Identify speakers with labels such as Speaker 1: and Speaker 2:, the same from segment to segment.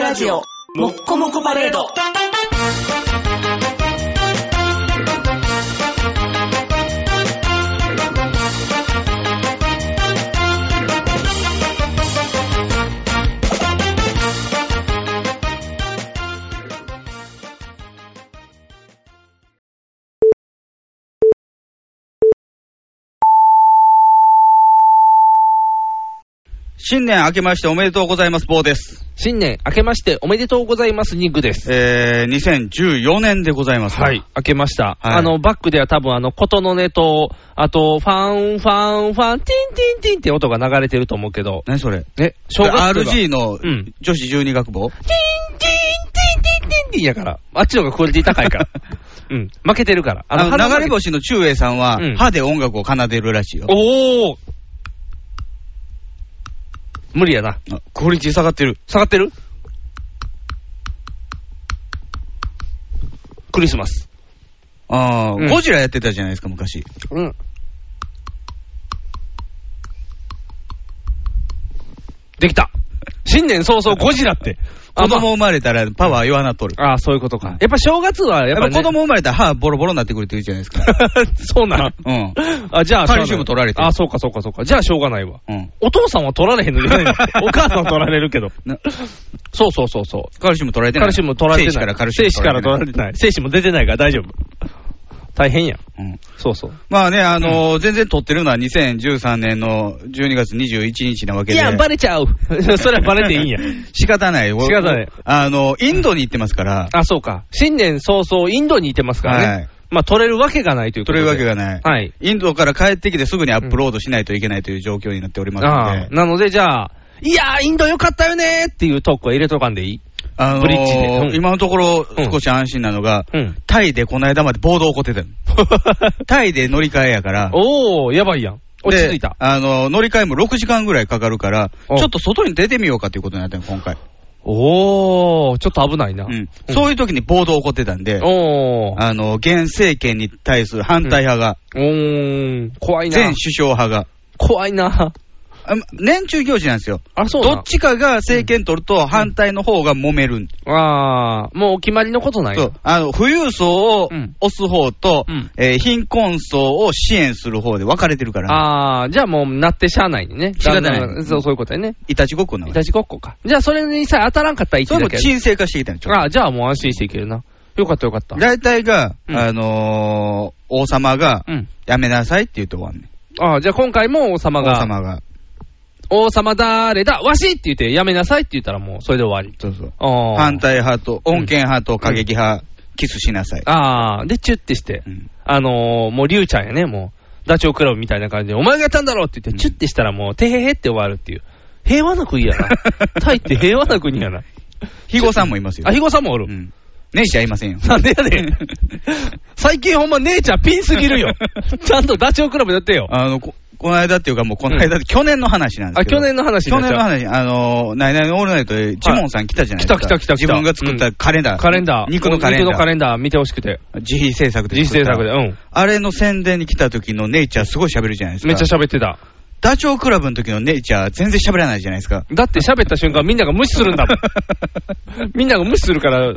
Speaker 1: ラジオ、もっこもこパレード。
Speaker 2: 新年明けましておめでとうございます、坊です。
Speaker 3: 新年明けましておめでとうございます、ニグです。
Speaker 2: えー、2014年でございます。
Speaker 3: はい。、明けました。
Speaker 2: はい
Speaker 3: あの、バックでは多分あの、琴の音と、あと、ファン、ファン、ファン、ティンティンティンって音が流れてると思うけど、
Speaker 2: 何それ
Speaker 3: ね、小学生が。ティンティン
Speaker 2: ?RG の
Speaker 3: うん
Speaker 2: 女子12学部、
Speaker 3: ティンティンティンやから。あっちの方がクオリティ高い から。うん。負けてるから。
Speaker 2: あの、
Speaker 3: 花
Speaker 2: 流
Speaker 3: 巻
Speaker 2: れ星の中英さんは、
Speaker 3: うん
Speaker 2: 歯で音楽を奏でるらしいよ。
Speaker 3: おー無理やな。
Speaker 2: あクオリティ下がってる。
Speaker 3: 下がってるクリスマス。
Speaker 2: あー、
Speaker 3: うん
Speaker 2: ゴジラやってたじゃないですか、昔。
Speaker 3: うん。できた。新年早々ゴジラって。
Speaker 2: 子供
Speaker 3: ま
Speaker 2: 生まれたらパワー弱なっとる。
Speaker 3: あ、あ、そういうこと
Speaker 2: はい
Speaker 3: か。やっぱ正月は
Speaker 2: や
Speaker 3: や
Speaker 2: っ
Speaker 3: っぱ、
Speaker 2: ぱ
Speaker 3: ね、
Speaker 2: 子供生まれたら歯ボロボロになってくるって言うじゃないですか。
Speaker 3: そうなん。
Speaker 2: うん。
Speaker 3: あ、じゃあ、
Speaker 2: カルシウム取られてる
Speaker 3: あ、そうかそうかそうか。じゃあしょうがないわ。
Speaker 2: うん。
Speaker 3: お父さんは取られへんのに、 お母さんは取られるけど。
Speaker 2: な
Speaker 3: そうそうそうそう。
Speaker 2: カルシウム取られてない。
Speaker 3: カルシウム取られてない。
Speaker 2: 精子からカルシウム
Speaker 3: 精子から取られてない。精子も出てないから大丈夫。大変やん。
Speaker 2: てない。うん
Speaker 3: そうそう。
Speaker 2: まあね、あのー全然撮ってるのは2013年の12月21日なわけ
Speaker 3: い
Speaker 2: で。
Speaker 3: や、バレちゃう。 それはバレていいんや。
Speaker 2: 仕方ない。
Speaker 3: 仕方ない。
Speaker 2: あの、インドに行ってますから、
Speaker 3: あ、そうか。新年早々、インドにいてますからね。
Speaker 2: はい
Speaker 3: まあ、取れるわけがないということ
Speaker 2: 取
Speaker 3: で。
Speaker 2: れるわけがない。
Speaker 3: はい。
Speaker 2: インドから帰ってきてすぐにアップロードしないといけないという状況になっております
Speaker 3: ああ
Speaker 2: ので、
Speaker 3: なので、じゃあ、いやー、インドよかったよねーっていうトークは入れとかんでいい
Speaker 2: あのー
Speaker 3: ブリッジでうん
Speaker 2: 今のところ
Speaker 3: うん
Speaker 2: 少し安心なのが、
Speaker 3: うん。
Speaker 2: タイでこの間まで暴動起こってたの。タイで乗り換えやから、
Speaker 3: おー、やばいやん。落ち着い
Speaker 2: で
Speaker 3: た。
Speaker 2: あのー、乗り換えも6時間ぐらいかかるから、ち
Speaker 3: お
Speaker 2: ょっと外に出てみようかということになったの、今回。
Speaker 3: おー、ちょっと危ないな。
Speaker 2: うんそういう時に暴動起こってたんで、
Speaker 3: おー。
Speaker 2: あのー、現政権に対する反対派が、
Speaker 3: おー、怖い
Speaker 2: 前
Speaker 3: な
Speaker 2: 首。相派が、
Speaker 3: 怖いな。
Speaker 2: あ年中行事なんですよ。
Speaker 3: あ、そう
Speaker 2: ど
Speaker 3: な
Speaker 2: っちかが政権取ると反対の方が揉めるん
Speaker 3: あー、もうお決まりのことない
Speaker 2: そう。あの、富裕層を
Speaker 3: うん
Speaker 2: 押す方と、
Speaker 3: うん
Speaker 2: えー貧困層を支援する方で分かれてるから、
Speaker 3: あー、じゃあもうなってしゃあないね。
Speaker 2: 仕方ない
Speaker 3: だんだんそう、そういうことやね。
Speaker 2: いたちごっこないの。
Speaker 3: たちごっこか。じゃあそれにさえ当たらんかったら一
Speaker 2: そ
Speaker 3: だ
Speaker 2: れも
Speaker 3: け。
Speaker 2: 沈静化してきたの、ちょっ
Speaker 3: ああ、じゃあもう安心していけるな。よかったよかった
Speaker 2: と。。大体が、
Speaker 3: うん
Speaker 2: あのー王様が、
Speaker 3: うん。
Speaker 2: やめなさいって言うと終わんねん。
Speaker 3: ああ、じゃあ今回も王様
Speaker 2: 王
Speaker 3: が、
Speaker 2: 様が。
Speaker 3: 王様だーれだ、わしって言ってやめなさいって言ったらもうそれで終わり。
Speaker 2: そうそう。
Speaker 3: ああ。
Speaker 2: 反。対派と、穏健派と過激派、キスしなさい。
Speaker 3: ああ、で、チュッてして
Speaker 2: う、ん。
Speaker 3: あのー、もうリュウちゃんやね、もう。ダチョウ倶楽部みたいな感じで、お前がやったんだろうって言って、チュッてしたらもう、てへへって終わるっていう。平和な国やな タイって平和な国やな。
Speaker 2: 肥後さんもいますよ
Speaker 3: あ、。ヒゴさんもおる。
Speaker 2: うん。ねえちゃんいませんよ。
Speaker 3: なんでやね ん。最近ほんま姉ちゃんピンすぎるよ。ちゃんとダチョウ倶楽部やってよ。
Speaker 2: あの、ここの間っていうかもうこの間、去年の話なんです
Speaker 3: あ、
Speaker 2: けど。
Speaker 3: 去年の話に
Speaker 2: 去
Speaker 3: な
Speaker 2: 年
Speaker 3: っち
Speaker 2: の
Speaker 3: ゃう。
Speaker 2: 話、あのー、ナイナイのオールナイトで、ジモンさん来たじゃないですか。
Speaker 3: 来た来た来た来
Speaker 2: 自
Speaker 3: た
Speaker 2: 分が作ったカレンダー。
Speaker 3: カレンダー。
Speaker 2: 肉のカレンダー。
Speaker 3: 肉のカレンダー見てほしくて。
Speaker 2: 自費制作で。
Speaker 3: 自主制作で。う。ん。
Speaker 2: あれの宣伝に来た時のネイチャーすごい喋るじゃないですか。
Speaker 3: めっちゃ喋ってた。
Speaker 2: ダチョウ倶楽部の時のネイチャー全然喋らないじゃないですか。
Speaker 3: だって喋っ た瞬間みんなが無視するんだもん。みんなが無視するから、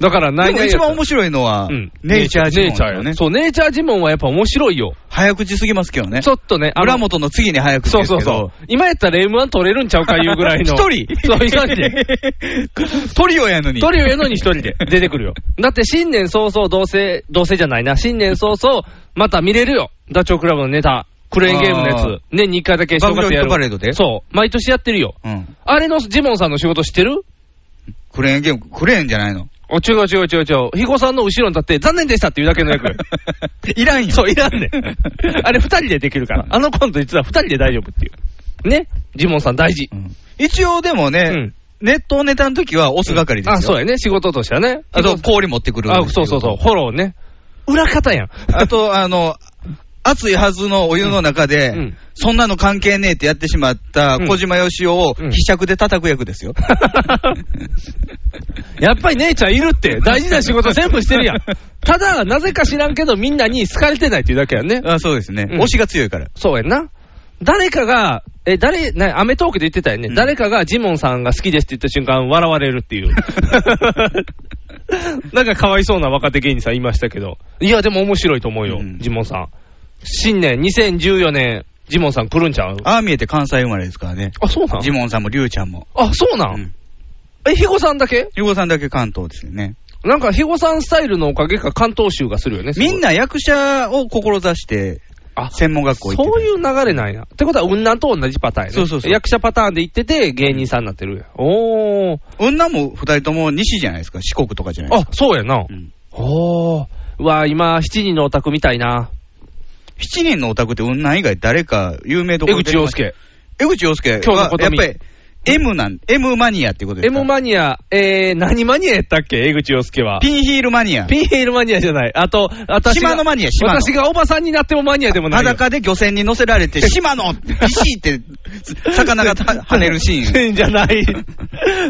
Speaker 3: だからな
Speaker 2: で
Speaker 3: い
Speaker 2: も
Speaker 3: ない
Speaker 2: 一番面白いのは、ネイチャージモン
Speaker 3: ネ
Speaker 2: で
Speaker 3: イ
Speaker 2: す
Speaker 3: チャー
Speaker 2: よ
Speaker 3: よ
Speaker 2: ね
Speaker 3: ね。。そう、ネイチャージモンはやっぱ面白いよ。
Speaker 2: 早口すぎますけどね。
Speaker 3: ちょっとね、
Speaker 2: 村
Speaker 3: も
Speaker 2: 本の次に早口
Speaker 3: そ
Speaker 2: で
Speaker 3: う
Speaker 2: すけ
Speaker 3: そ
Speaker 2: ど。
Speaker 3: うそう。今やったら M1 取れるんちゃうかいうぐらい の。
Speaker 2: 一人
Speaker 3: そう、一人で。
Speaker 2: トリオやのに。
Speaker 3: 一人上のに一人 で出てくるよ。だって新年早々、どうせ、どうせじゃないな。新年早々、また見れるよ。ダチョウ倶楽部のネタ。クレーンゲームのや
Speaker 2: あー
Speaker 3: つ。年に一回だけ正
Speaker 2: バグ
Speaker 3: 月
Speaker 2: ジョ
Speaker 3: や
Speaker 2: イト
Speaker 3: る。
Speaker 2: パレードで
Speaker 3: そう。毎年やってるよ。
Speaker 2: うん。
Speaker 3: あれのジモンさんの仕事知ってる
Speaker 2: クレーンゲーム、クレーンじゃないの。
Speaker 3: お、違う違う違う違う。ひこさんの後ろに立って、残念でしたっていうだけの役よ。
Speaker 2: いらんよ。
Speaker 3: そう、いらん ねん。あれ二人でできるから。あのコント実は二人で大丈夫っていう。ね。ジモンさん大事
Speaker 2: う。ん一応でもね、
Speaker 3: うん
Speaker 2: ネットネタの時は押す係ですよ。
Speaker 3: あ、そうやね。仕事としてはね。
Speaker 2: あと、氷持ってくる。
Speaker 3: あ、そうそうそう。フォローね。裏 方やん。
Speaker 2: あと、あの、熱いはずのお湯の中で、
Speaker 3: うん うん
Speaker 2: そんなの関係ねえってやってしまった小島よしおを、
Speaker 3: うん
Speaker 2: ひしゃくで叩く役 ですよ。
Speaker 3: やっぱり姉ちゃんいるって、大事な仕事全部してるやん。ただ、なぜか知らんけど、みんなに好かれてないっていうだけやんね。
Speaker 2: あそうですね、
Speaker 3: うん
Speaker 2: 推しが強いから。
Speaker 3: そうやんな。誰かがえ、誰、な、アメトークで言ってたよね。
Speaker 2: うん
Speaker 3: 誰かがジモンさんが好きですって言った瞬間、笑われるって いう。なんかかわいそうな若手芸人さんいましたけど。いや、でも面白いと思うよ、
Speaker 2: うん
Speaker 3: ジモンさん。新年、2014年、ジモンさん来るんちゃうあ
Speaker 2: ああ見えて関西生まれですからね。
Speaker 3: そうなん
Speaker 2: ジモンさんもリュウちゃんも。
Speaker 3: あ、そうな、
Speaker 2: うんん。
Speaker 3: え、ヒゴさんだけ
Speaker 2: リュウゴさんだけ関東ですよね。
Speaker 3: なんかヒゴさんスタイルのおかげか関東州がするよね。すごい
Speaker 2: みん、な役者を志して、
Speaker 3: あ、
Speaker 2: 専門学校行ってた
Speaker 3: そういう流れなんや。ってことは、うんなんと同じパターンやね。
Speaker 2: そうそうそう
Speaker 3: 役者パターンで行ってて、芸人さんになってるやん。おー。
Speaker 2: 女も二人とも西じゃないですか。四国とかじゃないです
Speaker 3: あ
Speaker 2: か。、
Speaker 3: そうやな
Speaker 2: う。ん
Speaker 3: おー。うわ、今、七人のオタクみたいな。
Speaker 2: 七人のオタクって女以外誰か有名どこ
Speaker 3: 江
Speaker 2: ろ
Speaker 3: 口洋。介。
Speaker 2: 江口洋介
Speaker 3: 京の
Speaker 2: は
Speaker 3: こと
Speaker 2: やっ
Speaker 3: み
Speaker 2: ぱり M なん、M マニアってことですか
Speaker 3: M マニア、えー、何マニアやったっけ江口洋介は。
Speaker 2: ピンヒールマニア。
Speaker 3: ピンヘールマニアじゃない。あと、私が。
Speaker 2: 島のマニア島の
Speaker 3: 私がおばさんになってもマニアでもないよ。
Speaker 2: 裸で漁船に乗せられて、島の石って、魚がた跳ねる シーン。
Speaker 3: ーン。じゃ ない。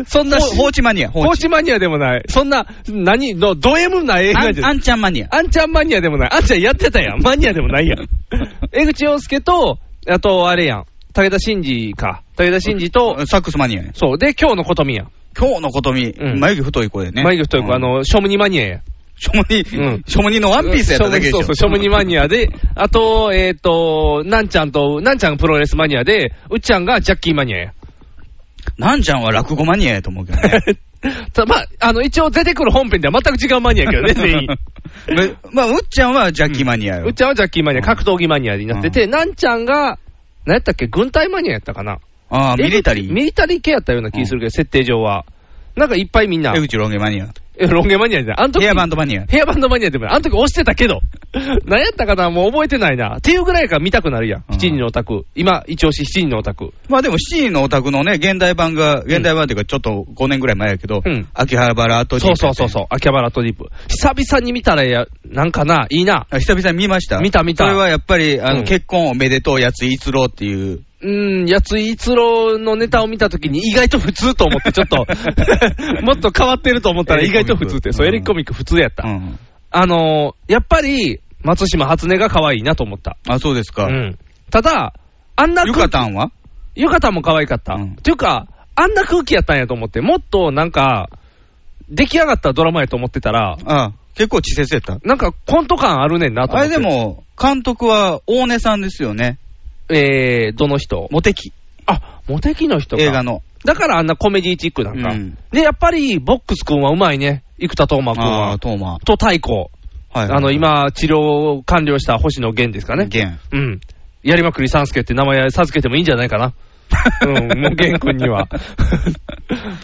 Speaker 3: そんな、
Speaker 2: ほ放置マニア、
Speaker 3: 放
Speaker 2: 放
Speaker 3: 置
Speaker 2: 置。
Speaker 3: マニアでもない。そんな、何、の、ド M な映
Speaker 2: あ
Speaker 3: 画
Speaker 2: ん
Speaker 3: じゃない
Speaker 2: あんちゃんマニア。
Speaker 3: あんちゃんマニアでもない。あんちゃんやってたやん。マニアでもないやん。 江口洋介と、あと、あれやん。武田真治か。武田真治と、
Speaker 2: サックスマニアね。
Speaker 3: そう。で、今日のことみやん。
Speaker 2: 今日のことみ、
Speaker 3: うん
Speaker 2: 眉毛太い子でね。
Speaker 3: 眉毛太い子、
Speaker 2: うん
Speaker 3: あ、の、ショムニマニアや。
Speaker 2: ショムニ、
Speaker 3: うん
Speaker 2: ショムニのワンピースやっただけでしょ。
Speaker 3: そうそう、ショムニマニアで、あと、えっ、と、なんちゃんと、なんちゃんがプロレスマニアで、うっちゃんがジャッキーマニア や。
Speaker 2: なんちゃんは落語マニアやと思うけどね。
Speaker 3: たまあ、あの、一応出てくる本編では全く違うマニアやけどね、全員。
Speaker 2: めまあ、うっちゃんはジャッキーマニアよ。
Speaker 3: うっちゃんはジャッキーマニア、格闘技マニアになってて、なんちゃんが、なんやったっけ、軍隊マニアやったかな。
Speaker 2: ああ、ミリタリ
Speaker 3: え
Speaker 2: ー。
Speaker 3: ミリタリー系やったような気するけど、設定上は。なんかいっぱいみんな
Speaker 2: 江、口ロン毛マニア。
Speaker 3: えロン毛マニアじゃない。あの時
Speaker 2: ヘアバンドマニア。
Speaker 3: ヘアバンドマニアでもないあの時押してた けど、何やったかな、もう覚えてないな。っていうぐらいから見たくなるやん。
Speaker 2: うん
Speaker 3: 7人のオタク。今、一押し7人のオタク。
Speaker 2: まあでも、七人のオタクのね、現代版が、現代版っていうか、ちょっと5年ぐらい前やけど、
Speaker 3: うん
Speaker 2: 秋葉原アート
Speaker 3: そうそうそうそう、秋葉原トリップ。久々に見たらや、なんかな、いいな。
Speaker 2: う。久々に見ました。
Speaker 3: 見た見た
Speaker 2: それはやっぱり、あの、
Speaker 3: うん
Speaker 2: 結婚おめでとうやついつろうっていう。、
Speaker 3: うーん、やついつろのネタを見たときに、意外と普通と思って、ちょっと もっと変わってると思ったら、
Speaker 2: エレコミ
Speaker 3: 意
Speaker 2: ッ
Speaker 3: 外
Speaker 2: ク
Speaker 3: と普通って、そう、エレコミック普通やった。
Speaker 2: うん。
Speaker 3: あのーやっぱり、松島初音が可愛いなと思った。
Speaker 2: あ、そうですか。
Speaker 3: うん。ただ、あんな
Speaker 2: ゆか
Speaker 3: 空
Speaker 2: たんは
Speaker 3: ゆかたんも可愛かった。
Speaker 2: うん
Speaker 3: ていうか、あんな空気やったんやと思って、もっとなんか、出来上がったドラマやと思ってたら、
Speaker 2: ああ結構稚拙やった。
Speaker 3: なんかコント感あるねんなと
Speaker 2: あ
Speaker 3: 思っ
Speaker 2: れ
Speaker 3: て。
Speaker 2: で、も、監督は大根さんですよね。
Speaker 3: えー、どの人
Speaker 2: モテキ。
Speaker 3: あ、モテキの人か。
Speaker 2: 映画。の。
Speaker 3: だからあんなコメディチックなんか。
Speaker 2: うん
Speaker 3: で、やっぱり、ボックス君はうまいね。生田斗真君
Speaker 2: ああ、
Speaker 3: は。
Speaker 2: トーマ。
Speaker 3: と、太鼓。
Speaker 2: はい。
Speaker 3: あの、、今、治療完了した星野源ですかね。
Speaker 2: ゲ ン。。
Speaker 3: うん。やりまくりさんすけって名前授けてもいいんじゃないかな。うん、もう玄君には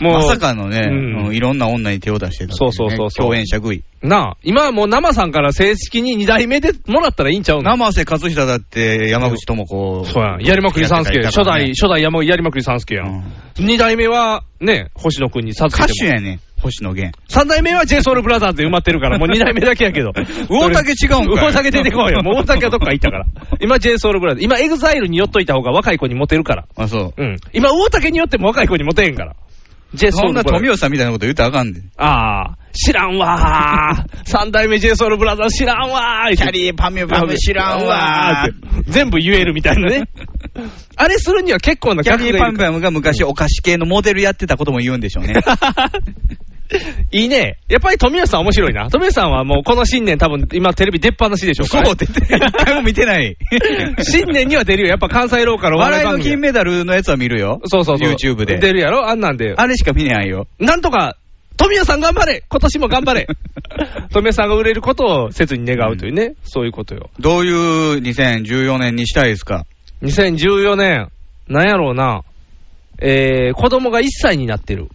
Speaker 3: もう
Speaker 2: まさかのね、
Speaker 3: うん
Speaker 2: うんいろんな女に手を出してたっていね、
Speaker 3: そうそうそうそう
Speaker 2: 共演者食い。
Speaker 3: なあ、今はもう生さんから正式に2代目でもらったらいいんちゃうの
Speaker 2: 生瀬勝久だって山口智子。
Speaker 3: そうやん。やりまくりさんすけ。初代、初代山やりまくりさんすけや。
Speaker 2: うんん
Speaker 3: 2代目は、ね、星野くんに授
Speaker 2: 歌
Speaker 3: け
Speaker 2: 手
Speaker 3: ても。
Speaker 2: やね、星野源。
Speaker 3: 3代目は j s o u l b r o t h e r で埋まってるから、もう2代目だけや けど。
Speaker 2: 魚竹違うんかい
Speaker 3: 魚竹出てこ いよ。もう魚竹はどっか行ったから。今 j s o u l b r o t h e r 今 EXILE に寄っといた方が若い子にモテるから。
Speaker 2: あ、そう。
Speaker 3: うん。今魚竹に寄っても若い子にモテへんから。j s o
Speaker 2: そ
Speaker 3: u
Speaker 2: ん
Speaker 3: l b r
Speaker 2: な
Speaker 3: o t h
Speaker 2: 富
Speaker 3: e r
Speaker 2: 吉さんみたいなこと言うたらあかんで。
Speaker 3: ああ、知らん わー。3代目 j s o u l b r o t h e r 知らんわー。
Speaker 2: キャリーパミュパミュ知らんわー。
Speaker 3: 全部言えるみたいなね。 あれするには結構な
Speaker 2: キャ
Speaker 3: 客がい
Speaker 2: リー
Speaker 3: るか
Speaker 2: パ
Speaker 3: ら
Speaker 2: ンパムが昔お菓子系のモデルやってたことも言うんでしょうね。
Speaker 3: いいね。やっぱり富吉さん面白いな。富吉さんはもうこの新年多分今テレビ出っ放しでしょ
Speaker 2: そう、出て、一回も見てない。
Speaker 3: 新年には出るよ。やっぱ関西ローカル
Speaker 2: 笑いの
Speaker 3: 金
Speaker 2: 金
Speaker 3: メ
Speaker 2: メダルのやつは見るよ。
Speaker 3: そうそうそう。
Speaker 2: YouTube で。
Speaker 3: 出るやろあんなんで。
Speaker 2: あれしか見ないよ。
Speaker 3: なんとか、富吉さん頑張れ今年も頑張 れ富吉さんが売れることを切に願うというね。そういうことよ。
Speaker 2: どういう2014年にしたいですか
Speaker 3: 2014年、なんやろうな。えー、子供が1歳になってる。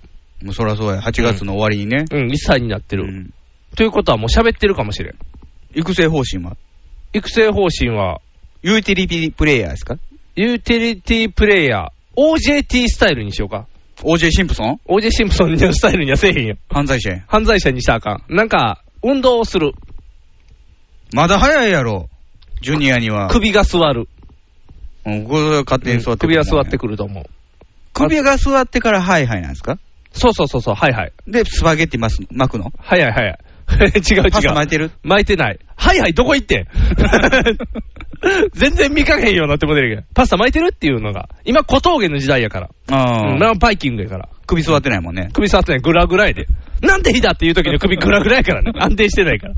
Speaker 2: もうそらそうや。8月の終わりにね。
Speaker 3: うん、1歳になってる。
Speaker 2: うん
Speaker 3: ということはもう喋ってるかもしれん。
Speaker 2: 育成方針は
Speaker 3: 育成方針は、
Speaker 2: ユーティリティプレイヤーですか
Speaker 3: ユーティリティプレイヤー、OJT スタイルにしようか。
Speaker 2: ?OJ シンプソン
Speaker 3: OJ シンプソンのスタイルにはせえへんよ。
Speaker 2: 犯罪者や。
Speaker 3: 犯罪者にしたらあかん。なんか、運動をする。
Speaker 2: まだ早いやろ。ジュニアには。
Speaker 3: 首が座る。
Speaker 2: うん、これは勝手に座ってくるもん
Speaker 3: 首が
Speaker 2: ね
Speaker 3: 座ってくると思う。
Speaker 2: 首が座ってからハイハイなんですか
Speaker 3: そうそうそうそう、はいはい。
Speaker 2: で、スパゲッティます巻くの
Speaker 3: はいはいはい。 違う違う。
Speaker 2: パス巻いてる
Speaker 3: 巻いてない。はいはい、どこ行っ てん全然見かけへんようになってもてるけど。パスタ巻いてるっていうのが。今、小峠の時代やから。うん。
Speaker 2: あ
Speaker 3: ラ
Speaker 2: あ。
Speaker 3: ンパイキングやから。
Speaker 2: 首座ってないもんね。
Speaker 3: 首触ってない、グラグラやで。なんて日だってい う時の首グラグラやからね。安定してないから。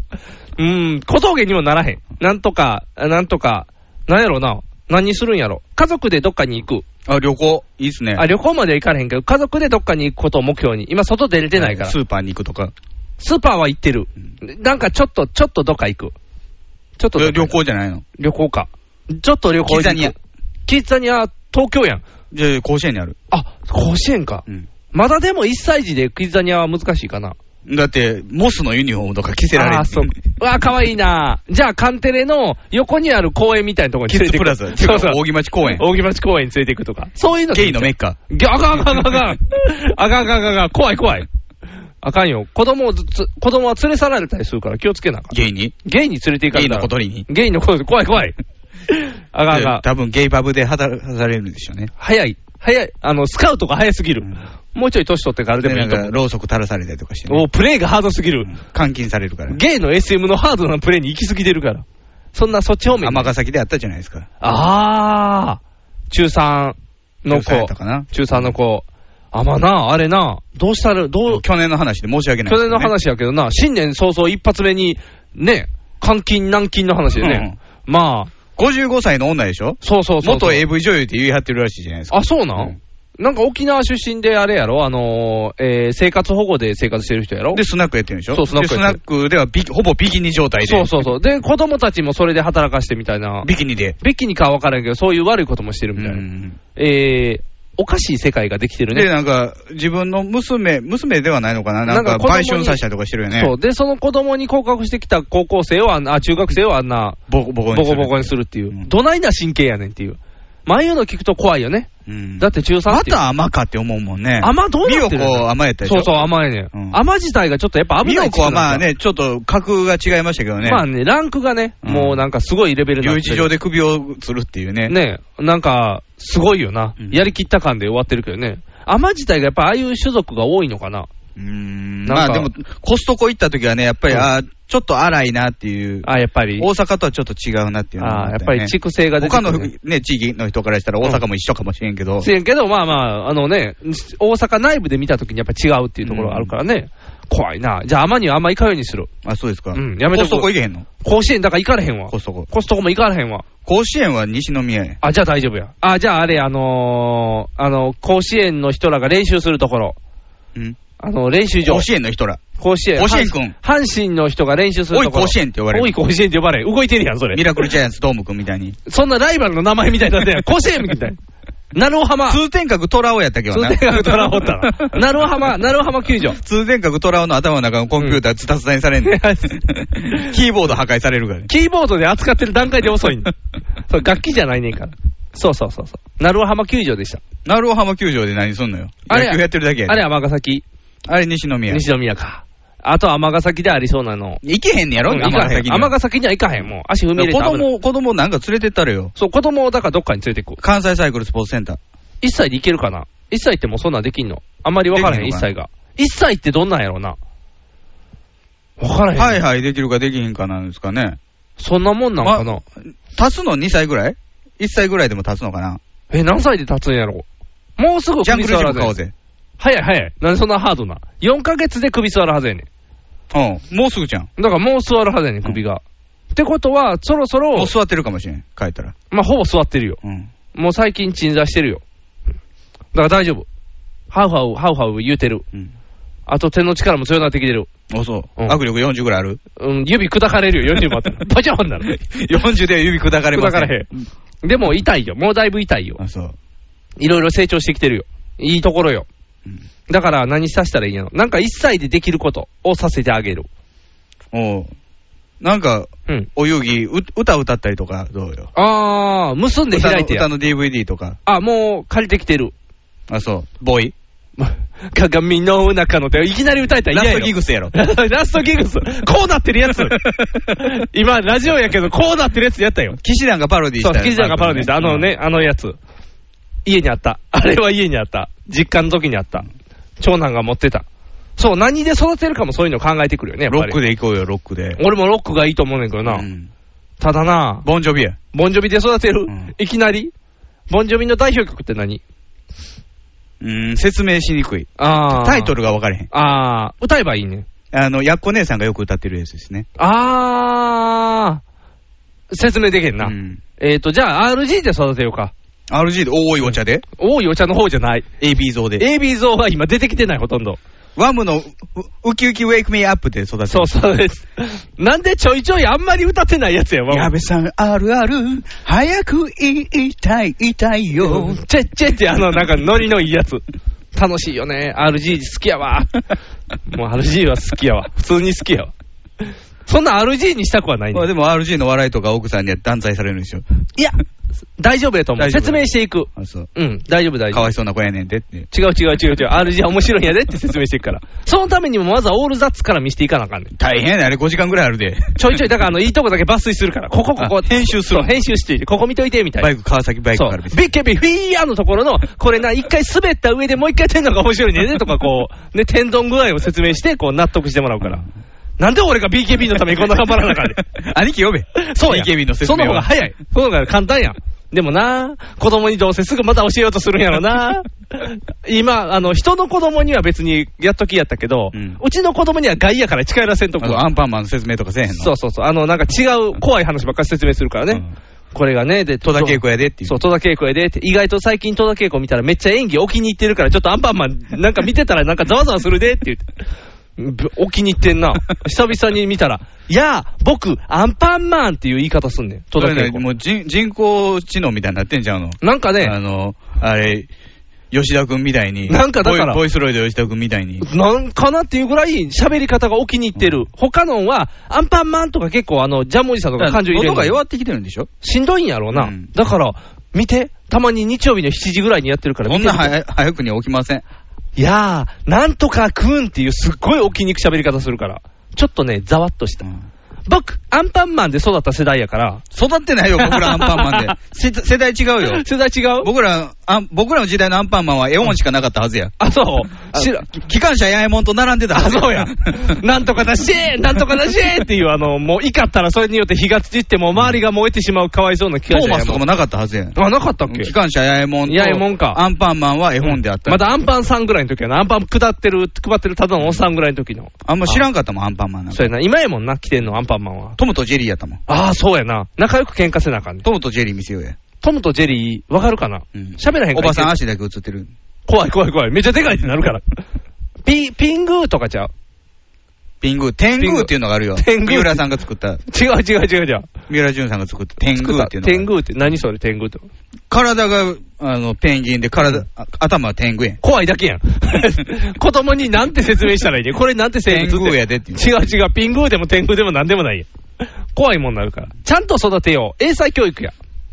Speaker 3: うーん、小峠にもならへん。なんとか、なんとか、なんやろな。何するんやろ。家族でどっかに行く。
Speaker 2: あ、旅行。いいっすね。
Speaker 3: あ、旅行まで行かれへんけど、家族でどっかに行くことを目標に。今、外出れてないから。
Speaker 2: スーパーに行くとか。
Speaker 3: スーパーは行ってる。なんかちょっと、ちょっとどっか行く。ちょっとどっか行く
Speaker 2: 旅行じゃないの。
Speaker 3: 旅行か。ちょっと旅行
Speaker 2: キザニア。
Speaker 3: キザニア、東京やん。
Speaker 2: じゃあ、甲子園にある。
Speaker 3: あ、甲子園か。
Speaker 2: うん。
Speaker 3: まだでも1歳児でキザニアは難しいかな。
Speaker 2: だって、モスのユニフォームとか着せられる。
Speaker 3: あ ー、そう。うわー、かわいいなじゃあ、カンテレの横にある公園みたいなところに
Speaker 2: キ
Speaker 3: 連
Speaker 2: ッズ
Speaker 3: れて
Speaker 2: プ
Speaker 3: く
Speaker 2: ラザ。
Speaker 3: そうそう。
Speaker 2: 大木町公園。
Speaker 3: 大木町公園に連れていくとか。そういうの。
Speaker 2: ゲイのメッカ。
Speaker 3: ぎゃあかんあかんあかんあかん。あかんあかんあかんあかん。怖い怖い。あかんよ。子供をずつ、子供は連れ去られたりするから気をつけなあかん。
Speaker 2: ゲイに
Speaker 3: ゲイに連れて行か
Speaker 2: ゲイ
Speaker 3: れ
Speaker 2: の
Speaker 3: たら
Speaker 2: 小鳥に。
Speaker 3: ゲイのこと、怖い怖い。あかんあかん
Speaker 2: で。多分ゲイパブで働かれるんでしょうね。
Speaker 3: 早い。早い。あの、スカウトが早すぎる。もうちょい年取ってから
Speaker 2: で
Speaker 3: でもい
Speaker 2: ないん
Speaker 3: と
Speaker 2: か、
Speaker 3: 思
Speaker 2: ろうそく垂らされたりとかして
Speaker 3: う。
Speaker 2: ね。
Speaker 3: おプレイがハードすぎる。
Speaker 2: 監禁されるから。
Speaker 3: ゲイの SM のハードなプレイに行き過ぎてるから。そんなそっち方面に。
Speaker 2: 尼崎であったじゃないですか。
Speaker 3: あー。中3の
Speaker 2: 中3やった
Speaker 3: 子
Speaker 2: かな。
Speaker 3: 中3の子。あ、まあな、あれな、どうしたら、どう、
Speaker 2: 去年の話で申し訳ないで
Speaker 3: 去
Speaker 2: すね。
Speaker 3: 年の話やけどな、新年早々一発目に、ね、監禁、軟禁の話でね。まあ、
Speaker 2: 55歳の女でしょ
Speaker 3: そうそうそうそう。
Speaker 2: 元 AV 女優って言い張ってるらしいじゃないですか。
Speaker 3: あ、そうなん、
Speaker 2: うん
Speaker 3: なんか沖縄出身であれやろあのー、えー生活保護で生活してる人やろ
Speaker 2: で、スナックやってるんでしょ
Speaker 3: そうスナック
Speaker 2: でス
Speaker 3: やっ
Speaker 2: ナ
Speaker 3: て
Speaker 2: ックではビキほぼビキニ状態で。
Speaker 3: そうそうそう。で、子供たちもそれで働かしてみたいな。
Speaker 2: ビキニで。
Speaker 3: ビキニかは分からんけど、そういう悪いこともしてるみたいな。
Speaker 2: うん
Speaker 3: えー、おかしい世界ができてるね。
Speaker 2: で、なんか、自分の娘、娘ではないのかななん
Speaker 3: な
Speaker 2: か、
Speaker 3: んか子供
Speaker 2: 売
Speaker 3: に
Speaker 2: 春させたりとかしてるよね。
Speaker 3: そう。で、その子供に降格してきた高校生をあんな、あ、中学生をあんな、
Speaker 2: ボコボコ
Speaker 3: ボ
Speaker 2: にす
Speaker 3: コ
Speaker 2: る。
Speaker 3: ボコにするっていう。
Speaker 2: うん
Speaker 3: どないな神経やねんっていう。まあああいうの聞くと怖いよね。
Speaker 2: うん
Speaker 3: だって中3
Speaker 2: ま
Speaker 3: っていう。
Speaker 2: た甘かって思うもんね。
Speaker 3: 甘どうなって
Speaker 2: 美
Speaker 3: る
Speaker 2: 代子甘やったでしょ
Speaker 3: そうそう、甘いね、
Speaker 2: うん
Speaker 3: ん。甘自体がちょっとやっぱ危
Speaker 2: 美
Speaker 3: ない
Speaker 2: 代
Speaker 3: 地区
Speaker 2: 子
Speaker 3: な
Speaker 2: は
Speaker 3: んだ
Speaker 2: まあね、ちょっと格が違いましたけどね。
Speaker 3: まあね、ランクがね、
Speaker 2: うん
Speaker 3: もうなんかすごいレベルにな
Speaker 2: 留
Speaker 3: って
Speaker 2: 置
Speaker 3: る
Speaker 2: 場で首を吊るっていうね。
Speaker 3: ね、なんか、すごいよな、
Speaker 2: うん
Speaker 3: やりきった感で終わってるけどね、アマ自体がやっぱああいう種族が多いのかな、
Speaker 2: うーん
Speaker 3: なん
Speaker 2: まあ
Speaker 3: か
Speaker 2: でも、コストコ行った時はね、やっぱり、
Speaker 3: うん
Speaker 2: あーちょっと荒いなっていう、
Speaker 3: あやっぱり、
Speaker 2: 大阪とはちょっと違うなっていうのが
Speaker 3: あ
Speaker 2: あっ
Speaker 3: やった
Speaker 2: よ
Speaker 3: ぱ
Speaker 2: ね
Speaker 3: り畜生が出て
Speaker 2: 他
Speaker 3: く
Speaker 2: の
Speaker 3: る、ね、
Speaker 2: ね、地域の人からしたら大阪も一緒かもしれんけど、
Speaker 3: せんけど、まあまあ、あのね、大阪内部で見たときにやっぱ違うっていうところがあるからね、怖いな、じゃあ、アマにはあんま行かんようにする、
Speaker 2: あ、そうですか。
Speaker 3: うんやめ
Speaker 2: コ
Speaker 3: とこう
Speaker 2: ストコ行けへんの
Speaker 3: 甲子園だから行かれへんわ
Speaker 2: コ、ストコ。
Speaker 3: コストコも行かれへんわ、
Speaker 2: 甲子園は西宮や。
Speaker 3: あじゃあ大丈夫や、あじゃああれ、あのーあの甲子園の人らが練習するところ、
Speaker 2: うん。
Speaker 3: あの練習場
Speaker 2: 甲。子園の人ら。
Speaker 3: 甲子園。
Speaker 2: 甲子園くん
Speaker 3: 阪神の人が練習する
Speaker 2: おい
Speaker 3: ところ。
Speaker 2: 甲子園って呼ばれる
Speaker 3: おい甲子園って呼ばれる。動いてるやん、それ
Speaker 2: ミ。ラクルジャイアンツ、ドームくんみたいに。
Speaker 3: そんなライバルの名前みたいになってない。甲子園み たいな。なるお浜。
Speaker 2: 通天閣虎尾やったけど
Speaker 3: 通
Speaker 2: な。
Speaker 3: 天閣虎おったら。なるお浜、なるお浜球場。
Speaker 2: 通天閣虎尾の頭の中のコンピューターズタズタにされんねん キーボード破壊される からね。
Speaker 3: キーボードで扱ってる段階で遅いんだ。そう、楽器じゃないねんから。そうそうそうそう。なるお浜球場でした。
Speaker 2: 鳴尾浜球場で何すんのよ。
Speaker 3: あれ
Speaker 2: 野球やってるだけや
Speaker 3: あ
Speaker 2: ね
Speaker 3: れ、尼崎。
Speaker 2: あれ西宮。
Speaker 3: 西宮か。あと、尼崎でありそうなの。
Speaker 2: 行けへんねやろ
Speaker 3: うん行かへん。
Speaker 2: 尼崎には
Speaker 3: 尼崎には行かへん。もう、足踏み入れ
Speaker 2: 子
Speaker 3: たら危ない
Speaker 2: 供、子供なんか連れてったらよ。
Speaker 3: そう、子供をだからどっかに連れて行く。
Speaker 2: 関西サイクルスポーツセンター。
Speaker 3: 1歳でいけるかな ?1 歳ってもうそんなんできんのあんまり分からへん、
Speaker 2: できん
Speaker 3: 1
Speaker 2: のかな
Speaker 3: 歳が。1歳ってどんなんやろな分からへん。
Speaker 2: はいはいできるかできへんかなんですかね。
Speaker 3: そんなもんなんかな、
Speaker 2: 足すの2歳ぐらい ?1 歳ぐらいでも足すのかな
Speaker 3: え、何歳で立つんやろもうすぐ
Speaker 2: ジャン
Speaker 3: 首
Speaker 2: グル
Speaker 3: 座
Speaker 2: ジ
Speaker 3: るは
Speaker 2: ム買おう
Speaker 3: ずやね
Speaker 2: ぜ。
Speaker 3: 早い早い。なんでそんなハードな ?4 ヶ月で首座るはずやね
Speaker 2: うん。もうすぐじゃん。
Speaker 3: ん。だからもう座るはずやねん、首が。ってことは、そろそ
Speaker 2: も
Speaker 3: ろ
Speaker 2: う、座ってるかもしれん。帰ったら。
Speaker 3: まあ、ほぼ座ってるよ。
Speaker 2: うん。
Speaker 3: もう最近鎮座してるよ。だから大丈夫。ハウハウ、ハウハウ言うてる。
Speaker 2: うん。
Speaker 3: あと手の力も強くなってきてる。
Speaker 2: おそう。
Speaker 3: うん
Speaker 2: 握力40ぐらいあ る
Speaker 3: うん、指砕かれるよ、40もあった ら。パチャンなる。
Speaker 2: ?40 で指砕かれます、
Speaker 3: だからへん。でも痛いよ。もうだいぶ痛いよ。
Speaker 2: あ、そう。
Speaker 3: いろいろ成長してきてるよ。いいところよ。
Speaker 2: うん
Speaker 3: だから何させたらいいんやろ。なんか一歳でできることをさせてあげる。
Speaker 2: おうなんか、
Speaker 3: うん。
Speaker 2: お遊戯、う歌歌ったりとか、どうよ。
Speaker 3: あー、結んで
Speaker 2: 歌の
Speaker 3: 開いてや
Speaker 2: 歌。の DVD とか。
Speaker 3: あ、もう借りてきてる。
Speaker 2: あ、そう。ボーイ。
Speaker 3: 鏡の中の手。いきなり歌えたら
Speaker 2: ラ
Speaker 3: 嫌や
Speaker 2: ス
Speaker 3: ろ
Speaker 2: トギグスやろ。
Speaker 3: ラストギグス。こうなってるやつ。 今、ラジオやけど、こうなってるやつやったよ。
Speaker 2: 騎士団がパロディし
Speaker 3: そう、
Speaker 2: た。
Speaker 3: キジャがパロディした。あのね、あのやつ。家にあった。あれは家にあった。実家の時にあった。長男が持ってた。そう、何で育てるかもそういうの考えてくるよね、やっ
Speaker 2: ロ
Speaker 3: ぱ
Speaker 2: ッ
Speaker 3: り。
Speaker 2: クで行こうよ、ロックで。
Speaker 3: 俺もロックがいいと思うねんけどな。
Speaker 2: うん
Speaker 3: ただな、
Speaker 2: ボンジョビや。
Speaker 3: ボンジョビで育てる、
Speaker 2: うん
Speaker 3: いきなりボンジョビの代表曲って何
Speaker 2: うん、説明しにくい。
Speaker 3: あー
Speaker 2: タイトルが分かれへん。
Speaker 3: あー、歌えばいいね。
Speaker 2: あの、やっこ姉さんがよく歌ってるやつですね。
Speaker 3: あー、説明できへんな。
Speaker 2: うん
Speaker 3: えっ、ー、と、じゃあ RG で育てようか。
Speaker 2: RG で多いお茶で、
Speaker 3: 多いお茶の方じゃない。
Speaker 2: AB 像で。
Speaker 3: AB 像は今出てきてない、ほとんど。
Speaker 2: ワムのウウキウキウェイクミーアップで育てる。
Speaker 3: そうそうです。なんでちょいちょいあんまり歌ってないやつやわ。
Speaker 2: 矢部さん、あるある、早く言いたい、言いたいよ。
Speaker 3: チェッチェってあの、なんかノリのいいやつ。楽しいよね。RG 好きや わ。もう RG は好きやわ。普通に好きやわ。そんな RG にしたくはない、
Speaker 2: まあ
Speaker 3: ね、
Speaker 2: でも RG の笑いとか奥さんには断罪されるんですよ。
Speaker 3: いや、大丈夫やと思う。
Speaker 2: 大丈夫
Speaker 3: 説明していく。
Speaker 2: あそう。
Speaker 3: うん、大丈夫、
Speaker 2: か
Speaker 3: 大丈夫
Speaker 2: わい。そうな子やねんでって。
Speaker 3: 違う違う違う違う。RG は面白いんやでって説明していくから。そのためにもまずはオールザッツから見せていかなあかんねん。
Speaker 2: 大変やね、あれ5時間ぐらいあるで。
Speaker 3: ちょいちょい、だからあの、いいとこだけ抜粋するから。ここ、ここ。編集する。編集していて、ここ見といて、みたいな
Speaker 2: バイ。ク、川崎バイク
Speaker 3: そ
Speaker 2: か
Speaker 3: う
Speaker 2: ら見。せて。
Speaker 3: ビッケビフィーヤーのところの、これな、一回滑った上でもう一回やってんのが面白いねねとか、こう、ね、天丼具合を説明して、こう、納得してもらうから。なんで俺が BKB のためにこんな頑張らなあかんねん
Speaker 2: 兄貴呼べ。
Speaker 3: そうや。
Speaker 2: BKB の説
Speaker 3: その
Speaker 2: 明
Speaker 3: 方が
Speaker 2: は。
Speaker 3: 早い。その方が簡単やん。でもな、子供にどうせすぐまた教えようとするんやろ な。今、あの、人の子供には別にやっときやったけど、う
Speaker 2: うん
Speaker 3: ちの子供には外やから近寄らせんとこ
Speaker 2: あのアンパンマンの説明とかせえへんの。
Speaker 3: そうそうそう。あの、なんか違う怖い話ばっかり説明するからね。
Speaker 2: うん
Speaker 3: これがね、で、
Speaker 2: 戸田恵子やでっていう
Speaker 3: そう、戸田恵子やでって。意外と最近戸田恵子見たらめっちゃ演技お気に入ってるから、ちょっとアンパンマン なんか見てたらなんかざわざわするでって言って。ぶお気に入ってんな。久々に見たら、やあ、僕、アンパンマンっていう言い方すんねん。戸田
Speaker 2: それ
Speaker 3: 恵
Speaker 2: ね
Speaker 3: 子。
Speaker 2: もう人人工知能みたいになってんちゃうの。
Speaker 3: なんか
Speaker 2: あ
Speaker 3: ね、
Speaker 2: の、あれ、吉田君みたいに。
Speaker 3: なんかだから
Speaker 2: ボイボイスロイド吉田君みたいに。
Speaker 3: なんかなっていうぐらい喋り方がお気に入ってる。他のは、アンパンマンとか結構あの、ジャムおじさんとか感情入れるの
Speaker 2: 音が弱ってきてるんでしょ
Speaker 3: しんどいんやろうな。
Speaker 2: うん
Speaker 3: だから、見て、たまに日曜日の7時ぐらいにやってるから
Speaker 2: こ
Speaker 3: 見
Speaker 2: ん
Speaker 3: てみ
Speaker 2: な
Speaker 3: て
Speaker 2: 早早くには起きません。
Speaker 3: いやー、なんとかくんっていうすっごいお気に入り喋り方するから。ちょっとね、ざわっとした。僕、アンパンマンで育った世代やから。
Speaker 2: 育って ないよ、僕らアンパンマンで。せ世代違うよ。
Speaker 3: 世代違う
Speaker 2: 僕らあん、僕らの時代のアンパンマンは絵本しかなかったはずや。
Speaker 3: あ、そう。知ら
Speaker 2: き機関車八重門と並んでたは
Speaker 3: あ、
Speaker 2: ず
Speaker 3: そうや。 なんとかだしなんとかだしっていう、あの、もう怒ったらそれによって火が散ってもう周りが燃えてしまうかわいそうな気
Speaker 2: ト
Speaker 3: が
Speaker 2: ーマスとかもなかったはずや。
Speaker 3: あ、なかったっけ
Speaker 2: 機関車八重門と
Speaker 3: 八重門か
Speaker 2: アンパンマンは絵本であった。
Speaker 3: まだアンパンさんぐらいの時やな。アンパン下ってる、配ってるただのおっさんぐらいの時の。
Speaker 2: あんま知らんかったもん、アンパンマンなんか
Speaker 3: そうやな。今やもんな、来てんの、アンパンマンは。
Speaker 2: トムとジェリーやったもん。
Speaker 3: ああ、そうやな。仲良く喧嘩せなあかんね。
Speaker 2: トムとジェリー見せようや。
Speaker 3: トムとジェリー、わかるかな
Speaker 2: うん
Speaker 3: 喋、らへん
Speaker 2: お
Speaker 3: か
Speaker 2: ばさん足だけ映ってる。
Speaker 3: 怖い怖い怖い。めっちゃでかいってな るから。ピ、ピングーとかちゃう
Speaker 2: ピングー。天
Speaker 3: ピングー
Speaker 2: 狗っていうのがあるよ。
Speaker 3: 天狗
Speaker 2: 三浦さんが作った。
Speaker 3: 違う違う違う違う。
Speaker 2: 三浦淳さんが作った天狗っていうのがある。
Speaker 3: 天狗って何それ天狗って。
Speaker 2: 体が、あの、ペンギンで、体、あ頭は天狗やん。
Speaker 3: 怖いだけやん。 子供になんて説明したらいいねこれなんて生物
Speaker 2: 天狗やでって
Speaker 3: 違う違う。ピングーでも天狗でもなんでもないやん。怖いもんなるから。ちゃんと育てよう。英才教育や。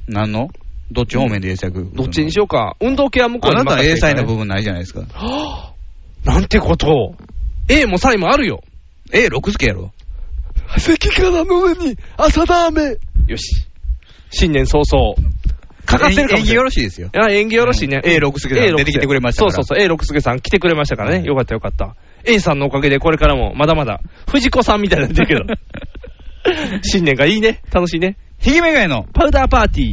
Speaker 2: 何のどっち方面で英才ど
Speaker 3: どっちにしようか。運動系は向こ
Speaker 2: あ
Speaker 3: うに
Speaker 2: なたは
Speaker 3: 任せ
Speaker 2: 英
Speaker 3: てい
Speaker 2: 才
Speaker 3: かな
Speaker 2: ない部分ないじゃないですか。
Speaker 3: なんてことを。A も才もあるよ。
Speaker 2: え、六助やろ。
Speaker 3: 関からの上に朝だ雨。よし。新年早々。かかってるかも
Speaker 2: 演技
Speaker 3: しれ
Speaker 2: よ
Speaker 3: ない。
Speaker 2: ろしいですよ。
Speaker 3: あ演技よろしいね。
Speaker 2: うん A 六助さん
Speaker 3: A 六
Speaker 2: 出てきてくれましたか
Speaker 3: そう
Speaker 2: ら
Speaker 3: そうそう。A 六助さん来てくれましたから
Speaker 2: う
Speaker 3: ね。
Speaker 2: ん
Speaker 3: よかったよかった。A さんのおかげでこれからもまだまだ藤子さんみたいになっ てるけど。新年がいいね。楽しいね。
Speaker 2: ひげめがいの、
Speaker 3: パウダーパーティー。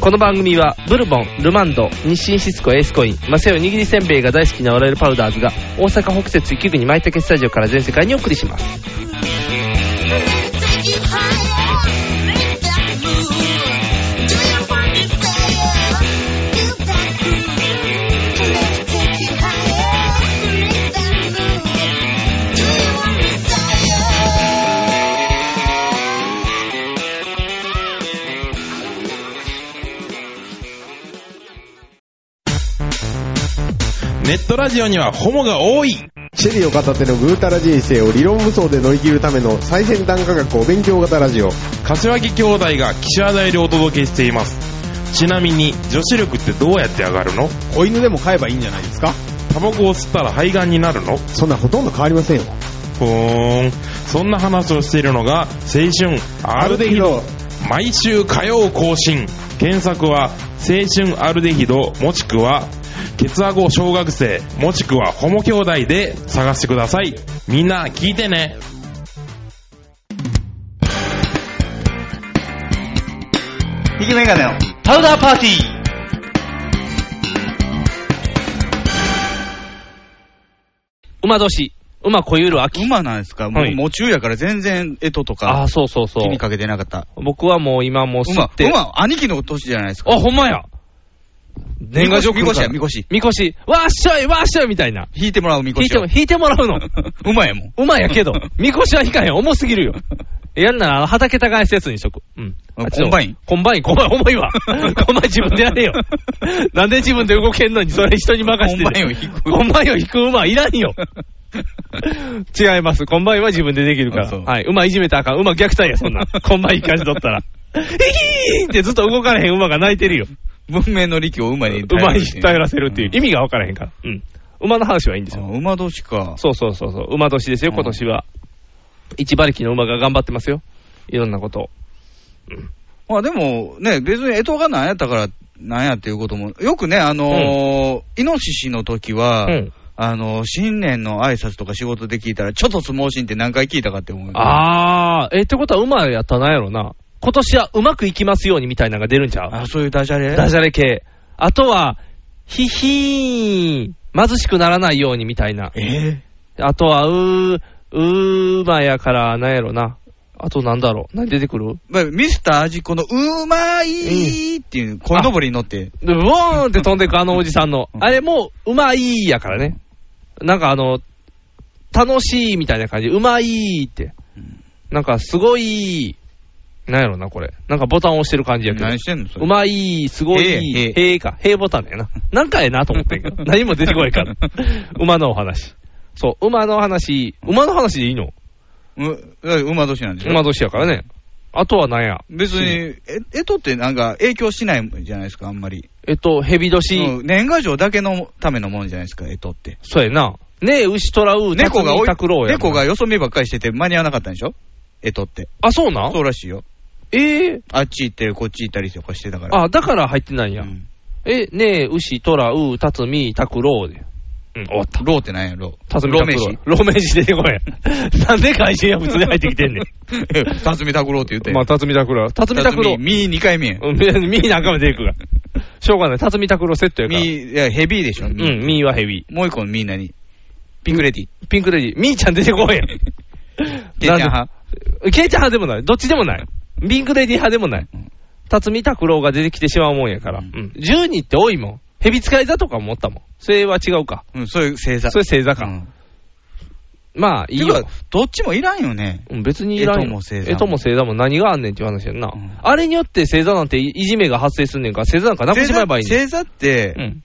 Speaker 3: この番組は、ブルボン、ルマンド、日清シスコ、エースコイン、マセオ握りせんべいが大好きな我々パウダーズが、大阪北節一局に舞茸スタジオから全世界にお送りします。
Speaker 4: Take it higher, make that move. Do your funky style, feel that groove. Let's take it higher, make that move. Do your funky style.
Speaker 5: ネットラジオにはホモが多い
Speaker 6: シェリーを片手のぐうたら人生を理論武装で乗り切るための最先端科学お勉強型ラジオ。
Speaker 5: 柏木兄弟が岸和田よりお届けしていますちなみに女子力ってどうやって上がるの
Speaker 6: 子犬でも飼えばいいんじゃないですか
Speaker 5: タバコを吸ったら肺がんになるの
Speaker 6: そんなんほとんど変わりませんよ。
Speaker 5: ふーんそんな話をしているのが青春アルデヒド毎週火曜更新検索は青春アルデヒドもしくはケツアゴ小学生もしくはホモ兄弟で探してくださいみんな聞いてね
Speaker 2: 引きメガネの
Speaker 1: パウダーパーティー
Speaker 3: 馬年、馬こゆる秋。
Speaker 2: 今なんですか、もう
Speaker 3: はい
Speaker 2: 夢中やから全然、えとと
Speaker 3: あ
Speaker 2: か
Speaker 3: あ、、そうそうそ
Speaker 2: 気
Speaker 3: う
Speaker 2: に。かけてなかった。
Speaker 3: 僕はもう今もう吸
Speaker 2: 馬
Speaker 3: っ、て。
Speaker 2: 馬、兄貴の年じゃないですか。
Speaker 3: あ、ほんまや。年賀状来
Speaker 2: み
Speaker 3: る
Speaker 2: こ
Speaker 3: か
Speaker 2: し
Speaker 3: ら
Speaker 2: や、みこし。
Speaker 3: みこし。わっしょい、わっしょいみたいな。
Speaker 2: 引いてもらうみこ
Speaker 3: 引い
Speaker 2: してを
Speaker 3: も、。引いてもら うの。
Speaker 2: 馬やもん。
Speaker 3: 馬やけど、みこしは引かへん。重すぎるよ。やんなら、あの畑耕すやつにしとく。うん。
Speaker 2: あ
Speaker 3: あっちの
Speaker 2: コンバイン
Speaker 3: コンバイン、コンバイン重 いわ。コンバイン自分でやれよ。なんで自分で動けんのに、それ人に任せて。
Speaker 2: コンバインを引く
Speaker 3: コンバインを引く馬いら んよ。違います。コンバインは自分でできるか
Speaker 2: あ
Speaker 3: ら。
Speaker 2: そう
Speaker 3: はい。馬いじめたらあかん。馬虐待や、そ んな。コンバイン感じ取ったら。ヒヒーンってずっと動かれへん馬が泣いてるよ。
Speaker 2: 文明の力を馬に
Speaker 3: 馬に頼らせるっていう。意
Speaker 2: 味
Speaker 3: 味がわからへんから。うん。馬の話はいいんですよ。
Speaker 2: 馬年か。
Speaker 3: そうそうそうそう。馬年ですよ、
Speaker 2: うん
Speaker 3: 今年は。一馬力の馬が頑張ってますよ。いろんなことを。
Speaker 2: まあでも、ね、別に干支が何やったから、なんやっていうことも、よくね、あのー、イノシシの時は、
Speaker 3: うん。
Speaker 2: あのー、新年の挨拶とか仕事で聞いたら、ちょっと相撲心って何回聞いたかって思う。
Speaker 3: あー、え、ってことは馬やったらなんやろな。今年はうまくいきますようにみたいなのが出るんちゃう
Speaker 2: あ、そういうダジャレ
Speaker 3: ダジャレ系。あとは、ヒヒーン、貧しくならないようにみたいな。
Speaker 2: え
Speaker 3: あとは、うー、うー馬やからなんやろな。あとなんだろう。何出てくる
Speaker 2: まあミスター味このうまいっていう、こいのぼりに乗って、
Speaker 3: で、ブーンって飛んでくあのおじさんの。
Speaker 2: うん
Speaker 3: あれもう、うまいやからね。なんかあの、楽しいみたいな感じ。うまいって
Speaker 2: うん。
Speaker 3: なんかすごい、なんやろな、これ。なんかボタンを押してる感じやけど。
Speaker 2: 何してんのそうれ。
Speaker 3: まい、すご
Speaker 2: へ
Speaker 3: い、
Speaker 2: え
Speaker 3: へえか。へえボタンだよな。なんかええなと思ってん けど。何も出てこないから。馬のお話。そう、馬の話、馬の話でいいの
Speaker 2: うだから馬年なんでしょ
Speaker 3: 馬年やからね。あとはなんや。
Speaker 2: 別に、え、えとってなんか影響しないじゃないですか、あんまり。
Speaker 3: えっと、蛇年。
Speaker 2: うん年賀状だけのためのもんじゃないですか、えとって。
Speaker 3: そうやな。ねえ、牛虎う、
Speaker 2: 猫が
Speaker 3: 多
Speaker 2: 追い
Speaker 3: 拓郎やな。
Speaker 2: 猫がよそ見ばっかりしてて間に合わなかったんでしょえとって。
Speaker 3: あ、そうなん
Speaker 2: そうらしいよ。
Speaker 3: ええ
Speaker 2: あっち行って、こっち行ったりとかしてたから。
Speaker 3: あ、だから入ってないんや。
Speaker 2: うん
Speaker 3: え、ねえ、牛、虎、う、たつみ、たくろうで。うん、終わった。
Speaker 2: ローってなんや、ロー。
Speaker 3: たつみ、
Speaker 2: ロ
Speaker 3: た
Speaker 2: ー
Speaker 3: く
Speaker 2: 名詞
Speaker 3: ろう。ローメージ出 てこい。なんで会社や普通に入ってきてんね
Speaker 2: たつみたくろうって言って。
Speaker 3: ん。まあ、たつみ、たくろう。たつみ、たくろう。
Speaker 2: み、み2回目や。
Speaker 3: うんみ、みなんかも出てくるから。しょうがない。たつみ、たくろうセットやから。
Speaker 2: み、いや、ヘビーでしょ、み。
Speaker 3: うん、みはヘビ
Speaker 2: もう一個のみ何ピンクレディ。
Speaker 3: ー。ピンクレディー。みーちゃん出てこい。
Speaker 2: ケイちゃん
Speaker 3: なん
Speaker 2: 派。
Speaker 3: でケイちゃん派でもない。どっちでもない。ピンクレディー派でもない。辰巳拓郎が出てきてしまうもんやから。う
Speaker 2: うん
Speaker 3: ん。10人って多いもん。蛇使いだとか思ったもん。それは違うか。
Speaker 2: うん、そういう星座。
Speaker 3: それ星座
Speaker 2: う
Speaker 3: か。
Speaker 2: ん
Speaker 3: まあ、いい
Speaker 2: て
Speaker 3: よ
Speaker 2: か。どっちもいらんよね。
Speaker 3: うん別にいら
Speaker 2: 干
Speaker 3: んよ。
Speaker 2: 支も星座も
Speaker 3: えとも星座も何があんねんっていう話やんな。
Speaker 2: うん
Speaker 3: あれによって星座なんていじめが発生すんねんから、星座なんかなくしまえばいいねん。
Speaker 2: 星座って、
Speaker 3: うん。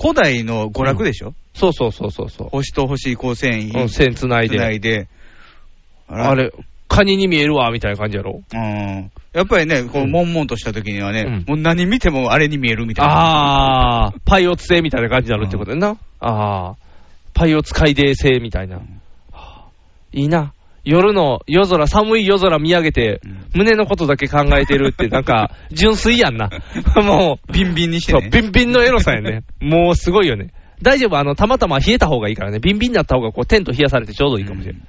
Speaker 2: 古代の娯楽でしょ、
Speaker 3: そうそうそうそうそう。
Speaker 2: 星と星光線
Speaker 3: うん、
Speaker 2: 維
Speaker 3: 線つない
Speaker 2: つな
Speaker 3: で。
Speaker 2: いで。ら
Speaker 3: あれ、カニに見えるわ、みたいな感じやろ。
Speaker 2: うん。やっぱりね、こ
Speaker 3: う
Speaker 2: う、
Speaker 3: ん
Speaker 2: 悶々とした時にはね、
Speaker 3: うん
Speaker 2: もう何見てもあれに見えるみたいな。
Speaker 3: あー、パイオツ星みたいな感じになるってことやな。あー、パイオツ海底星みたいな。
Speaker 2: ん
Speaker 3: はあいいな。夜の夜空、寒い夜空見上げて
Speaker 2: うん、
Speaker 3: 胸のことだけ考えてるって、な んか、純粋やんな。もう、
Speaker 2: ビンビンにして
Speaker 3: そう、
Speaker 2: ね。
Speaker 3: ビンビンのエロさや ね。もうすごいよね。大丈夫、あの、たまたま冷えた方がいいからね。ビンビンになった方が、こう、テント冷やされてちょうどいいかもしれん。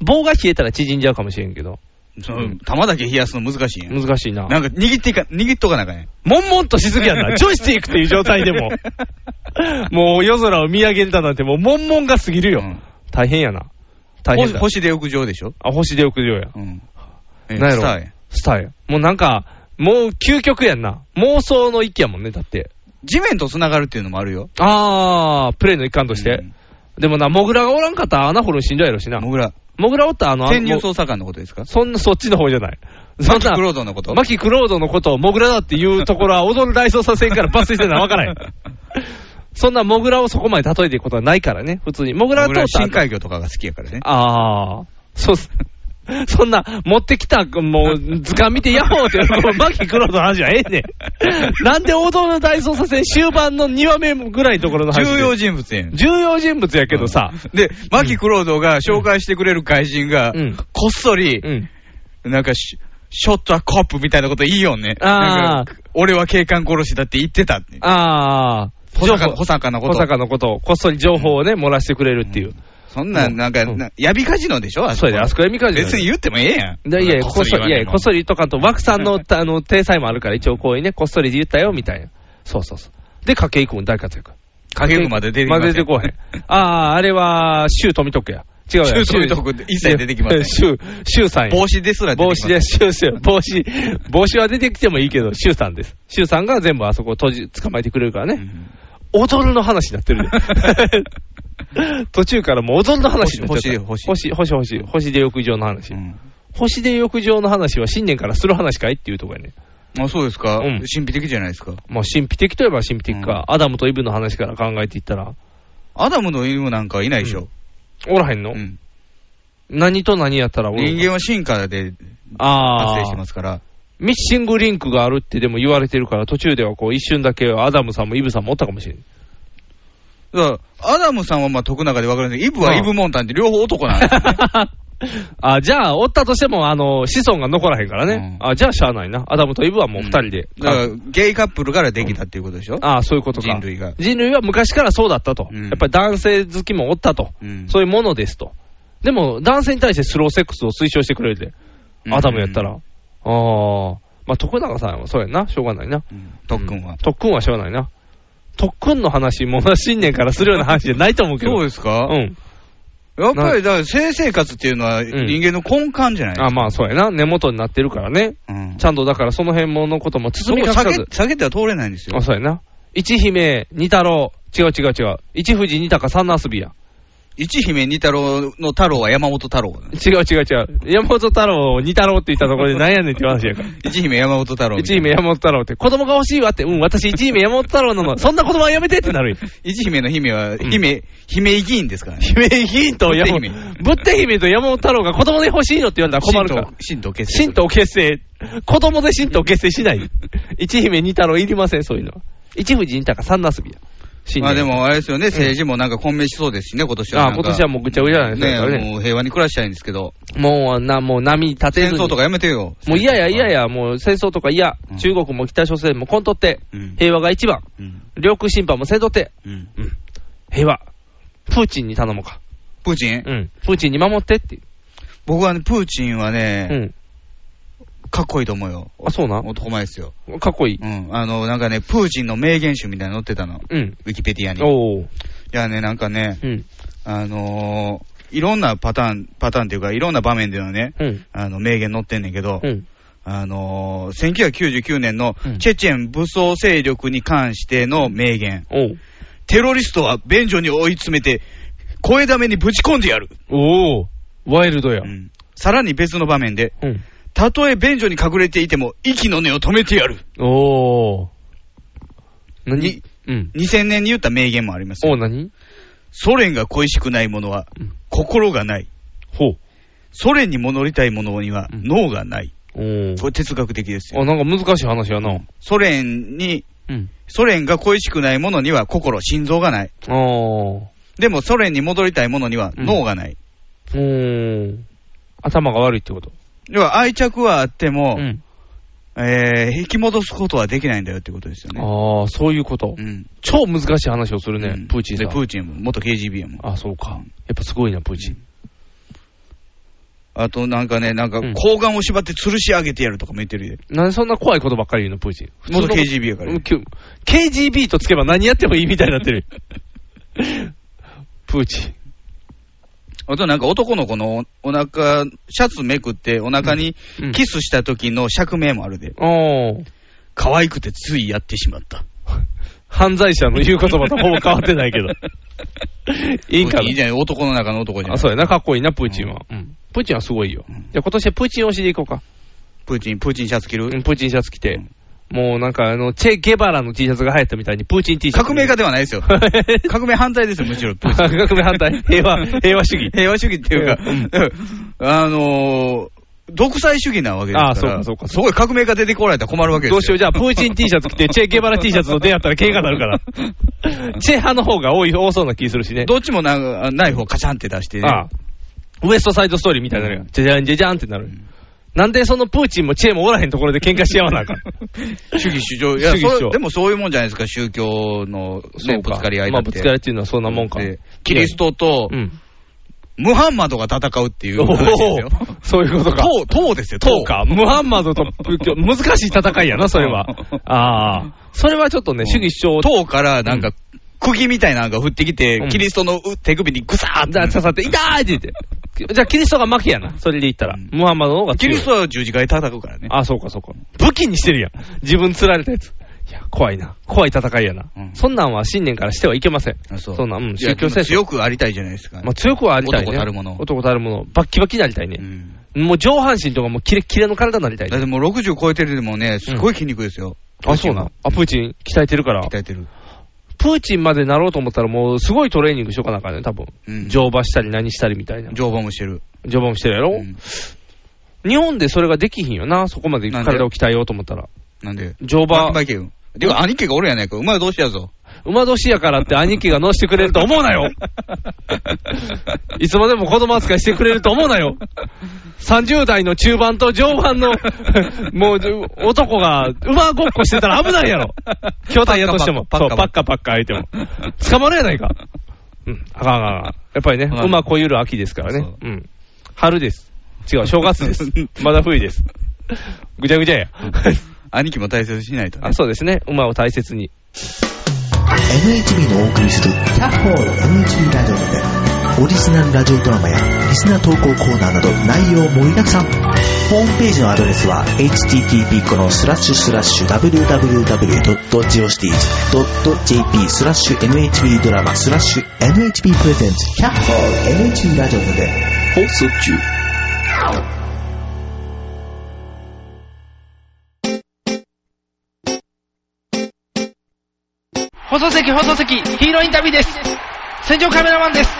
Speaker 3: 棒が冷えたら縮んじゃうかもしれんけど。
Speaker 2: その玉だけ冷やすの難しいんやん。
Speaker 3: 難しいな。
Speaker 2: なんか握っていか、握っとかなあかんやん。
Speaker 3: 悶々としすぎや んな。ジョイスティックっていう状態でも。もう夜空を見上げたなんて、もう悶々が過ぎるよ。
Speaker 2: うん
Speaker 3: 大変やな。大変
Speaker 2: 星
Speaker 3: だ。
Speaker 2: 星で屋上でしょ
Speaker 3: あ、星で屋上や。
Speaker 2: うん。
Speaker 3: なんやろ
Speaker 2: スターやん
Speaker 3: スターや。もうなんか、もう究極やんな。妄想の域やもんね、だって。
Speaker 2: 地面と繋がるっていうのもあるよ。
Speaker 3: あー、プレイの一環として。
Speaker 2: うん
Speaker 3: でもな、モグラがおらんかったら穴掘るん死んじゃうやろしな。
Speaker 2: モグラ。
Speaker 3: モグラおったらあの、
Speaker 2: 潜入
Speaker 3: も
Speaker 2: 捜査官のことですか
Speaker 3: そんな、そっちの方じゃない。そ
Speaker 2: マ
Speaker 3: ん
Speaker 2: キ
Speaker 3: な
Speaker 2: ク、ロードのこと
Speaker 3: マキクロードのことをモグラだっていうところは踊る大捜査線から 抜粋してるのはわからへん。そんなモグラをそこまで例えていくことはないからね、普通に。モグラ
Speaker 2: モグ
Speaker 3: 通
Speaker 2: ラ
Speaker 3: った
Speaker 2: 深
Speaker 3: ら。
Speaker 2: 海魚とかが好きやからね。
Speaker 3: ああ、そうっす。 そんな、持ってきた、もう、図鑑見て、ヤッホーって、もうマキクロードの話はええねん。なんで踊る大捜査線終盤の2話目ぐらいのところの話で
Speaker 2: 重要人物やん。
Speaker 3: 重要人物やけどさ。
Speaker 2: で、マキクロードが紹介してくれる怪人が、
Speaker 3: うん
Speaker 2: こっそり
Speaker 3: う、ん。
Speaker 2: なんかし、ショットはコップみたいなこといいよね。
Speaker 3: あー
Speaker 2: なんか俺は警官殺しだって言ってたって。
Speaker 3: ああ、
Speaker 2: 保坂保坂のこと
Speaker 3: 保坂のことを、こっそり情報をね、漏らしてくれるっていう。
Speaker 2: そんな、
Speaker 3: うん
Speaker 2: なんか、なやびカジノでしょ
Speaker 3: そうやで、あそこ闇カジノ
Speaker 2: 別に言ってもええやん。
Speaker 3: でいやいや、こっそり、いやいや、こっそ
Speaker 2: り
Speaker 3: り言っとかんと、枠さんの、あの、体裁もあるから、一応こういうね、こっそりで言ったよ、みたいな。そうそうそう。で、筧君大活躍。
Speaker 2: 言われるの。影まで出てき
Speaker 3: ま
Speaker 2: ま
Speaker 3: あ
Speaker 2: せ
Speaker 3: 出 てこうへん。ああ、あれは、周富徳や。違うや。
Speaker 2: 周富徳一切出てきません
Speaker 3: 周、周さんや。
Speaker 2: 帽子ですら出てきま
Speaker 3: 帽子
Speaker 2: せん
Speaker 3: で、シューシュー帽子、帽子は出てきてもいいけど、シュウさんです。シュウさんが全部あそこを閉じ、捕まえてくれるからね。踊るの話になってる で途中からもう踊るの話になっちゃった。
Speaker 2: 星
Speaker 3: 星、星、星、星で浴場の話。
Speaker 2: うん
Speaker 3: 星で浴場の話は新年からする話かいっていうところやね。
Speaker 2: あ、そうですか、
Speaker 3: うん
Speaker 2: 神秘的じゃないですか。
Speaker 3: まあ、神秘的といえば神秘的か、アダムとイブの話から考えていったら、
Speaker 2: アダムの犬なんかはいないでしょ。
Speaker 3: おらへんの、
Speaker 2: うん
Speaker 3: 何と何やったらおる
Speaker 2: 人間は進化で発
Speaker 3: ああ
Speaker 2: 生してますから。
Speaker 3: ミッシングリンクがあるってでも言われてるから、途中ではこう一瞬だけアダムさんもイブさんもおったかもし れん。
Speaker 2: だから、アダムさんはまあ徳永で分かるんですけど、イブは
Speaker 3: うん
Speaker 2: イブモンタンって両方男なんですよね。
Speaker 3: あじゃあ、おったとしても、あの子孫が残らへんからね、
Speaker 2: う
Speaker 3: あじゃあ、しゃあないな、アダムとイブ はもう二人で、
Speaker 2: だから、ゲイカップルからできたっていうことでしょ、
Speaker 3: ああそういうことか、
Speaker 2: 人類が
Speaker 3: 人類は昔からそうだったと、
Speaker 2: うん
Speaker 3: やっぱり男性好きもおったと、
Speaker 2: うん
Speaker 3: そういうものですと、でも男性に対してスローセックスを推奨してくれるで、
Speaker 2: うん
Speaker 3: アダムやったら、ああ、まあ、徳永さんはそうやんな、しょうがないな、
Speaker 2: うん特訓は。
Speaker 3: 特訓はしょうがないな、特訓の話、もう新年からするような話じゃないと思うけど、
Speaker 2: そうですか、
Speaker 3: うん、
Speaker 2: やっぱり、だから、性生活っていうのは人間の根幹じゃないですか
Speaker 3: あ。まあ、そうやな、根元になってるからね、
Speaker 2: うん
Speaker 3: ちゃんとだからその辺ものことも包み隠さ
Speaker 2: 下
Speaker 3: ず
Speaker 2: げ。下げては通れないんですよ
Speaker 3: あ、。そうやな。一姫、二太郎。違う違う違う。一富士、二鷹、三の遊びや。
Speaker 2: 一姫二太郎の太郎は山本太 郎。
Speaker 3: 違う違う違う。山本太郎を二太郎って言ったところで何やねんっていう話や から。
Speaker 2: 一姫山本太郎。
Speaker 3: 一姫山本太郎って、子供が欲しいわって、うん、私一姫山本太郎なの。そ んな言葉はやめてってなる よ。
Speaker 2: 一姫の姫は、姫、姫議員ですからね。
Speaker 3: 姫ヒント、
Speaker 2: ぶ
Speaker 3: 山
Speaker 2: って
Speaker 3: 本。ぶって姫と山本太郎が子供で欲しいのって言われたら困るから。
Speaker 2: 神道結成。
Speaker 3: 神道結成。子供で神道結成しない。一姫二太郎いりません、そういうのは。一富士、二鷹、三の遊びや。
Speaker 2: まあでもあれですよね、政治もなんか混迷しそうですしね、今年は
Speaker 3: あ
Speaker 2: な
Speaker 3: あ、
Speaker 2: んか。
Speaker 3: 今年はもうぐちゃぐちゃなんですよ
Speaker 2: ねもう平和に暮らしたいんですけど、
Speaker 3: もうな、もう波立て
Speaker 2: 戦
Speaker 3: ずに
Speaker 2: 争とかやめてよ。
Speaker 3: もう嫌や嫌や、もう戦争とか嫌
Speaker 2: う。ん
Speaker 3: 中国も北朝鮮もこんとって
Speaker 2: うん、
Speaker 3: 平和が一番。
Speaker 2: うん。
Speaker 3: 領空侵犯もせんとって、
Speaker 2: うん。
Speaker 3: 平和。プーチンに頼もうか。
Speaker 2: プーチン
Speaker 3: うん。プーチンに守ってって。
Speaker 2: 僕はね、プーチンは
Speaker 3: う
Speaker 2: ね、
Speaker 3: ん。
Speaker 2: かっこいいと思うよ。
Speaker 3: あ、そうな。
Speaker 2: 男前ですよ。
Speaker 3: かっこいい。
Speaker 2: うん。あの、なんかね、プーチンの名言集みたいなの載ってたの。
Speaker 3: うん。
Speaker 2: ウィキペディアに。い
Speaker 3: おー。
Speaker 2: やね、なんかね、
Speaker 3: うん。
Speaker 2: あのーいろんなパターン、パターンっていうか、いろんな場面でのね、
Speaker 3: うん。
Speaker 2: あの、名言載ってんねんけど、
Speaker 3: うん。
Speaker 2: あのー1999年の
Speaker 3: うん
Speaker 2: チェチェン武装勢力に関しての名言、
Speaker 3: おー。
Speaker 2: テロリストは便所に追い詰めて、声だめにぶち込んでやる、
Speaker 3: おー。ワイルドや
Speaker 2: う。んさらに別の場面で、
Speaker 3: うん。
Speaker 2: たとえ便所に隠れていても、息の根を止めてやる、
Speaker 3: おー。何
Speaker 2: に
Speaker 3: うん。
Speaker 2: 2000年に言った名言もあります
Speaker 3: おー、
Speaker 2: よ、
Speaker 3: 何
Speaker 2: ソ連が恋しくないものは
Speaker 3: うん
Speaker 2: 心がない、
Speaker 3: ほう。
Speaker 2: ソ連に戻りたいものには
Speaker 3: うん
Speaker 2: 脳がない、
Speaker 3: おー
Speaker 2: こ。れ哲学的ですよ。
Speaker 3: あ、なんか難しい話やな。
Speaker 2: ソ連に、
Speaker 3: うん。
Speaker 2: ソ連が恋しくないものには心、心臓がない。
Speaker 3: あー。お
Speaker 2: でもソ連に戻りたいものには脳がない。
Speaker 3: ー。頭が悪いってこと。
Speaker 2: 要は愛着はあっても、
Speaker 3: うん。
Speaker 2: えー引き戻すことはできないんだよってことですよね。
Speaker 3: ああ、そういうこと。
Speaker 2: うん。
Speaker 3: 超難しい話をするね、
Speaker 2: うん
Speaker 3: プーチンさん。
Speaker 2: で、プーチンも、元 KGB やもん。
Speaker 3: あそうか。やっぱすごいな、プーチン。
Speaker 2: あとなんかね、なんか
Speaker 3: うん
Speaker 2: 睾丸を縛って吊るし上げてやるとかも言ってるで。
Speaker 3: なんでそんな怖いことばっかり言うの、プーチン。
Speaker 2: 元
Speaker 3: の
Speaker 2: KGB やから
Speaker 3: うん。きゅ KGB とつけば何やってもいいみたいになって る。プーチン。
Speaker 2: あとなんか男の子のおお腹、シャツめくってお腹に
Speaker 3: うんうん
Speaker 2: キスした時の釈明もあるで。
Speaker 3: おー。
Speaker 2: 可愛くてついやってしまった。
Speaker 3: 犯罪者の言う言葉とほぼ変わってないけど。 いいんか
Speaker 2: いいじゃない、男の中の男じゃ
Speaker 3: な。
Speaker 2: な
Speaker 3: あ、
Speaker 2: い。
Speaker 3: そうやな、かっこいいな、プーチンは。うんプーチンはすごいよ。
Speaker 2: うん
Speaker 3: じゃあ今年はプーチン推しでいこうか。
Speaker 2: プーチン、プーチンシャツ着
Speaker 3: う
Speaker 2: る
Speaker 3: んプーチンシャツ着て
Speaker 2: うん。
Speaker 3: もうなんか、あの、チェ・ゲバラの T シャツが流行ったみたいに、プーチン T シャツ。
Speaker 2: 革 命家ではないですよ。革命反対ですよ、むしろ。プーチン
Speaker 3: あ革命反対、平和、平和主義。
Speaker 2: 平和主義っていうか、あのー、独裁主義なわけですから、
Speaker 3: あそうかそうか
Speaker 2: すごい革命家出てこられたら困るわけです
Speaker 3: ど
Speaker 2: よ。
Speaker 3: うしよう、じゃあ、プーチン T シャツ着 て、チェ・ゲバラ T シャツと出会ったら喧嘩になる から。チェ派の方が多い、多そうな気するしね。
Speaker 2: どっちもなナイフをカチャンって出して、
Speaker 3: ああウエストサイドストーリーみたいになるやん。じゃじゃんじゃじゃんってなる。なんでそのプーチンも知恵もおらへんところで喧嘩し合わなあかん。
Speaker 2: 主義主張。いや、
Speaker 3: 主義主張
Speaker 2: そうでもそういうもんじゃないですか、宗教の、ね、ぶつかり合い
Speaker 3: ま
Speaker 2: だ
Speaker 3: あ、
Speaker 2: っ
Speaker 3: ぶつ
Speaker 2: て。
Speaker 3: かり合いっていうのはそんなもんか。
Speaker 2: でキリストと
Speaker 3: う、ん。
Speaker 2: ムハンマドが戦うっていう
Speaker 3: おお
Speaker 2: 話ですよ。
Speaker 3: そういうことか。
Speaker 2: 党、党ですよ、
Speaker 3: そう。か。ムハンマ ドと、難しい戦いやな、それは。ああ。それはちょっとね、主義主張
Speaker 2: 党からなんか、釘みたいなのが降ってきて、
Speaker 3: うん
Speaker 2: キリストの手首にグサー
Speaker 3: あ
Speaker 2: っ
Speaker 3: じ
Speaker 2: て
Speaker 3: ゃあ刺さって、痛ーいって言って。じゃあ、キリストが負けやな。それで言ったら。
Speaker 2: うん
Speaker 3: ムハンマドの方が
Speaker 2: キ
Speaker 3: 強い
Speaker 2: リストは十字架で叩くからね。
Speaker 3: あ、そうか、そうか。武器にしてるやん。自分釣られたやつ。いや、怖いな。怖い戦いやな。
Speaker 2: うん
Speaker 3: そんなんは信念からしてはいけません。
Speaker 2: あそ
Speaker 3: そんなん、
Speaker 2: い
Speaker 3: うん、
Speaker 2: やで
Speaker 3: 宗教
Speaker 2: も
Speaker 3: 戦争。
Speaker 2: 強くありたいじゃないですか。
Speaker 3: まあ、強くはありたいね。
Speaker 2: 男たるもの
Speaker 3: 男たるもの。バッキバキになりたいね
Speaker 2: う。ん
Speaker 3: もう上半身とかもうキレッキレの体になりたい
Speaker 2: だっ
Speaker 3: ね。
Speaker 2: てもう60超えてるでもね、すごい筋肉ですよ。
Speaker 3: あ、そうな。あ、プーチン鍛えてるから。
Speaker 2: 鍛えてる。
Speaker 3: プーチンまでなろうと思ったらもうすごいトレーニングしようかなんかんね、多分。
Speaker 2: うん
Speaker 3: 乗馬したり何したりみたいな。
Speaker 2: 乗馬もしてる。
Speaker 3: 乗馬もしてるやろ、
Speaker 2: うん
Speaker 3: 日本でそれができひんよな。そこまで
Speaker 2: なんで
Speaker 3: 体を鍛えようと思ったら。
Speaker 2: なんで。
Speaker 3: 乗
Speaker 2: バ
Speaker 3: 馬
Speaker 2: ッ、キバキでも兄貴がおるやないか。馬どうしやぞ。
Speaker 3: 馬年やからって兄貴が乗してくれると思うなよ いつまでも子供扱いしてくれると思うなよ !30 代の中盤と上盤の、もう、男が馬ごっこしてたら危ないやろ兄弟やとしても。
Speaker 2: パッカパッ
Speaker 3: そうパッカパッカ相手も。捕まるやないか。うん、あかんあかんあかん。やっぱりね、
Speaker 2: はい
Speaker 3: 馬こゆる秋ですからね
Speaker 2: そう。
Speaker 3: うん。春です。違う、正月です。まだ冬です。ぐちゃぐちゃや。
Speaker 2: 兄貴も大切にしないとね
Speaker 3: あ。そうですね、馬を大切に。
Speaker 7: NHB のお送りする「キャッホール NHB ラジオ」でオリジナルラジオドラマやリスナー投稿コーナーなど内容盛りだくさんホームページのアドレスは http このスラッシュスラッシュ www.geocities.jp スラッシュ NHB ドラマスラッシュ NHB プレゼンツキャッホール NHB ラジオで放送中
Speaker 8: 放送席、放送席、ヒーローインタビューです。戦場カメラマンです。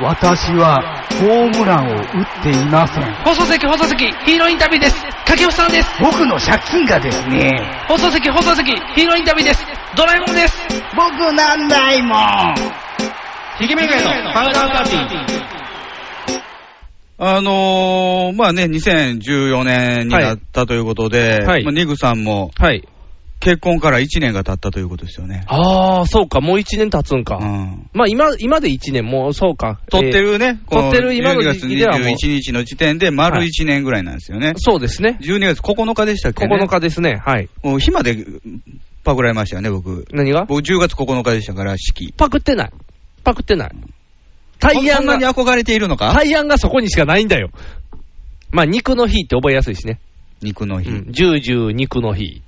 Speaker 9: 私はホームランを打っていません。
Speaker 8: 放送席、放送席、ヒーローインタビューです。掛布さんです。
Speaker 9: 僕の借金がですね、
Speaker 8: 放送席、放送席、ヒーローインタビューです。ドラえもんです。
Speaker 9: 僕なんないもん。
Speaker 8: ひげめがえのパウダーパーティー。
Speaker 2: あのー、まあね、2014年になったということで、
Speaker 3: はい
Speaker 2: まあ、ニグさんも
Speaker 3: はい。
Speaker 2: 結婚から1年が経ったということですよね。
Speaker 3: ああ、そうか、もう1年経つんか。
Speaker 2: うん
Speaker 3: まあ今、今で1年、もうそうか。
Speaker 2: 撮って
Speaker 3: えー
Speaker 2: るね、こ
Speaker 3: 撮ってる今の
Speaker 2: 12月
Speaker 3: 時期ではもう
Speaker 2: 21日の時点で丸1年ぐらいなんですよね。
Speaker 3: そうですね。
Speaker 2: 12月9日でしたっけ、ね、
Speaker 3: 9日ですね。はい。
Speaker 2: もう暇でパクられましたよね、僕。
Speaker 3: 何が
Speaker 2: 僕10月9日でしたから、式。
Speaker 3: パクってない。パクってない。大
Speaker 2: そん
Speaker 3: 安
Speaker 2: なに
Speaker 3: が、
Speaker 2: 憧れているのか
Speaker 3: 大安がそこにしかないんだよ。まあ肉の日って覚えやすいしね。
Speaker 2: 肉の
Speaker 3: う
Speaker 2: 日。
Speaker 3: ん。10、10、肉の日。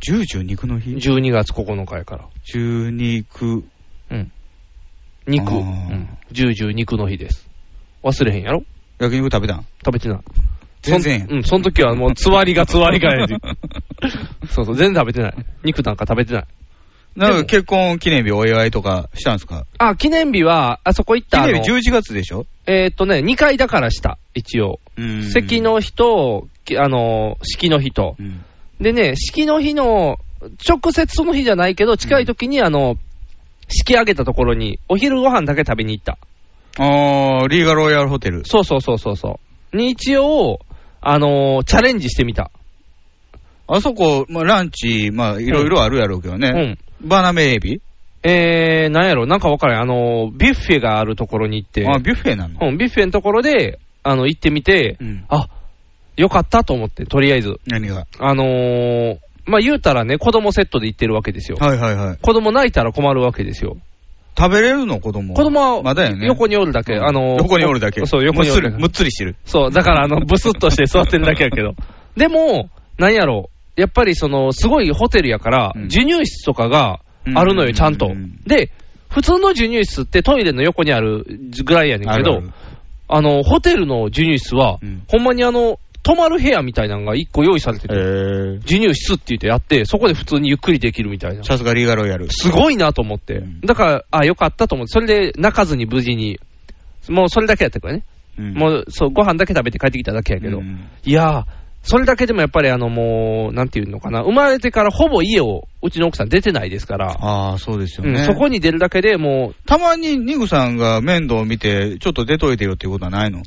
Speaker 2: 10、10肉の日
Speaker 3: 12月9日やから。
Speaker 2: ?10 肉。
Speaker 3: うん。肉。
Speaker 2: あ
Speaker 3: う
Speaker 2: ー
Speaker 3: ん。10、10肉の日です。忘れへんやろ
Speaker 2: 焼肉食べたん
Speaker 3: 食べてない。
Speaker 2: 全然や
Speaker 3: そんうん、その時はもう、つわりがつわりがやで そうそう、全然食べてない。肉なんか食べてない。
Speaker 2: なんか結婚記念日お祝いとかしたんですか
Speaker 3: あ、記念日は、あそこ行っ
Speaker 2: 記
Speaker 3: たあの
Speaker 2: 念日11月でしょ
Speaker 3: えーっとね、2回だからした、一応。席。の日と、きあのー、式の日と
Speaker 2: う。ん
Speaker 3: でね、式の日の、直接その日じゃないけど、近い時に、あの、式上げたところに、お昼ご飯だけ食べに行った。
Speaker 2: あー、リーガロイヤルホテル。
Speaker 3: そうそうそうそうそう。に一応、あのー、チャレンジしてみた。
Speaker 2: あそこ、まあ、ランチ、まあ、いろいろあるやろうけど
Speaker 3: う
Speaker 2: ね。
Speaker 3: ん。
Speaker 2: バナメエビ
Speaker 3: えー、なんやろ、なんかわからん。あのー、ビュッフェがあるところに行って、
Speaker 2: あ、ビュッフェなの
Speaker 3: うん、ビュッフェのところで、あの、行ってみて、
Speaker 2: うん
Speaker 3: あ、よかったと思って、とりあえず。
Speaker 2: 何が
Speaker 3: あのー、まあ、言うたらね、子供セットで行ってるわけですよ。
Speaker 2: はいはいはい。
Speaker 3: 子供泣いたら困るわけですよ。
Speaker 2: 食べれるの子供。
Speaker 3: 子供は、
Speaker 2: まだよね。
Speaker 3: 横におるだけ。あのー、
Speaker 2: 横におるだけ。
Speaker 3: そう、横におるだ
Speaker 2: むっつりむ
Speaker 3: け
Speaker 2: っつりしてる。
Speaker 3: そう、だからあの、ブスッとして座ってるだけや けど。でも、なんやろう、やっぱりその、すごいホテルやから、
Speaker 2: うん
Speaker 3: 授乳室とかがあるのよ、ちゃんと
Speaker 2: うんうんうん。
Speaker 3: で、普通の授乳室ってトイレの横にあるぐらいやねんけど、あ
Speaker 2: ある
Speaker 3: の、ホテルの授乳室は、
Speaker 2: うん
Speaker 3: ほんまにあの、泊まる部屋みたいなのが一個用意されて
Speaker 2: あ
Speaker 3: て、
Speaker 2: るへ
Speaker 3: 授乳室って言ってやって、そこで普通にゆっくりできるみたいな
Speaker 2: ー。さすがリーガロイヤル。
Speaker 3: すごいなと思って
Speaker 2: うん。
Speaker 3: だから、あ、よかったと思って、それで泣かずに無事に、もうそれだけやったからね。
Speaker 2: うん
Speaker 3: もう、そう、ご飯だけ食べて帰ってきただけやけど。
Speaker 2: うん
Speaker 3: いやー、それだけでもやっぱりあのもう、なんていうのかな、生まれてからほぼ家を、うちの奥さん出てないですから、
Speaker 2: ああ、そうですよ
Speaker 3: う
Speaker 2: ね。
Speaker 3: んそこに出るだけでもう、
Speaker 2: たまにニグさんが面倒を見て、ちょっと出といてよっていうことはないの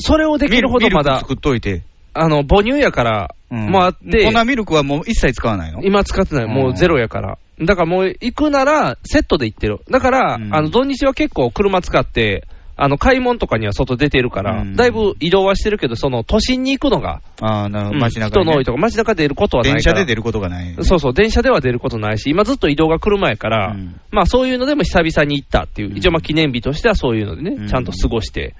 Speaker 3: それをできるほどまだ
Speaker 2: ミルクミルク作っといて。
Speaker 3: あの、母乳やから、
Speaker 2: うん
Speaker 3: もうあって、
Speaker 2: 粉ミルクはもう一切使わないの
Speaker 3: 今使ってない。もうゼロやから。だからもう行くなら、セットで行ってる。だから、
Speaker 2: うん
Speaker 3: あの、土日は結構車使って、あの、買い物とかには外出てるから、
Speaker 2: うん
Speaker 3: だいぶ移動はしてるけど、その、都心に行くのが、
Speaker 2: ああ、なるほ
Speaker 3: う
Speaker 2: ど。
Speaker 3: ん
Speaker 2: 街中
Speaker 3: 人
Speaker 2: にね
Speaker 3: の多いとか、街中出ることはない
Speaker 2: 電
Speaker 3: か
Speaker 2: 車
Speaker 3: ら。
Speaker 2: で出ることがない。
Speaker 3: そうそう、電車では出ることないし、今ずっと移動が車やから、
Speaker 2: うん
Speaker 3: まあそういうのでも久々に行ったっていうう、
Speaker 2: ん
Speaker 3: 一応まあ記念日としてはそういうのでね、
Speaker 2: うん
Speaker 3: ちゃんと過ごして、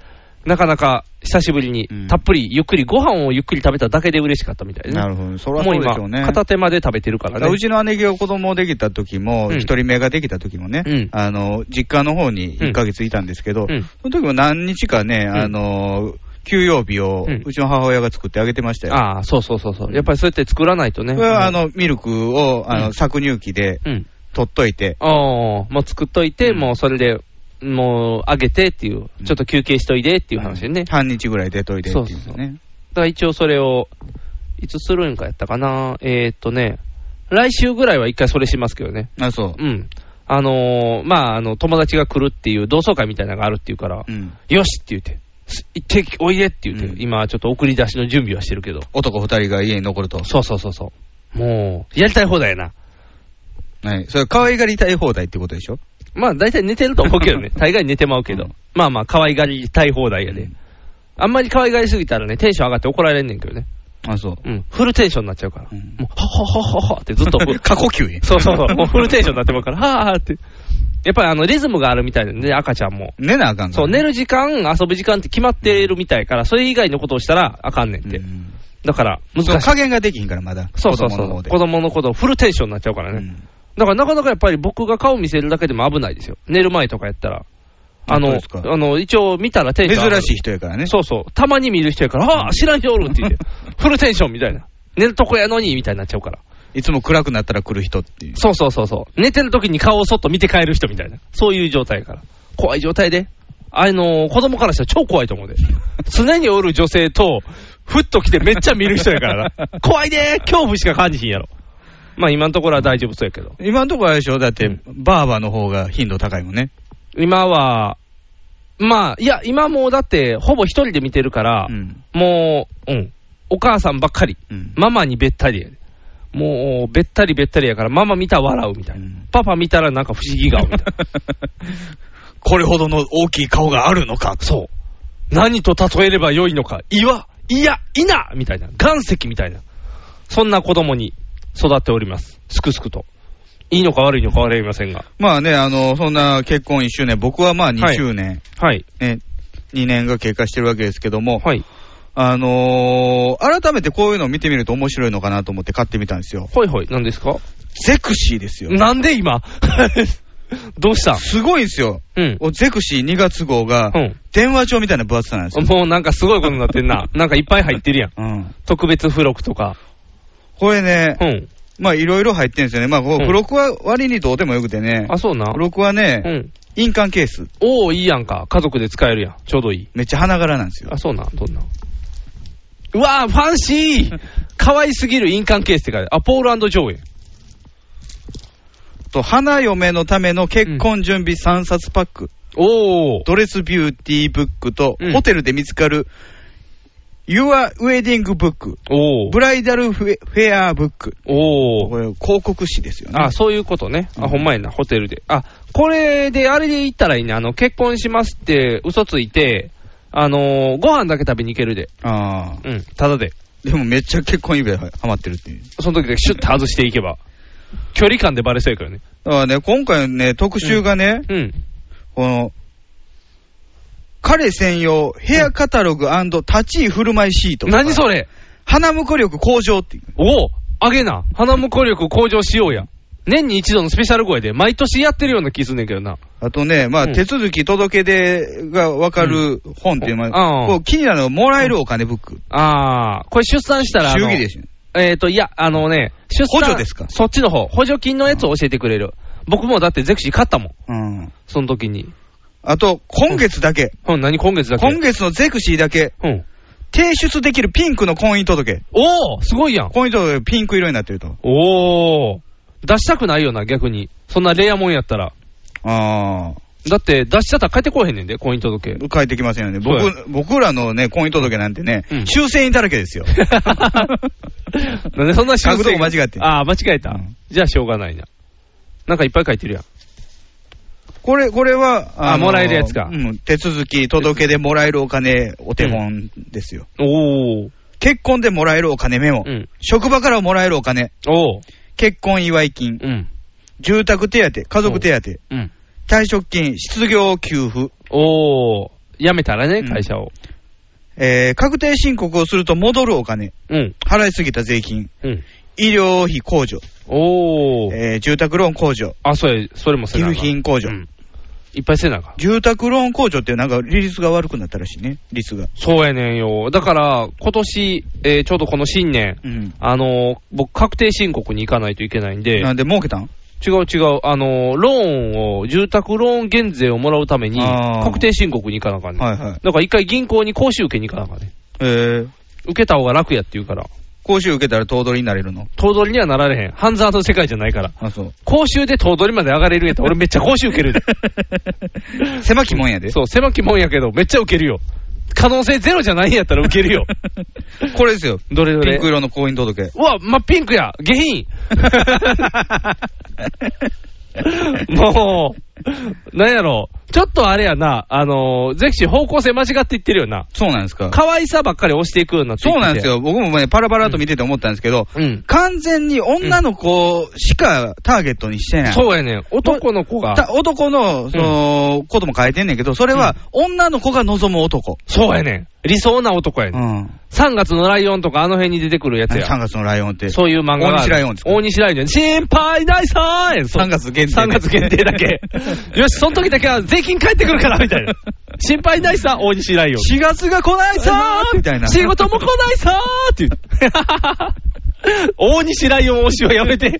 Speaker 3: なかなか久しぶり
Speaker 2: うん
Speaker 3: にたっぷりゆっくり、ご飯をゆっくり食べただけで嬉しかったみたいね。
Speaker 2: なるほど。それは
Speaker 3: も
Speaker 2: そううでしょうね。
Speaker 3: 今、片手まで食べてるからね
Speaker 2: う。ちの姉貴が子供できた時も、
Speaker 3: うん
Speaker 2: 一、人目ができた時もね、
Speaker 3: うん
Speaker 2: あの、実家の方に1ヶ月いたんですけど、
Speaker 3: うん
Speaker 2: その時も何日かね、あの、休養日を
Speaker 3: うん
Speaker 2: うちの母親が作ってあげてましたよ。
Speaker 3: ああ、そうそうそうそう。やっぱりそうやって作らないとね。
Speaker 2: それはあの、ミルクを、あの、
Speaker 3: うん
Speaker 2: 搾乳機で
Speaker 3: うん。
Speaker 2: 取っといて、
Speaker 3: ああ、もう作っといて、もうそれで、もうあげてっていう、ちょっと休憩しといでっていう話でね。だ
Speaker 2: 半日ぐらい出といてっていうんです
Speaker 3: そうそ
Speaker 2: ね。
Speaker 3: から一応それを、いつするんかやったかな。えーっとね、来週ぐらいは一回それしますけどね。
Speaker 2: あ、そう。
Speaker 3: うん。あのーまあ、あの、友達が来るっていう同窓会みたいなのがあるっていうから、
Speaker 2: うん
Speaker 3: よしって言って、す行っておいでって言って、
Speaker 2: うん
Speaker 3: 今ちょっと送り出しの準備はしてるけど。
Speaker 2: 男二人が家に残ると。
Speaker 3: そうそうそうそう。もう、やりたい放題やな。
Speaker 2: はい。それ可愛がりたい放題ってことでしょ
Speaker 3: まあ大体寝てると思う けどね。大概寝てまうけど。
Speaker 2: うん
Speaker 3: まあまあ、可愛がりたい放題やで。
Speaker 2: うん
Speaker 3: あんまり可愛がりすぎたらね、テンション上がって怒られんねんけどね。
Speaker 2: あ、そう。
Speaker 3: うん。フルテンションになっちゃうから。
Speaker 2: うん
Speaker 3: もう、ほほほほほってずっと。
Speaker 2: 過呼吸や
Speaker 3: そうそう そう。もうフルテンションになってまうから、はぁーって。やっぱりあの、リズムがあるみたいなんで、赤ちゃんも。
Speaker 2: 寝なあかんか
Speaker 3: そ
Speaker 2: ら
Speaker 3: う、寝る時間、遊ぶ時間って決まってるみたいから、それ以外のことをしたらあかんねんって。
Speaker 2: うん
Speaker 3: だから、
Speaker 2: そ
Speaker 3: 難
Speaker 2: う
Speaker 3: しい。
Speaker 2: 加減ができひんから、まだ。
Speaker 3: そうそう
Speaker 2: 子
Speaker 3: そ
Speaker 2: 供の方
Speaker 3: う。
Speaker 2: で
Speaker 3: 子供のこと、フルテンションになっちゃうからね。
Speaker 2: うん
Speaker 3: だからなかなかやっぱり僕が顔見せるだけでも危ないですよ。寝る前とかやったら。あ
Speaker 2: そう
Speaker 3: の
Speaker 2: です、か
Speaker 3: あの、一応見たらテンション上が
Speaker 2: 珍
Speaker 3: る。
Speaker 2: しい人やからね。
Speaker 3: そうそう。たまに見る人やから、ああ、知らん人おる って言って。フルテンションみたいな。寝るとこやのに、みたいになっちゃうから。
Speaker 2: いつも暗くなったら来る人っていう。
Speaker 3: そうそうそうそう。寝てる時に顔をそっと見て帰る人みたいな。そういう状態やから。怖い状態で。あの子供からしたら超怖いと思うで。常におる女性と、ふっと来てめっちゃ見る人やから な。怖いで恐怖しか感じひんやろ。まあ今のところは大丈夫そうやけど。
Speaker 2: 今のところあれでしょだって、
Speaker 3: うん
Speaker 2: バーバーの方が頻度高いもんね。
Speaker 3: 今は、まあ、いや、今もうだって、ほぼ一人で見てるから、
Speaker 2: うん。
Speaker 3: もう、うん、お母さんばっかり、
Speaker 2: うん
Speaker 3: ママにべったりやでもう、べったりべったりやから、ママ見たら笑うみたいな、
Speaker 2: うん
Speaker 3: パパ見たらなんか不思議顔みたいな、
Speaker 2: これほどの大きい顔があるのか。
Speaker 3: そう、 何と例えればよいのか、岩、いや、いなみたいな、岩石みたいな、そんな子供に育っております、すくすくと。いいのか悪いのか分かりませんが、
Speaker 2: まあね、あの、そんな結婚1周年、僕はまあ2周年、
Speaker 3: はい、
Speaker 2: ね、2年が経過してるわけですけども、
Speaker 3: はい、
Speaker 2: あのー改めてこういうのを見てみると面白いのかなと思って買ってみたんですよ。
Speaker 3: ほいほい、なんですか
Speaker 2: ゼクシーですよ。
Speaker 3: なんで今 どうしたん
Speaker 2: すごいんですよ。
Speaker 3: うん。
Speaker 2: ゼクシー2月号が
Speaker 3: う、ん。
Speaker 2: 電話帳みたいな分厚さなんですよ。
Speaker 3: もうなんかすごいことになってんな。 なんかいっぱい入ってるやん。
Speaker 2: うん。
Speaker 3: 特別付録とか。
Speaker 2: これね、
Speaker 3: うん。
Speaker 2: まあいろいろ入ってるんですよね。まあ、こ
Speaker 3: う
Speaker 2: うん付録は割にどうでもよくてね。
Speaker 3: あ、そうな
Speaker 2: 付。録はね、
Speaker 3: うん。
Speaker 2: 印鑑ケース。
Speaker 3: おお、いいやんか。家族で使えるやん。ちょうどいい。
Speaker 2: めっちゃ花柄なんですよ
Speaker 3: あ、。そうな。どんな。うわー、ファンシ ー可愛すぎる印鑑ケースって書いてある。あ、ポールジョーエ。
Speaker 2: と、花嫁のための結婚準備3冊パック、
Speaker 3: おお。
Speaker 2: ドレスビューティーブックと、
Speaker 3: うん
Speaker 2: ホテルで見つかる、Your Wedding Book、
Speaker 3: おお
Speaker 2: ブ。ライダルフェフェアブック。
Speaker 3: お
Speaker 2: こ
Speaker 3: お。
Speaker 2: れ、広告誌ですよね。
Speaker 3: あ、そういうことね。
Speaker 2: う
Speaker 3: あ、
Speaker 2: ん
Speaker 3: ほんまやな、ホテルで。あ、これで、あれで行ったらいいね。あの、結婚しますって嘘ついて、あのーご飯だけ食べに行けるで。
Speaker 2: ああ。
Speaker 3: うん、ただで。
Speaker 2: でもめっちゃ結婚指輪ハマってるっていう。
Speaker 3: その時でシュッと外していけば。距離感でバレそうやからね。
Speaker 2: だからね、今回のね、特集がね、
Speaker 3: うん。
Speaker 2: この、彼専用ヘアカタログ立ち居振る舞いシート。
Speaker 3: 何それ
Speaker 2: 花婿力向上っていう。
Speaker 3: おおあげな花婿力向上しようや。年に一度のスペシャル声で、毎年やってるような気すんねんけどな。
Speaker 2: あとね、まあ、
Speaker 3: うん
Speaker 2: 手続き届け出が分かる本っていうの
Speaker 3: う
Speaker 2: は、
Speaker 3: ん
Speaker 2: こう気になるのはもらえるお金ブック。
Speaker 3: あー、これ出産したらあ
Speaker 2: 祝
Speaker 3: の、
Speaker 2: 儀ですよ。
Speaker 3: えっ、と、いや、あのね、出産。
Speaker 2: 補助ですか
Speaker 3: そっちの方。補助金のやつを教えてくれる。僕もだってゼクシー買ったもん。
Speaker 2: うん。
Speaker 3: その時に。
Speaker 2: あと、今月だけ。
Speaker 3: うん、何今月だけ
Speaker 2: 今月のゼクシーだけ、
Speaker 3: うん。
Speaker 2: 提出できるピンクの婚姻届。
Speaker 3: おおすごいやん。
Speaker 2: 婚姻届ピンク色になってると。
Speaker 3: おお出したくないよな、逆に。そんなレアもんやったら。
Speaker 2: ああ。
Speaker 3: だって出しちゃったら帰ってこえへんねんで、婚姻届。
Speaker 2: 帰ってきませんよね。
Speaker 3: そうや
Speaker 2: 僕、僕らのね、婚姻届なんてね、
Speaker 3: うん
Speaker 2: 抽選員だらけですよ。
Speaker 3: なんでそんな修
Speaker 2: 書くと
Speaker 3: 正
Speaker 2: こ間違ってん
Speaker 3: ああ、間違えた、
Speaker 2: うん
Speaker 3: じゃあしょうがないな。なんかいっぱい書いてるやん。
Speaker 2: これ、これは、
Speaker 3: あ
Speaker 2: の
Speaker 3: もらえるやつか
Speaker 2: うん、手続き、届けでもらえるお金、お手本ですよ。
Speaker 3: おー。
Speaker 2: 結婚でもらえるお金メモ、
Speaker 3: うん
Speaker 2: 職場からもらえるお金、
Speaker 3: おー。
Speaker 2: 結婚祝い金、
Speaker 3: うん。
Speaker 2: 住宅手当、家族手当、
Speaker 3: うん。
Speaker 2: 退職金、失業給付、
Speaker 3: おー。辞めたらね、
Speaker 2: うん
Speaker 3: 会社を。
Speaker 2: えー確定申告をすると戻るお金、
Speaker 3: うん。
Speaker 2: 払いすぎた税金、
Speaker 3: うん。
Speaker 2: 医療費控除、
Speaker 3: おー。
Speaker 2: えー住宅ローン控除、
Speaker 3: あ、それ、それもせなあかん
Speaker 2: 寄付品控除
Speaker 3: うんいっぱいせなあかん。
Speaker 2: 住宅ローン控除ってなんか利率が悪くなったらしいね、率が。
Speaker 3: そうやねんよ。だから、今年、えーちょうどこの新年、
Speaker 2: うん。
Speaker 3: あのー僕、確定申告に行かないといけないんで、
Speaker 2: なんで儲けたん
Speaker 3: 違う違う、あのーローンを、住宅ローン減税をもらうために、
Speaker 2: あー
Speaker 3: 確定申告に行かなあかんねん。
Speaker 2: はいはい。
Speaker 3: だから一回銀行に講習受けに行かなあかんねん。
Speaker 2: えー、
Speaker 3: 受けた方が楽やって言うから、
Speaker 2: 講習受けたら頭取になれるの
Speaker 3: 頭取にはなられへん。半沢の世界じゃないから。
Speaker 2: あ、そう。
Speaker 3: 講習で頭取まで上がれるんやったら、俺めっちゃ講習受けるで。
Speaker 2: 狭きもんや で。
Speaker 3: そう、 狭きもんやけど、めっちゃ受けるよ。可能性ゼロじゃないんやったら受け るよ。
Speaker 2: これですよ。
Speaker 3: どれど
Speaker 2: ピ
Speaker 3: れ
Speaker 2: ンク色の婚姻届。
Speaker 3: うわ、まあ、ピンクや 下品もう、なんやろちょっとあれやな、あのー、ゼクシー方向性間違っていってるよな。
Speaker 2: そうなんですか。
Speaker 3: 可愛さばっかり押していくようになってきて
Speaker 2: そうなんです。よ。僕もね、パラパラと見てて思ったんですけど、
Speaker 3: うん。
Speaker 2: 完全に女の子しかターゲットにしてない。
Speaker 3: そうやねん。男の子が。
Speaker 2: た男の、その、ことも書いてんねんけど、それは、女の子が望む男。
Speaker 3: そうやねん。理想な男や
Speaker 2: う
Speaker 3: ねん。
Speaker 2: ん。
Speaker 3: 3月のライオンとかあの辺に出てくるやつや。
Speaker 2: 3月のライオンって。
Speaker 3: そういう漫画が
Speaker 2: 大
Speaker 3: ある。
Speaker 2: 西ライオンですか
Speaker 3: 大西ライオン。心配ないさーい
Speaker 2: 3月限定
Speaker 3: 3月限定だ け。よし、その時だけは税金返ってくるから、みたいな。心配ないさ、大西ライオン。
Speaker 2: 4月が来ないさーみたいな。
Speaker 3: 仕事も来ないさーって言う。 大西ライオン推しはやめて。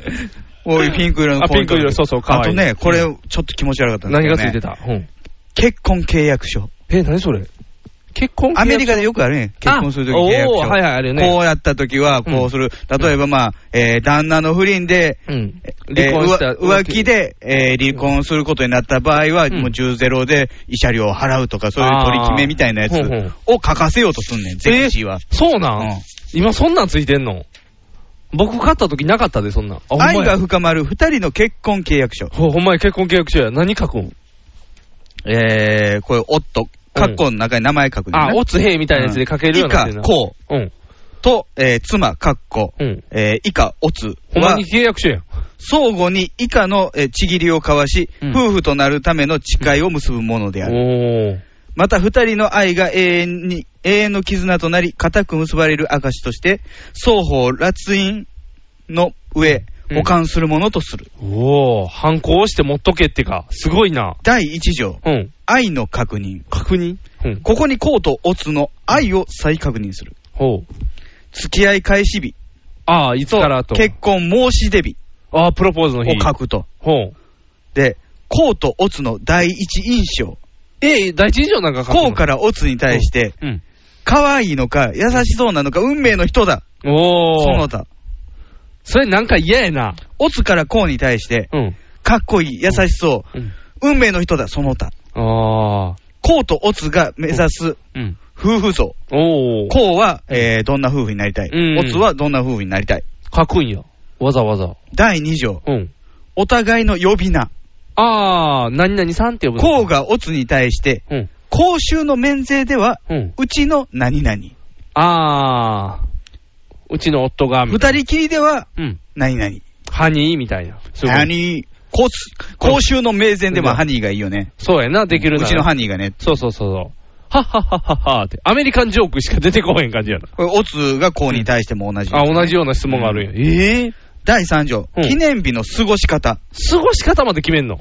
Speaker 2: こういうピンク色の
Speaker 3: あピンク色そうそう可愛い
Speaker 2: あとね、これ、ちょっと気持ち悪かったんです け
Speaker 3: 何
Speaker 2: ど
Speaker 3: が
Speaker 2: ね
Speaker 3: ついてたうん。
Speaker 2: 結婚契約書。
Speaker 3: え、何それ結婚
Speaker 2: アメリ
Speaker 3: カ
Speaker 2: カでよくあるね。結婚するとき契約
Speaker 3: お
Speaker 2: 書。
Speaker 3: ー、はいはい、あるよ
Speaker 2: こ
Speaker 3: ね。
Speaker 2: うやったときは、こうする。例えば、まあ、えー旦那の不倫で、
Speaker 3: うん
Speaker 2: え。
Speaker 3: 離婚した
Speaker 2: えーうわ浮気。で、えー離婚することになった場合は、
Speaker 3: うん
Speaker 2: もう10ゼロで慰謝料を払うとか、そういう取り決めみたいなやつ
Speaker 3: あーほうほ
Speaker 2: を
Speaker 3: う
Speaker 2: 書かせようとすんねん、ゼクシーは。
Speaker 3: そうなん、
Speaker 2: うん
Speaker 3: 今そんなんついてんの僕買った時なかったで、そんなん。あ、ほんま
Speaker 2: 愛
Speaker 3: や
Speaker 2: が深まる二人の結婚契約書。
Speaker 3: ほほんまや、結婚契約書や。何書くん
Speaker 2: えー、これ、夫、カッコの中に名前書くねんな
Speaker 3: あ、おつへいみたいなやつで書けるようになってんな。
Speaker 2: 以下こ
Speaker 3: う。うん。
Speaker 2: と、えー妻、カッコ、
Speaker 3: うん
Speaker 2: えー以下、オツ
Speaker 3: ほんま
Speaker 2: は
Speaker 3: に、契約書やん。
Speaker 2: 相互に以下の、えーちぎりを交わし、
Speaker 3: うん
Speaker 2: 夫婦となるための誓いを結ぶものである。
Speaker 3: おー。
Speaker 2: また、二人の愛が永遠に、永遠の絆となり、固く結ばれる証として、双方、辣印の上、
Speaker 3: うん
Speaker 2: 保管するものとする。
Speaker 3: おお、反抗して持っとけってか、すごいな。
Speaker 2: 第一条、
Speaker 3: うん。
Speaker 2: 愛の確認。
Speaker 3: 確認うん。
Speaker 2: ここにコーとオツの愛を再確認する。
Speaker 3: ほう。
Speaker 2: 付き合い開始日
Speaker 3: ああ、いつ
Speaker 2: と
Speaker 3: からと。
Speaker 2: 結婚申し出日
Speaker 3: ああ、プロポーズの
Speaker 2: を
Speaker 3: 日。
Speaker 2: 書くと。
Speaker 3: ほう。
Speaker 2: で、コウとオツの第一印象。
Speaker 3: ええ、第一以上なんか書くの
Speaker 2: コウからオツに対して、
Speaker 3: うん。
Speaker 2: 可愛いのか、優しそうなのか、運命の人だ、
Speaker 3: おお。
Speaker 2: その他。
Speaker 3: それなんか嫌やな。
Speaker 2: オツからコウに対して、
Speaker 3: うん。
Speaker 2: かっこいい、優しそう、
Speaker 3: うん。
Speaker 2: 運命の人だ、その他。
Speaker 3: ああ。
Speaker 2: コウとオツが目指す
Speaker 3: うん。
Speaker 2: 夫婦像。
Speaker 3: おお。
Speaker 2: コウは、えーどんな夫婦になりたい
Speaker 3: うん。
Speaker 2: オツはどんな夫婦になりたい。
Speaker 3: 書くんや。わざわざ。
Speaker 2: 第2条、
Speaker 3: うん。
Speaker 2: お互いの呼び名。
Speaker 3: ああ、何々さんって呼ぶの
Speaker 2: コウがオツに対して、
Speaker 3: うん。
Speaker 2: 公衆の免税では、
Speaker 3: うん。
Speaker 2: うちの何々。
Speaker 3: ああ。うちの夫が。みたい
Speaker 2: 二人きりでは、
Speaker 3: なうん。
Speaker 2: 何々。
Speaker 3: ハニーみたいな。そういうこと
Speaker 2: ハニー、コツ、公衆の名前でもハニーがいいよね。
Speaker 3: そうやな、できる
Speaker 2: う
Speaker 3: なら。
Speaker 2: ちのハニーがね。
Speaker 3: そうそうそうそう。はっはっはっはっはって。アメリカンジョークしか出てこへん感じやな。
Speaker 2: これ、オツがコウに対しても同じ。
Speaker 3: あ、同じような質問があるんや。ええ
Speaker 2: 第3条、
Speaker 3: うん
Speaker 2: 記念日の過ごし方。
Speaker 3: 過ごし方まで決めんの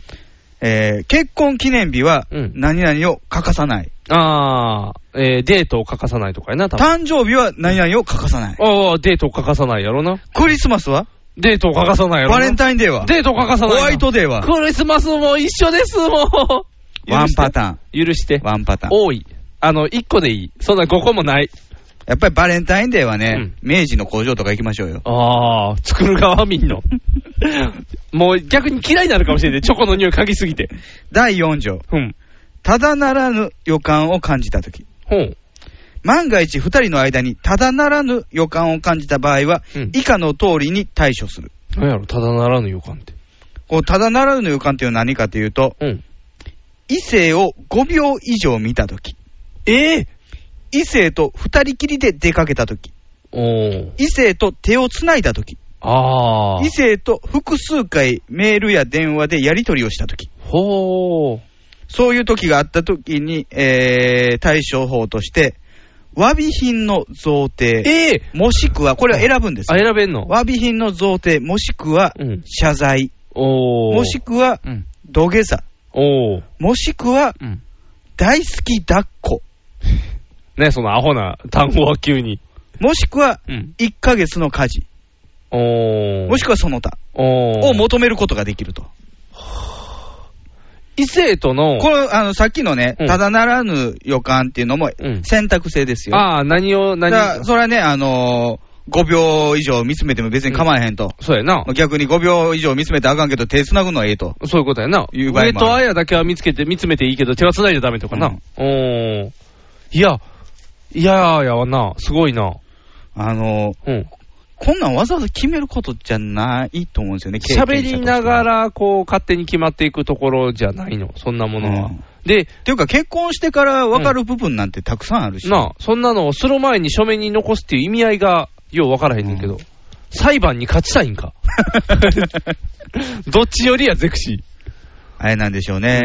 Speaker 2: えー結婚記念日は
Speaker 3: うん、
Speaker 2: 何々を欠かさない。
Speaker 3: あー、えー、デートを欠かさないとかやな、多分。
Speaker 2: 誕生日は何々を欠かさない。
Speaker 3: あー、デートを欠かさないやろな。
Speaker 2: クリスマスは
Speaker 3: デートを欠かさないやろな。
Speaker 2: バレンタインデーは
Speaker 3: デートを欠かさ
Speaker 2: ホ
Speaker 3: ないな。
Speaker 2: ワイトデーは
Speaker 3: クリスマスも一緒です、もう。
Speaker 2: ワンパ
Speaker 3: ー
Speaker 2: タ
Speaker 3: ン。許して。
Speaker 2: ーン。ワンパターン。
Speaker 3: 多い。あの、1個でいい。そんな5個もない。
Speaker 2: やっぱりバレンタインデーはね、
Speaker 3: うん
Speaker 2: 明治の工場とか行きましょうよ。
Speaker 3: ああ、作る側民の。 もう逆に嫌いになるかもしれない。チョコの匂い嗅ぎすぎて。
Speaker 2: 第4条。
Speaker 3: うん。
Speaker 2: ただならぬ予感を感じたとき。
Speaker 3: ほう。
Speaker 2: 万が一二人の間にただならぬ予感を感じた場合は、
Speaker 3: うん
Speaker 2: 以下の通りに対処する。
Speaker 3: なんやろ、ただならぬ予感って。
Speaker 2: こう、ただならぬ予感というのは何かというと、
Speaker 3: うん。
Speaker 2: 異性を5秒以上見たとき。
Speaker 3: ええ
Speaker 2: 異性と二人きりで出かけたとき。
Speaker 3: おー。
Speaker 2: 異性と手をつないだとき。
Speaker 3: ああ。
Speaker 2: 異性と複数回メールや電話でやり取りをしたとき。
Speaker 3: ほー。
Speaker 2: そういう時があった時に、えー、対処法として、詫び品の贈呈、
Speaker 3: ええ
Speaker 2: もしくは、これは選ぶんです
Speaker 3: あ、
Speaker 2: よ。
Speaker 3: 選べんの
Speaker 2: 詫び品の贈呈、もしくは
Speaker 3: うん、
Speaker 2: 謝罪、
Speaker 3: おー。
Speaker 2: もしくは
Speaker 3: う、ん。
Speaker 2: 土下座、
Speaker 3: おー。
Speaker 2: もしくは、
Speaker 3: うん。
Speaker 2: 大好き抱っこ、
Speaker 3: ね、そのアホな単語は急に。
Speaker 2: もしくは、
Speaker 3: うん。
Speaker 2: 1ヶ月の家事、
Speaker 3: おー。
Speaker 2: もしくはその他
Speaker 3: おー。
Speaker 2: を求めることができると。
Speaker 3: 異性との、
Speaker 2: これ、あの、さっきのね、
Speaker 3: うん
Speaker 2: ただならぬ予感っていうのも
Speaker 3: うん
Speaker 2: 選択制ですよ。
Speaker 3: ああ、何を、
Speaker 2: だ
Speaker 3: 何
Speaker 2: からそれはね、あのー、5秒以上見つめても別に構わへんと。
Speaker 3: そうやな。
Speaker 2: 逆に5秒以上見つめてあかんけど、手繋ぐのはええと。
Speaker 3: そういうことやな。
Speaker 2: いう場合もあ
Speaker 3: 上
Speaker 2: る
Speaker 3: と綾だけは見つけて、見つめていいけど、手は繋いじゃダメとかな。おー。いや、いやーやわな。すごいな。
Speaker 2: あのー、
Speaker 3: うん。
Speaker 2: こんなんわざわざ決めることじゃないと思うんですよね、経験者と
Speaker 3: 喋
Speaker 2: して
Speaker 3: りなが。ら、こう、勝手に決まっていくところじゃないの。そんなもの
Speaker 2: う
Speaker 3: は。
Speaker 2: ん
Speaker 3: で、
Speaker 2: っていうか、結婚してから分かる部分なんてたくさんあるし。
Speaker 3: なあ、そんなのをする前に書面に残すっていう意味合いが、ようわからへんねんけど、裁判に勝ちたいんか。 どっちよりやゼクシ
Speaker 2: あれなんでしょう
Speaker 3: う
Speaker 2: ね
Speaker 3: ん。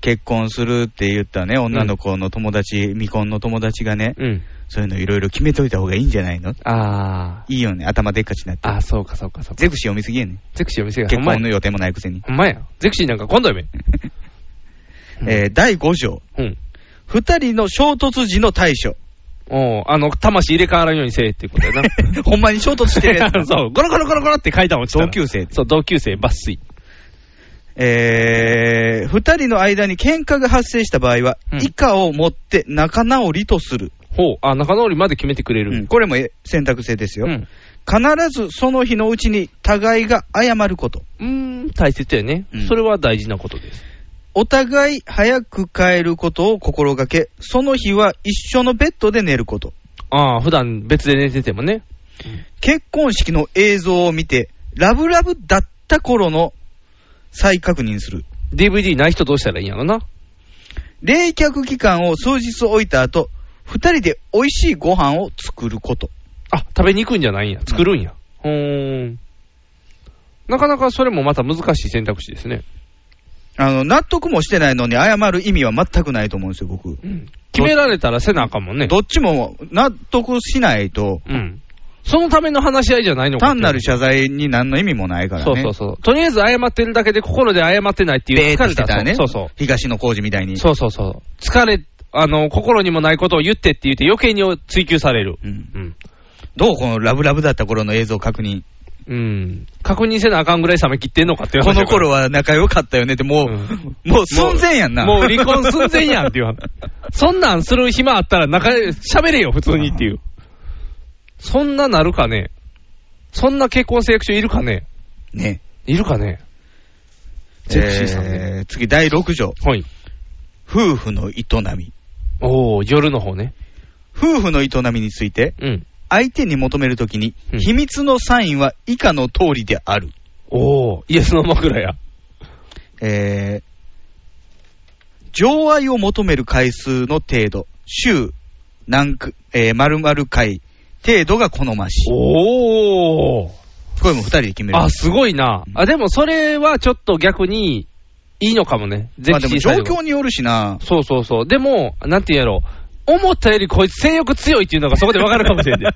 Speaker 2: 結婚するって言ったね、女の子の友達、未婚の友達がね
Speaker 3: ー。、うん。
Speaker 2: そういうのいろいろ決めといた方がいいんじゃないの
Speaker 3: あ
Speaker 2: いいよね、頭でっかちになって
Speaker 3: あ。。あ、そうかそうかそうか。
Speaker 2: ゼクシー読みすぎやねん。
Speaker 3: ゼクシーお店が、
Speaker 2: 結
Speaker 3: ほんまや
Speaker 2: 婚の。予定もないくせに。
Speaker 3: ほんまや。ゼクシーなんか今度やめ。
Speaker 2: えー第5条。
Speaker 3: うん。
Speaker 2: 二人の衝突時の対処。
Speaker 3: おうあの、魂入れ替わらんようにせえっていうことや な。。
Speaker 2: ほんまに衝突してるやつ
Speaker 3: そう、ゴロゴロゴロゴロって階段落ちたら。
Speaker 2: 同級生
Speaker 3: そう、同級生、抜粋。
Speaker 2: えー、二人の間に喧嘩が発生した場合は、
Speaker 3: うん
Speaker 2: 以下を持って仲直りとする。
Speaker 3: ほう、あ、仲直りまで決めてくれ
Speaker 2: うん
Speaker 3: る。
Speaker 2: これもえ選択制ですよ。
Speaker 3: うん。
Speaker 2: 必ずその日のうちに互いが謝ること。
Speaker 3: うーん、大切やね
Speaker 2: うん。
Speaker 3: それは大事なことです。
Speaker 2: お互い早く帰ることを心がけ、その日は一緒のベッドで寝ること。
Speaker 3: ああ、普段別で寝ててもね。
Speaker 2: 結婚式の映像を見て、ラブラブだった頃の再確認する。
Speaker 3: DVD ない人どうしたらいいんやろな。
Speaker 2: 冷却期間を数日置いた後、二人で美味しいご飯を作ること。
Speaker 3: あ、食べに行くんじゃないんや。作るんや。ほーん。なかなかそれもまた難しい選択肢ですね。
Speaker 2: あの、納得もしてないのに謝る意味は全くないと思うんですよ、僕。
Speaker 3: 決められたらせなあかんもんね。
Speaker 2: どっちも納得しないと、
Speaker 3: うん。そのための話し合いじゃないのかっ
Speaker 2: 単
Speaker 3: ていう
Speaker 2: なる謝罪に何の意味もないからね。
Speaker 3: そうそうそう。とりあえず謝ってるだけで心で謝ってないってい
Speaker 2: ベーっ
Speaker 3: う疲
Speaker 2: て
Speaker 3: れ
Speaker 2: して
Speaker 3: た
Speaker 2: たらね。
Speaker 3: そうそう。
Speaker 2: 東野幸治みたいに。
Speaker 3: そうそうそう。疲れ、あの、心にもないことを言ってって言って余計に追求される。
Speaker 2: うん
Speaker 3: うん。
Speaker 2: どうこのラブラブだった頃の映像確認。
Speaker 3: うん。確認せなあかんぐらい冷め切ってんのかっていう
Speaker 2: こ
Speaker 3: 話
Speaker 2: の
Speaker 3: やから
Speaker 2: 頃は仲良かったよねって、もう、
Speaker 3: うん
Speaker 2: もう寸前やんな。
Speaker 3: もう離婚寸前やんっていう話。 そんなんする暇あったら中で喋れよ、普通にっていう。そんななるかねそんな結婚誓約書いるかね
Speaker 2: ね。
Speaker 3: いるかねゼクシーさんね。
Speaker 2: えー次、第6条。
Speaker 3: はい。
Speaker 2: 夫婦の営み。
Speaker 3: おー、夜の方ね。
Speaker 2: 夫婦の営みについて、
Speaker 3: うん。
Speaker 2: 相手に求めるときに
Speaker 3: う、ん
Speaker 2: 秘密のサインは以下の通りである。
Speaker 3: おー、イエスの枕や。
Speaker 2: えー、情愛を求める回数の程度、週何く、えー、〇〇回程度が好ましい。
Speaker 3: おー。
Speaker 2: これも二人で決める。
Speaker 3: あ、すごいな。あ、でもそれはちょっと逆にいいのかもね。ゼ
Speaker 2: まあ
Speaker 3: ク
Speaker 2: で
Speaker 3: シ
Speaker 2: も
Speaker 3: ー
Speaker 2: 状
Speaker 3: サイド
Speaker 2: 況によるしな。
Speaker 3: そうそうそう。でも、なんて言うんやろ。思ったよりこいつ性欲強いっていうのがそこでわかるかも しれない。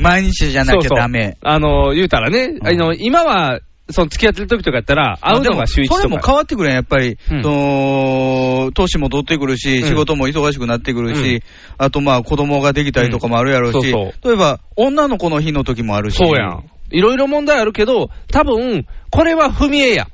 Speaker 2: 毎日じゃなきゃダメ。
Speaker 3: あの、言うたらね、
Speaker 2: うん
Speaker 3: あの、今は、その付き合ってる時とかやったら、会うのが週一と
Speaker 2: まあでもそれ
Speaker 3: か
Speaker 2: も。変わってくるやん、やっぱり。
Speaker 3: うん
Speaker 2: その年も取ってくるし、
Speaker 3: うん
Speaker 2: 仕事も忙しくなってくるし、
Speaker 3: うん
Speaker 2: あとまあ子供ができたりとかもあるやろうし、
Speaker 3: うんそうそう
Speaker 2: 例えば女の子の日の時もあるし。
Speaker 3: そうやん。いろいろ問題あるけど、多分、これは踏み絵や。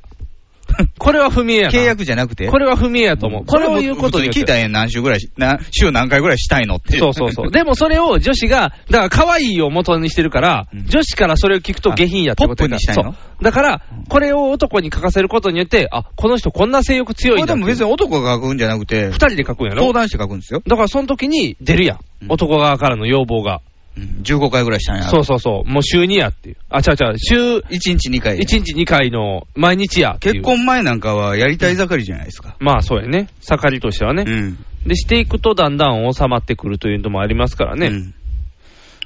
Speaker 3: これは不明やな。
Speaker 2: 契約じゃなくて。
Speaker 3: これは不明やと思う。これを
Speaker 2: 僕
Speaker 3: 言うことによ
Speaker 2: 普
Speaker 3: っ
Speaker 2: 通聞
Speaker 3: て
Speaker 2: いたらええやん何週ぐらいし、な週何回ぐらいしたいの って。
Speaker 3: そうそうそう。でもそれを女子が、だから可愛いを元にしてるから、
Speaker 2: うん
Speaker 3: 女子からそれを聞くと下品やってこと
Speaker 2: あポップにしたいの
Speaker 3: そうだから、これを男に書かせることによって、あ、この人こんな性欲強い
Speaker 2: こ
Speaker 3: ん
Speaker 2: れ
Speaker 3: だ
Speaker 2: で
Speaker 3: って。
Speaker 2: も別に男が書くんじゃなくて
Speaker 3: 二、人で書くんやろ
Speaker 2: 相談して書くんですよ。
Speaker 3: だからその時に出るやん。
Speaker 2: うん
Speaker 3: 男側からの要望が。
Speaker 2: うん15回ぐらいしたんや。
Speaker 3: そうそうそう。もう週2やっていう。あ、違う違う。週
Speaker 2: 1日2回。
Speaker 3: 1日2回の毎日やっていう
Speaker 2: 結。婚前なんかはやりたい盛りじゃないですか。
Speaker 3: まあそうやね。盛りとしてはね。
Speaker 2: うん。
Speaker 3: で、していくとだんだん収まってくるというのもありますからね。
Speaker 2: うん。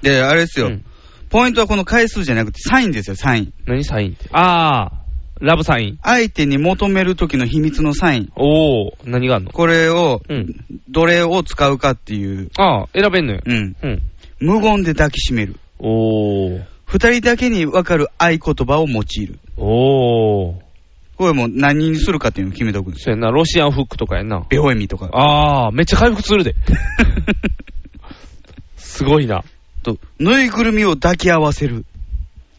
Speaker 2: で、あれですよ、
Speaker 3: うん
Speaker 2: ポイントはこの回数じゃなくてサインですよ、サイン。
Speaker 3: 何サインって。ああ、ラブサイン。
Speaker 2: 相手に求める時の秘密のサイン。
Speaker 3: おお、何があんの
Speaker 2: これを、
Speaker 3: うん。
Speaker 2: どれを使うかっていう。
Speaker 3: ああ、選べんのよ。
Speaker 2: うん。
Speaker 3: うん。
Speaker 2: 無言で抱きしめる。
Speaker 3: おー。
Speaker 2: 二人だけにわかる合言葉を用いる。
Speaker 3: おー。
Speaker 2: これもう何にするかっていうのを決めておくんですよ。
Speaker 3: そうやな、ロシアンフックとかやんな。
Speaker 2: ベホエミとか。
Speaker 3: ああ、めっちゃ回復する で。すごいな。
Speaker 2: と、 ぬいぐるみを抱き合わせる。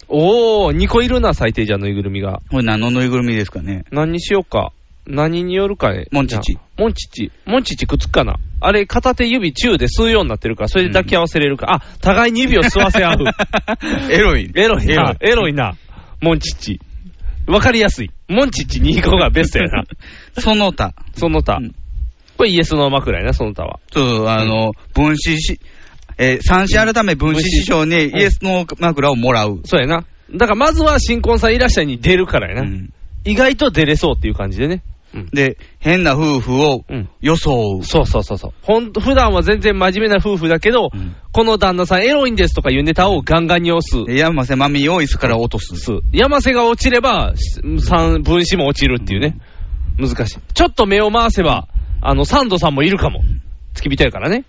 Speaker 3: おー、2個いるな、最低じゃん、ぬいぐるみが。
Speaker 2: これ何のぬいぐるみですか ね。
Speaker 3: 何にしようか。何によるかね。
Speaker 2: モンチッチ
Speaker 3: じゃあ。モンチッチ。モンチッチくっつくかな。あれ、片手指中で吸うようになってるから、それで抱き合わせれるから。あ、互いに指を吸わせ合う。
Speaker 2: エロい。
Speaker 3: エロい
Speaker 2: エロ、
Speaker 3: ないエロいな、モンチッチ。わかりやすい。モンチッチ2個がベストやな。
Speaker 2: その他。
Speaker 3: その他
Speaker 2: うん。
Speaker 3: これイエスの枕やな、その他は。
Speaker 2: そう、あの、分子し、えー三子改め分子師匠に
Speaker 3: うん
Speaker 2: イエスの枕をもらう。
Speaker 3: そうやな。だからまずは新婚さんいらっしゃいに出るからやな。
Speaker 2: うん
Speaker 3: 意外と出れそうっていう感じでね。うん。
Speaker 2: で、変な夫婦を
Speaker 3: うん
Speaker 2: 装う。
Speaker 3: そうそうそうそう。ほんと、普段は全然真面目な夫婦だけど、
Speaker 2: うん
Speaker 3: この旦那さんエロいんですとかいうネタをガンガンに押す。
Speaker 2: で山瀬まみを椅子から落とす。
Speaker 3: そう山瀬が落ちれば、し三分子も落ちるっていうね、難しい。ちょっと目を回せば、あの、サンドさんもいるかも。付き人やからね。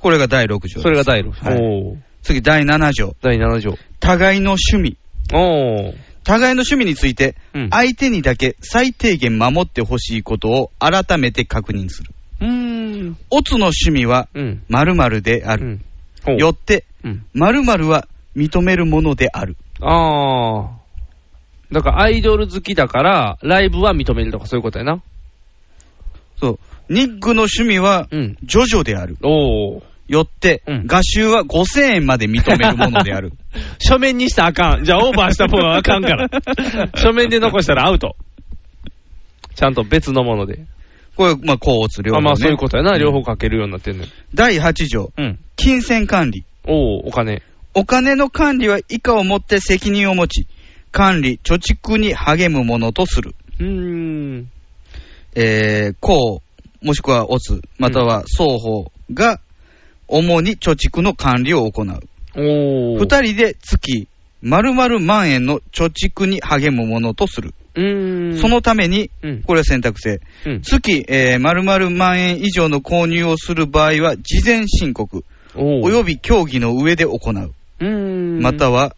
Speaker 2: これが第6条。
Speaker 3: それが第6条。
Speaker 2: はい
Speaker 3: おー
Speaker 2: 次、第7条。
Speaker 3: 第7条。
Speaker 2: 互いの趣味。
Speaker 3: おー
Speaker 2: 互いの趣味について、
Speaker 3: うん
Speaker 2: 相手にだけ最低限守ってほしいことを改めて確認する。
Speaker 3: うーん。
Speaker 2: オツの趣味は
Speaker 3: うん。
Speaker 2: 〇〇であ
Speaker 3: あ
Speaker 2: る。。
Speaker 3: おう
Speaker 2: よって、
Speaker 3: うん。
Speaker 2: 〇〇は認めるものである。
Speaker 3: あー。だからアイドル好きだから、ライブは認めるとかそういうことやな。
Speaker 2: そう。ニックの趣味は
Speaker 3: うん。
Speaker 2: ジョジョである。
Speaker 3: おー。
Speaker 2: よって、
Speaker 3: うん
Speaker 2: 画集は5000円まで認めるものであ る。
Speaker 3: 書面にしたらあかん。じゃあオーバーした方があかん から。書面で残したらアウト。ちゃんと別のもので。
Speaker 2: これ、まあ、こうつ両方、
Speaker 3: あ
Speaker 2: ね。
Speaker 3: まあそういうことやな、
Speaker 2: ん
Speaker 3: 両方かけるようになってんのよ。
Speaker 2: 第8条、
Speaker 3: うん。
Speaker 2: 金銭管理。
Speaker 3: おお、お金。
Speaker 2: お金の管理は以下をもって責任を持ち、管理、貯蓄に励むものとする。
Speaker 3: うーん。
Speaker 2: えー、こう、もしくはオツ、または双方が、主に貯蓄の管理を行う。
Speaker 3: おお。
Speaker 2: 二人で月、〇〇万円の貯蓄に励むものとする。
Speaker 3: うーん。
Speaker 2: そ、のために、
Speaker 3: うん。
Speaker 2: これは選択制。
Speaker 3: うん。
Speaker 2: 月、えー、〇〇万円以上の購入をする場合は、事前申告、お
Speaker 3: おー
Speaker 2: よび協議の上で行う。
Speaker 3: うーん。
Speaker 2: または、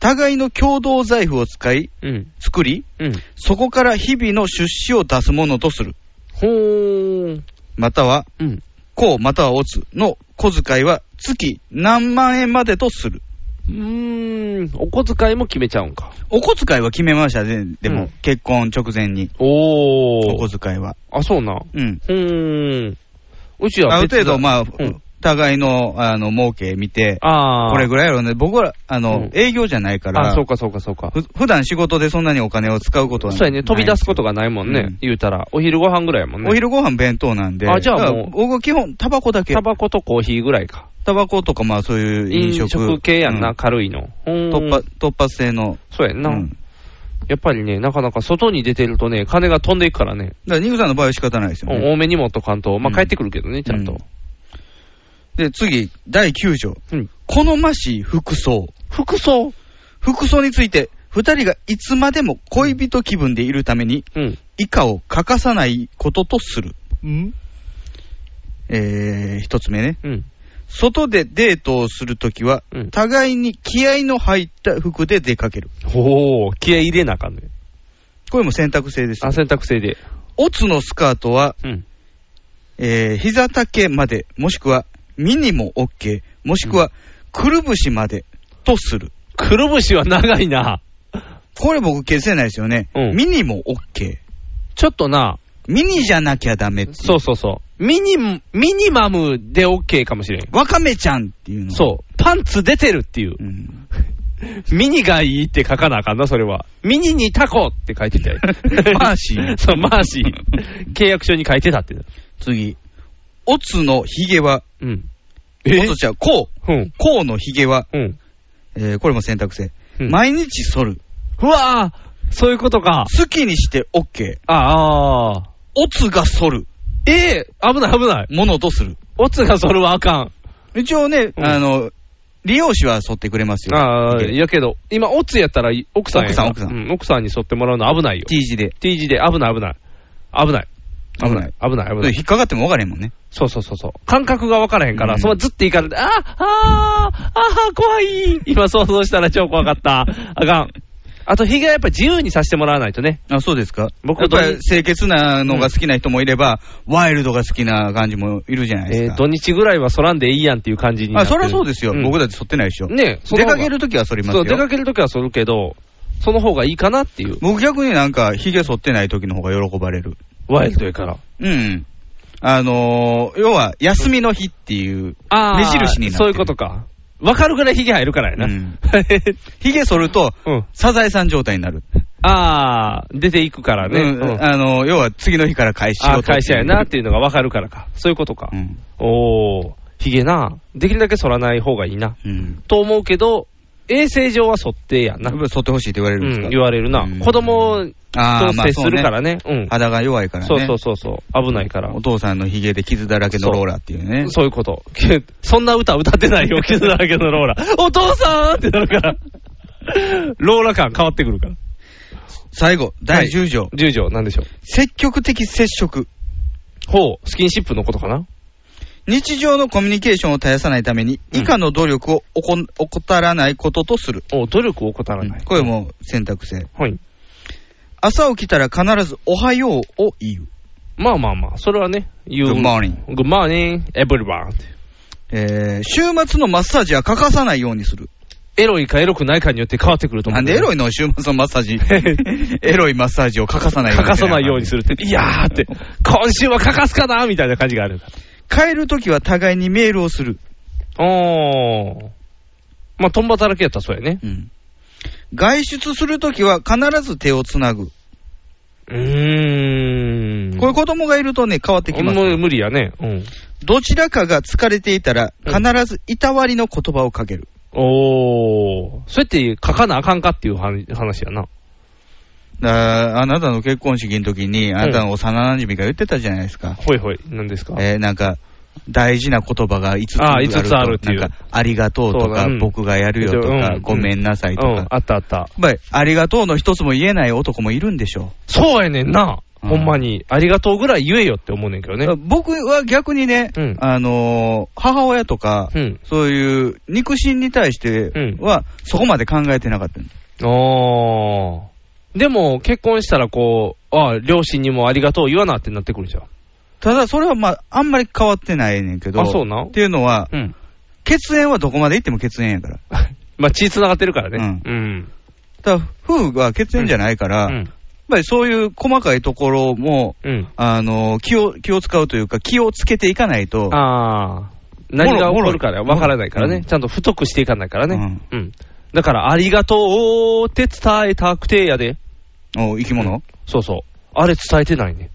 Speaker 2: 互いの共同財布を使い、
Speaker 3: うん。
Speaker 2: 作り、
Speaker 3: うん。
Speaker 2: そこから日々の出資を出すものとする。
Speaker 3: ほー。
Speaker 2: または、
Speaker 3: うん。
Speaker 2: こうまたはオツの小遣いは月何万円までとする。
Speaker 3: うーん。お小遣いも決めちゃうんか。
Speaker 2: お小遣いは決めましたね、でも、
Speaker 3: うん
Speaker 2: 結婚直前に、
Speaker 3: お
Speaker 2: お
Speaker 3: ー。
Speaker 2: 小遣いは。
Speaker 3: あ、そうな。
Speaker 2: うん。
Speaker 3: うーん。うちは
Speaker 2: ある
Speaker 3: 別だ
Speaker 2: 程度、まあ、
Speaker 3: ん
Speaker 2: 互いの、あの、儲け見て、
Speaker 3: あー。
Speaker 2: これぐらいやろうね。僕ら、あの、
Speaker 3: うん
Speaker 2: 営業じゃないから
Speaker 3: あ、そうかそうかそうか。
Speaker 2: ふ普段仕事でそんなにお金を使うことはない。
Speaker 3: そうやね、飛び出すことがないもんね、
Speaker 2: うん
Speaker 3: 言うたら。お昼ご飯ぐらいやもんね。
Speaker 2: お昼ご飯弁当なんで。
Speaker 3: あじゃあ
Speaker 2: だから
Speaker 3: もう
Speaker 2: 僕は基本、タバコだけ
Speaker 3: タ。バコとコーヒーぐらいか。
Speaker 2: タバコとか、まあそういう飲
Speaker 3: 飲
Speaker 2: 食。
Speaker 3: 食系やんな、
Speaker 2: うん
Speaker 3: 軽いの。うーん
Speaker 2: 突発、突発性の。
Speaker 3: そうやんな、
Speaker 2: うん
Speaker 3: やっぱりね、なかなか外に出てるとね、金が飛んでいくからね。
Speaker 2: だから、ニグさんの場合は仕方ないですよ
Speaker 3: うん
Speaker 2: ね。
Speaker 3: 多めに持っとかんと。ま
Speaker 2: う
Speaker 3: あ、
Speaker 2: ん
Speaker 3: 帰ってくるけどね、ちゃん
Speaker 2: う
Speaker 3: と
Speaker 2: ん。で、次、第9条。
Speaker 3: うん
Speaker 2: 好ましい服装。
Speaker 3: 服装
Speaker 2: 服装について、二人がいつまでも恋人気分でいるために、
Speaker 3: うん。
Speaker 2: 以下を欠かさないこととする。えー、一つ目ね。
Speaker 3: うん。
Speaker 2: 外でデートをするときは、
Speaker 3: うん
Speaker 2: 互いに気合の入った服で出かける。
Speaker 3: ほー、気合い入れなあかんね。
Speaker 2: これも選択制です
Speaker 3: あ、。選択制で。
Speaker 2: オツのスカートは、
Speaker 3: うん。
Speaker 2: えー、膝丈まで、もしくは、ミニも OK、もしくは、くるぶしまでとする。
Speaker 3: くるぶしは長いな。
Speaker 2: これ僕消せないですよね。
Speaker 3: うん
Speaker 2: ミニも OK。
Speaker 3: ちょっとな、
Speaker 2: ミニじゃなきゃダメっていう
Speaker 3: そうそうそう。ミニ、ミニマムで OK かもしれん。
Speaker 2: わかめちゃんっていうの。
Speaker 3: そう。パンツ出てるっていう。
Speaker 2: う。ん、
Speaker 3: ミニがいいって書かなあかんな、それは。ミニにタコって書いてた よ
Speaker 2: マーシー
Speaker 3: そう、マーシー。契約書に書いてたって。
Speaker 2: 次。オツのヒゲは、
Speaker 3: うん。
Speaker 2: オツちゃう、こう。
Speaker 3: うん。
Speaker 2: こうのヒゲは、
Speaker 3: うん。
Speaker 2: えーこれも選択肢。
Speaker 3: うん
Speaker 2: 毎日剃る。
Speaker 3: うわぁそういうことか。
Speaker 2: 好きにして OK。
Speaker 3: ああ。
Speaker 2: オツが剃る。
Speaker 3: ええ危ない危ない。
Speaker 2: ものとする。
Speaker 3: オツがそれはあかん。
Speaker 2: 一応ね、
Speaker 3: うん
Speaker 2: あの、利用紙は剃ってくれますよ。
Speaker 3: ああ、
Speaker 2: ヒゲ
Speaker 3: やけど、今、オツやったら奥さんやから
Speaker 2: 奥さん奥さん
Speaker 3: うん、奥さんに沿ってもらうの危ないよ。
Speaker 2: T 字で。
Speaker 3: T 字で危ない危ない。危ない。
Speaker 2: 危ない。
Speaker 3: 危ない危ない。
Speaker 2: 引っかかっても分からへんもんね。
Speaker 3: そうそうそうそう。感覚が分からへんから、
Speaker 2: うん
Speaker 3: そのずっていかれて、あーあーあー怖い今想像したら超怖かった。あかん。あと、ヒゲはやっぱ自由にさせてもらわないとね。
Speaker 2: あ、そうですか僕
Speaker 3: 僕
Speaker 2: やっぱり
Speaker 3: 土
Speaker 2: 清潔なのが好きな人もいれば、ワイルドが好きな感じもいるじゃないで
Speaker 3: え
Speaker 2: す
Speaker 3: ー
Speaker 2: か。
Speaker 3: 土日ぐらいはそらんでいいやんっていう感じにな
Speaker 2: あ、
Speaker 3: って
Speaker 2: そ
Speaker 3: る
Speaker 2: りゃそうですよ。
Speaker 3: ん
Speaker 2: 僕だって剃ってないでしょ。
Speaker 3: ねえそ
Speaker 2: 出
Speaker 3: の方が
Speaker 2: かけるときは剃ります
Speaker 3: そ
Speaker 2: よ。
Speaker 3: う、出かけるときはするけど、その方がいいかなっていう。
Speaker 2: 僕逆になんか、髭剃ってないときの方が喜ばれる。
Speaker 3: ワイルドやから。
Speaker 2: うん。あのー、要は、休みの日っていう、
Speaker 3: あ
Speaker 2: 目印になってる
Speaker 3: そういうことか。分かるぐらいヒゲ入るからやな。
Speaker 2: う
Speaker 3: うん ん。
Speaker 2: 髭剃ると、サザエさん状態になる。
Speaker 3: ああ、出ていくからね。
Speaker 2: うん
Speaker 3: うん
Speaker 2: あのー、要は、次の日から開始
Speaker 3: あー会社やなっていうのが分かるからか。そういうことか。
Speaker 2: うん。
Speaker 3: おー、ヒゲな。できるだけ剃らない方がいいな。
Speaker 2: うん。
Speaker 3: と思うけど、衛生上は剃ってやな。
Speaker 2: やっぱり剃ってほしいって言われ
Speaker 3: う
Speaker 2: るんですか、
Speaker 3: ん、言われるな。
Speaker 2: うん
Speaker 3: 子供
Speaker 2: あ
Speaker 3: 調
Speaker 2: ーまあ
Speaker 3: 整す
Speaker 2: そうね
Speaker 3: るからね。うん。
Speaker 2: 肌が弱いからね。
Speaker 3: そうそうそうそう。危ないから
Speaker 2: お。父さんのヒゲで傷だらけのローラーっていうね。
Speaker 3: そういうこと。 そんな歌歌ってないよ、傷だらけのローラ。 お父さんってなるから。 ローラ感変わってくるから。
Speaker 2: 最後、第10条、
Speaker 3: 10条、なんでしょう。
Speaker 2: 積極的接触。
Speaker 3: ほう、スキンシップのことかな
Speaker 2: 日常のコミュニケーションを絶やさないために、
Speaker 3: うん
Speaker 2: 以下の努力をおこ怠らないこととする。
Speaker 3: お努力を怠らない。
Speaker 2: これも選択肢。
Speaker 3: はい。
Speaker 2: 朝起きたら必ずおはようを言う。
Speaker 3: まあまあまあ、それはね、言
Speaker 2: Good morning.
Speaker 3: Good morning, everyone.
Speaker 2: えー、週末のマッサージは欠かさないようにする。
Speaker 3: エロいかエロくないかによって変わってくると思
Speaker 2: な
Speaker 3: うんん
Speaker 2: でエ
Speaker 3: だよ
Speaker 2: ロ
Speaker 3: ね。
Speaker 2: いの週末のマッサージ。 エロいマッサージを欠かさないよう
Speaker 3: 欠
Speaker 2: に
Speaker 3: かさないようにす
Speaker 2: る。
Speaker 3: るって。いやーって、今週は欠かすかなみたいな感じがある。
Speaker 2: 帰るときは互いにメールをする。
Speaker 3: おー。まあ、とんばたらけやったらそうやね。
Speaker 2: うん。外出するときは必ず手をつなぐ。
Speaker 3: うーん。
Speaker 2: これ子供がいるとね、変わってきます
Speaker 3: も。う無理やね。うん。
Speaker 2: どちらかが疲れていたら、
Speaker 3: うん
Speaker 2: 必ずいたわりの言葉をかける。
Speaker 3: おー。そうやって書かなあかんかっていう話話やな。
Speaker 2: だあなたの結婚式の時に、あなたの幼馴染が言ってたじゃないですか。
Speaker 3: ほいほい。何ですか
Speaker 2: えーなんか、大事な言葉が5つ
Speaker 3: あ
Speaker 2: あ
Speaker 3: ー
Speaker 2: ると
Speaker 3: 五つあるっていう
Speaker 2: なんか、ありがとうと
Speaker 3: そうだ
Speaker 2: か、
Speaker 3: うん
Speaker 2: 僕がやるよとか、
Speaker 3: うん
Speaker 2: ごめんなさいとか。
Speaker 3: うん、あったあった。
Speaker 2: やっぱりありがとうの一つも言えない男もいるんでしょ
Speaker 3: そうやねんな。
Speaker 2: うん
Speaker 3: ほんまに。ありがとうぐらい言えよって思うねんけど
Speaker 2: う、
Speaker 3: ね。
Speaker 2: 僕は逆にね、
Speaker 3: うん
Speaker 2: あのー母親とか、
Speaker 3: うん。
Speaker 2: そういう肉親に対しては、そこまで考えてなかったの
Speaker 3: あー。でも、結婚したらこう、ああ、両親にもありがとう言わなってなってくるじゃん。
Speaker 2: ただ、それはまあ、あんまり変わってないねんけど、
Speaker 3: あそうなん
Speaker 2: っていうのは、
Speaker 3: うん。
Speaker 2: 血縁はどこまで行っても血縁やから。
Speaker 3: まあ、血繋がってるからね。うん。
Speaker 2: ただ、夫婦は血縁じゃないから、
Speaker 3: う
Speaker 2: やっ
Speaker 3: ん。
Speaker 2: ぱりそういう細かいところも、
Speaker 3: うん。
Speaker 2: あの、気を、気を使うというか、気をつけていかないと、
Speaker 3: ああ。何が起こるかわからないから
Speaker 2: うん
Speaker 3: ね。ちゃんと太くしていかないからね。うん。だから、ありがとうって伝えたくてやで。
Speaker 2: お生き物
Speaker 3: そうそう。あれ伝えてないね。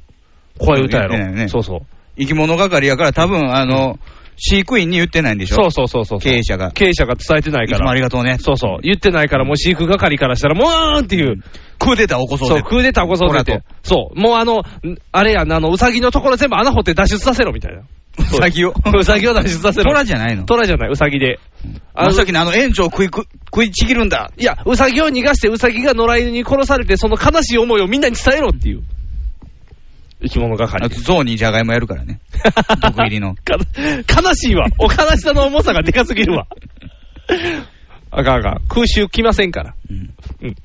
Speaker 3: 怖い歌や
Speaker 2: 言ってないね
Speaker 3: ろ。そうそう。
Speaker 2: 生き物係やから、多分、あの、飼育員に言ってないんでしょ
Speaker 3: そうそうそうそう。
Speaker 2: 経営者が。
Speaker 3: 経営者が伝えてない
Speaker 2: い
Speaker 3: か
Speaker 2: つもあ
Speaker 3: ら
Speaker 2: り。がとうね。
Speaker 3: そうそう。言ってないから、もう飼育係からしたら、もうあーんっていう。
Speaker 2: クーデター起こそう
Speaker 3: そう、
Speaker 2: ぜ
Speaker 3: クーデター起こそうぜっ
Speaker 2: ほら
Speaker 3: て。そう。もうあの、んあれやな、あの、うさぎのところ全部穴掘って脱出させろみたいな。
Speaker 2: うさぎを。
Speaker 3: うさぎを脱出させろ。
Speaker 2: 虎じゃないの
Speaker 3: 虎じゃない、うさぎで。
Speaker 2: あの時のあの園長を食いく、食いちぎるんだ。
Speaker 3: いや、ウサギを逃がしてウサギが野良犬に殺されて、その悲しい思いをみんなに伝えろっていう。生き物
Speaker 2: あ
Speaker 3: 係
Speaker 2: と、。ゾウにジャガイモやるからね。毒入りの
Speaker 3: か悲しいわ。お悲しさの重さがでかすぎる わ。あかんあかん。空襲来ませんから。
Speaker 2: うん
Speaker 3: うん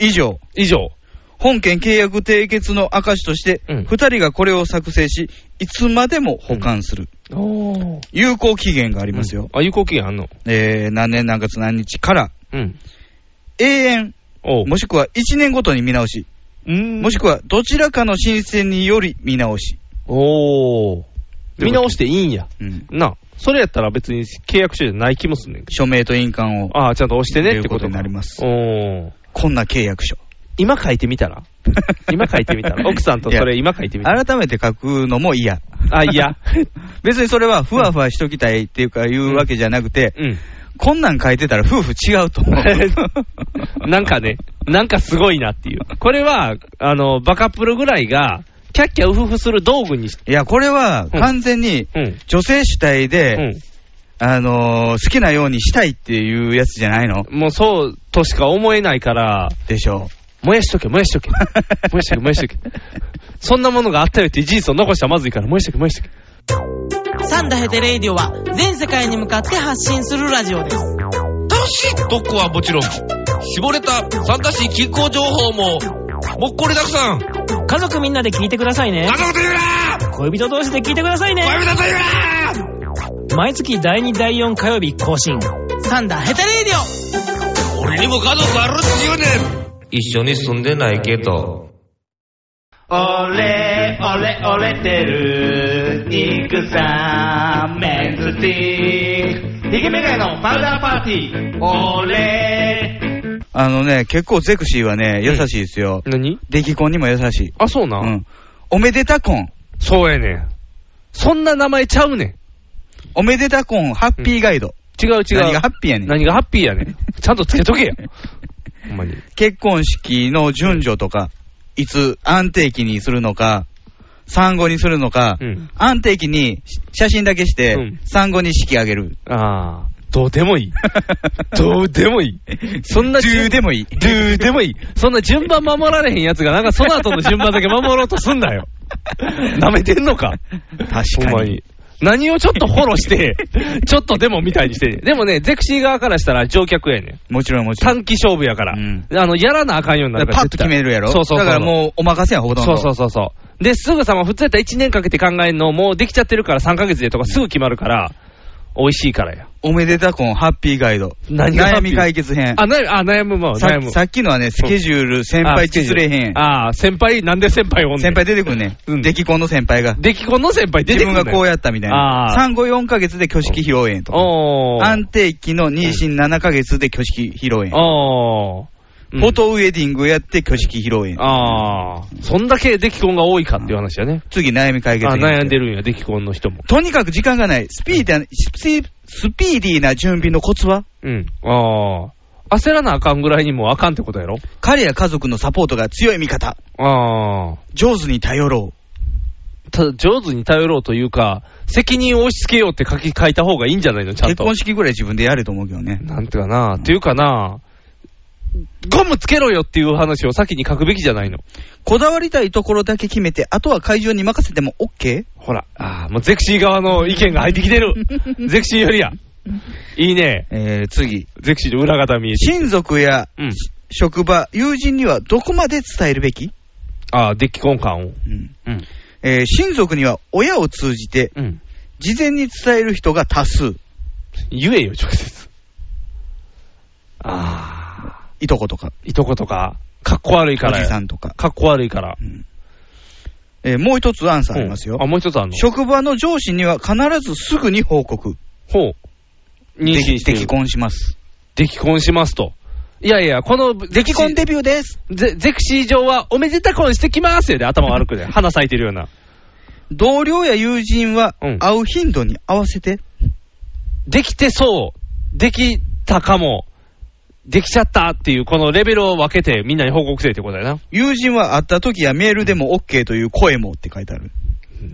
Speaker 2: 以上。
Speaker 3: 以上。
Speaker 2: 本件契約締結の証として、
Speaker 3: うん
Speaker 2: 2人がこれを作成し、いつまでも保管する。
Speaker 3: お
Speaker 2: 有効期限がありますよ。
Speaker 3: あ、有効期限あんの
Speaker 2: えー、何年何月何日から、
Speaker 3: うん。
Speaker 2: 永遠、
Speaker 3: おおう
Speaker 2: もしくは1年ごとに見直し、
Speaker 3: うん
Speaker 2: もしくはどちらかの申請により見直し。
Speaker 3: おお。見直していいんや。
Speaker 2: うん
Speaker 3: なあ、それやったら別に契約書じゃない気もすんねんけ
Speaker 2: 署名と印鑑を
Speaker 3: ど。ああ、ちゃんと押してねってこ
Speaker 2: ということ
Speaker 3: とか
Speaker 2: になります
Speaker 3: おー
Speaker 2: こんな契約書。
Speaker 3: 今書いてみ たら 今書いてみた ら。奥さんとそれ今書いてみたら。
Speaker 2: 改めて書くのも嫌。
Speaker 3: あ、いや。
Speaker 2: 別にそれはふわふわしときたいっていうか言うわけじゃなくて、
Speaker 3: うん。
Speaker 2: こんなん書いてたら夫婦違うと思 う。
Speaker 3: なんかね、なんかすごいなっていう。これは、あの、バカプルぐらいが、キャッキャウフフする道具にし、
Speaker 2: いや、これは完全に
Speaker 3: うん。
Speaker 2: 女性主体で、あのー好きなようにしたいっていうやつじゃないの
Speaker 3: うん。もうそうとしか思えないから、
Speaker 2: でしょ
Speaker 3: 燃やしとけ、燃やし とけ。燃やしとけ、燃やしとけ。そんなものがあったよっていう事実を残したらまずいから、燃やしとけ、燃やしとけ。
Speaker 1: サンダヘテレイディオは全世界に向かって発信するラジオです。楽しい特攻はもちろん、絞れた参加し気候情報も、もっこりたくさん。家族みんなで聞いてくださいね。家族と言うな恋人同士で聞いてくださいね。恋人と言うな毎月第2第4火曜日更新。サンダヘテレイディオ俺にも家族あるって言うね一緒に住んでないけど。
Speaker 9: 俺、俺、俺てる、肉さん、メンズティー。ヒゲメガネのパウダーパーティー。俺、
Speaker 2: う。あのね、結構ゼクシーはね、優しいですよ。
Speaker 3: 何
Speaker 2: 出来婚にも優しい。
Speaker 3: あ、そうな。
Speaker 2: うん。おめでた婚。
Speaker 3: そうやねん。そんな名前ちゃうねん。
Speaker 2: おめでた婚ハッピーガイド。
Speaker 3: 違う違う。
Speaker 2: 何がハッピーやねん
Speaker 3: 何がハッピーやねん。ちゃんとつけ とけよ。ほんまに。
Speaker 2: 結婚式の順序とか、いつ安定期にするのか、産後にするのか、
Speaker 3: うん
Speaker 2: 安定期に写真だけして、
Speaker 3: うん
Speaker 2: 産後に式あげる。
Speaker 3: ああ、どうでもい い。どうでもいい。そんな順
Speaker 2: 中でもいい。
Speaker 3: どうでもいい。そんな順番守られへんやつが、なんかその後の順番だけ守ろうとすんな よ。舐めてんのか。
Speaker 2: 確
Speaker 3: ほん
Speaker 2: か
Speaker 3: ま
Speaker 2: に。。
Speaker 3: 何をちょっとフォ ローして、ちょっとでもみたいにして。でもね、ゼクシー側からしたら乗客やねん。
Speaker 2: もちろんもちろん。
Speaker 3: 短期勝負やから。
Speaker 2: うん
Speaker 3: あの、やらなあかんようになるから。
Speaker 2: パッと
Speaker 3: 絶対
Speaker 2: 決めるやろ
Speaker 3: そうそうそう。
Speaker 2: だからもうお任せやんほとんど。
Speaker 3: そうそうそうそう。で、すぐさま、普通やったら1年かけて考えるの、もうできちゃってるから3ヶ月でとかすぐ決まるから、美味しいからや。
Speaker 2: おめでた婚ハッピーガイド。
Speaker 3: 何がハッ
Speaker 2: 悩
Speaker 3: ピー
Speaker 2: み解決編。
Speaker 3: あ、悩む、あ、悩むもん、
Speaker 2: さ
Speaker 3: 悩む。
Speaker 2: さっきのはね、スケジュール、先輩
Speaker 3: 失
Speaker 2: 失
Speaker 3: 礼
Speaker 2: 礼編。
Speaker 3: あー、先輩、なんで先輩おんねん。
Speaker 2: 先輩出てくるね
Speaker 3: うん。
Speaker 2: 出来婚の先輩が。
Speaker 3: 出来婚の先輩出
Speaker 2: 自
Speaker 3: てく
Speaker 2: 分
Speaker 3: る
Speaker 2: がこうやったみたいな。
Speaker 3: あー
Speaker 2: 産後4ヶ月で挙式披露宴とか。
Speaker 3: おー。
Speaker 2: 安定期の妊娠7ヶ月で挙式披露宴。
Speaker 3: おー。うん
Speaker 2: フォトウェディングやって挙式披露宴。
Speaker 3: あー。そんだけ出来婚が多いかっていう話やね。
Speaker 2: 次悩み解決
Speaker 3: あ
Speaker 2: 編。
Speaker 3: 悩んでるんや、出来婚の人も。
Speaker 2: とにかく時間がない。スピーディーな、スピスピーディーな準備のコツは
Speaker 3: うん。あー。焦らなあかんぐらいにもうあかんってことやろ
Speaker 2: 彼や家族のサポートが強い味方。
Speaker 3: あー。
Speaker 2: 上手に頼ろう。
Speaker 3: ただ上手に頼ろうというか、責任を押し付けようって書き書いた方がいいんじゃないの、ちゃん
Speaker 2: 結
Speaker 3: と。
Speaker 2: 婚式ぐらい自分でやれと思うけどね。
Speaker 3: なんていうかな、っていうかな、ゴムつけろよっていう話を先に書くべきじゃないの。
Speaker 2: こだわりたいところだけ決めて、あとは会場に任せても OK?
Speaker 3: ほら、ああ、もうゼクシー側の意見が入ってきて る。ゼクシーよりや。いいね。
Speaker 2: えー、次。
Speaker 3: ゼクシーの裏方見えて。
Speaker 2: 親族や
Speaker 3: うん。
Speaker 2: 職場、友人にはどこまで伝えるべき、
Speaker 3: ああ、デッキ根感
Speaker 2: う
Speaker 3: を。
Speaker 2: ん
Speaker 3: うん。
Speaker 2: えー親族には親を通じて、
Speaker 3: うん。
Speaker 2: 事前に伝える人が多数。
Speaker 3: 言えよ、直接。ああ、
Speaker 2: いとことか、
Speaker 3: いとことか、かっこ悪いか
Speaker 2: お
Speaker 3: ら
Speaker 2: じ
Speaker 3: や。
Speaker 2: さんとか。
Speaker 3: かっこ悪いから。
Speaker 2: うんえーもう一つアンサーありますよ
Speaker 3: うんあ、。もう一つあんの
Speaker 2: 職場の上司には必ずすぐに報告。
Speaker 3: ほう。妊
Speaker 2: で
Speaker 3: 娠してる
Speaker 2: 出来。婚します。
Speaker 3: 出来婚しますと。いやいや、この、出
Speaker 2: 出来婚デビューです。
Speaker 3: ゼゼクシー上は、おめでた婚してきますよで、頭悪くで、花咲いてるような。
Speaker 2: 同僚や友人は
Speaker 3: うん
Speaker 2: 会う頻度に合わせて、
Speaker 3: できてそう、できたかも、できちゃったっていう、このレベルを分けて、みんなに報告せえってことやな。
Speaker 2: 友人は会った時やメールでも OK という声もって書いてある。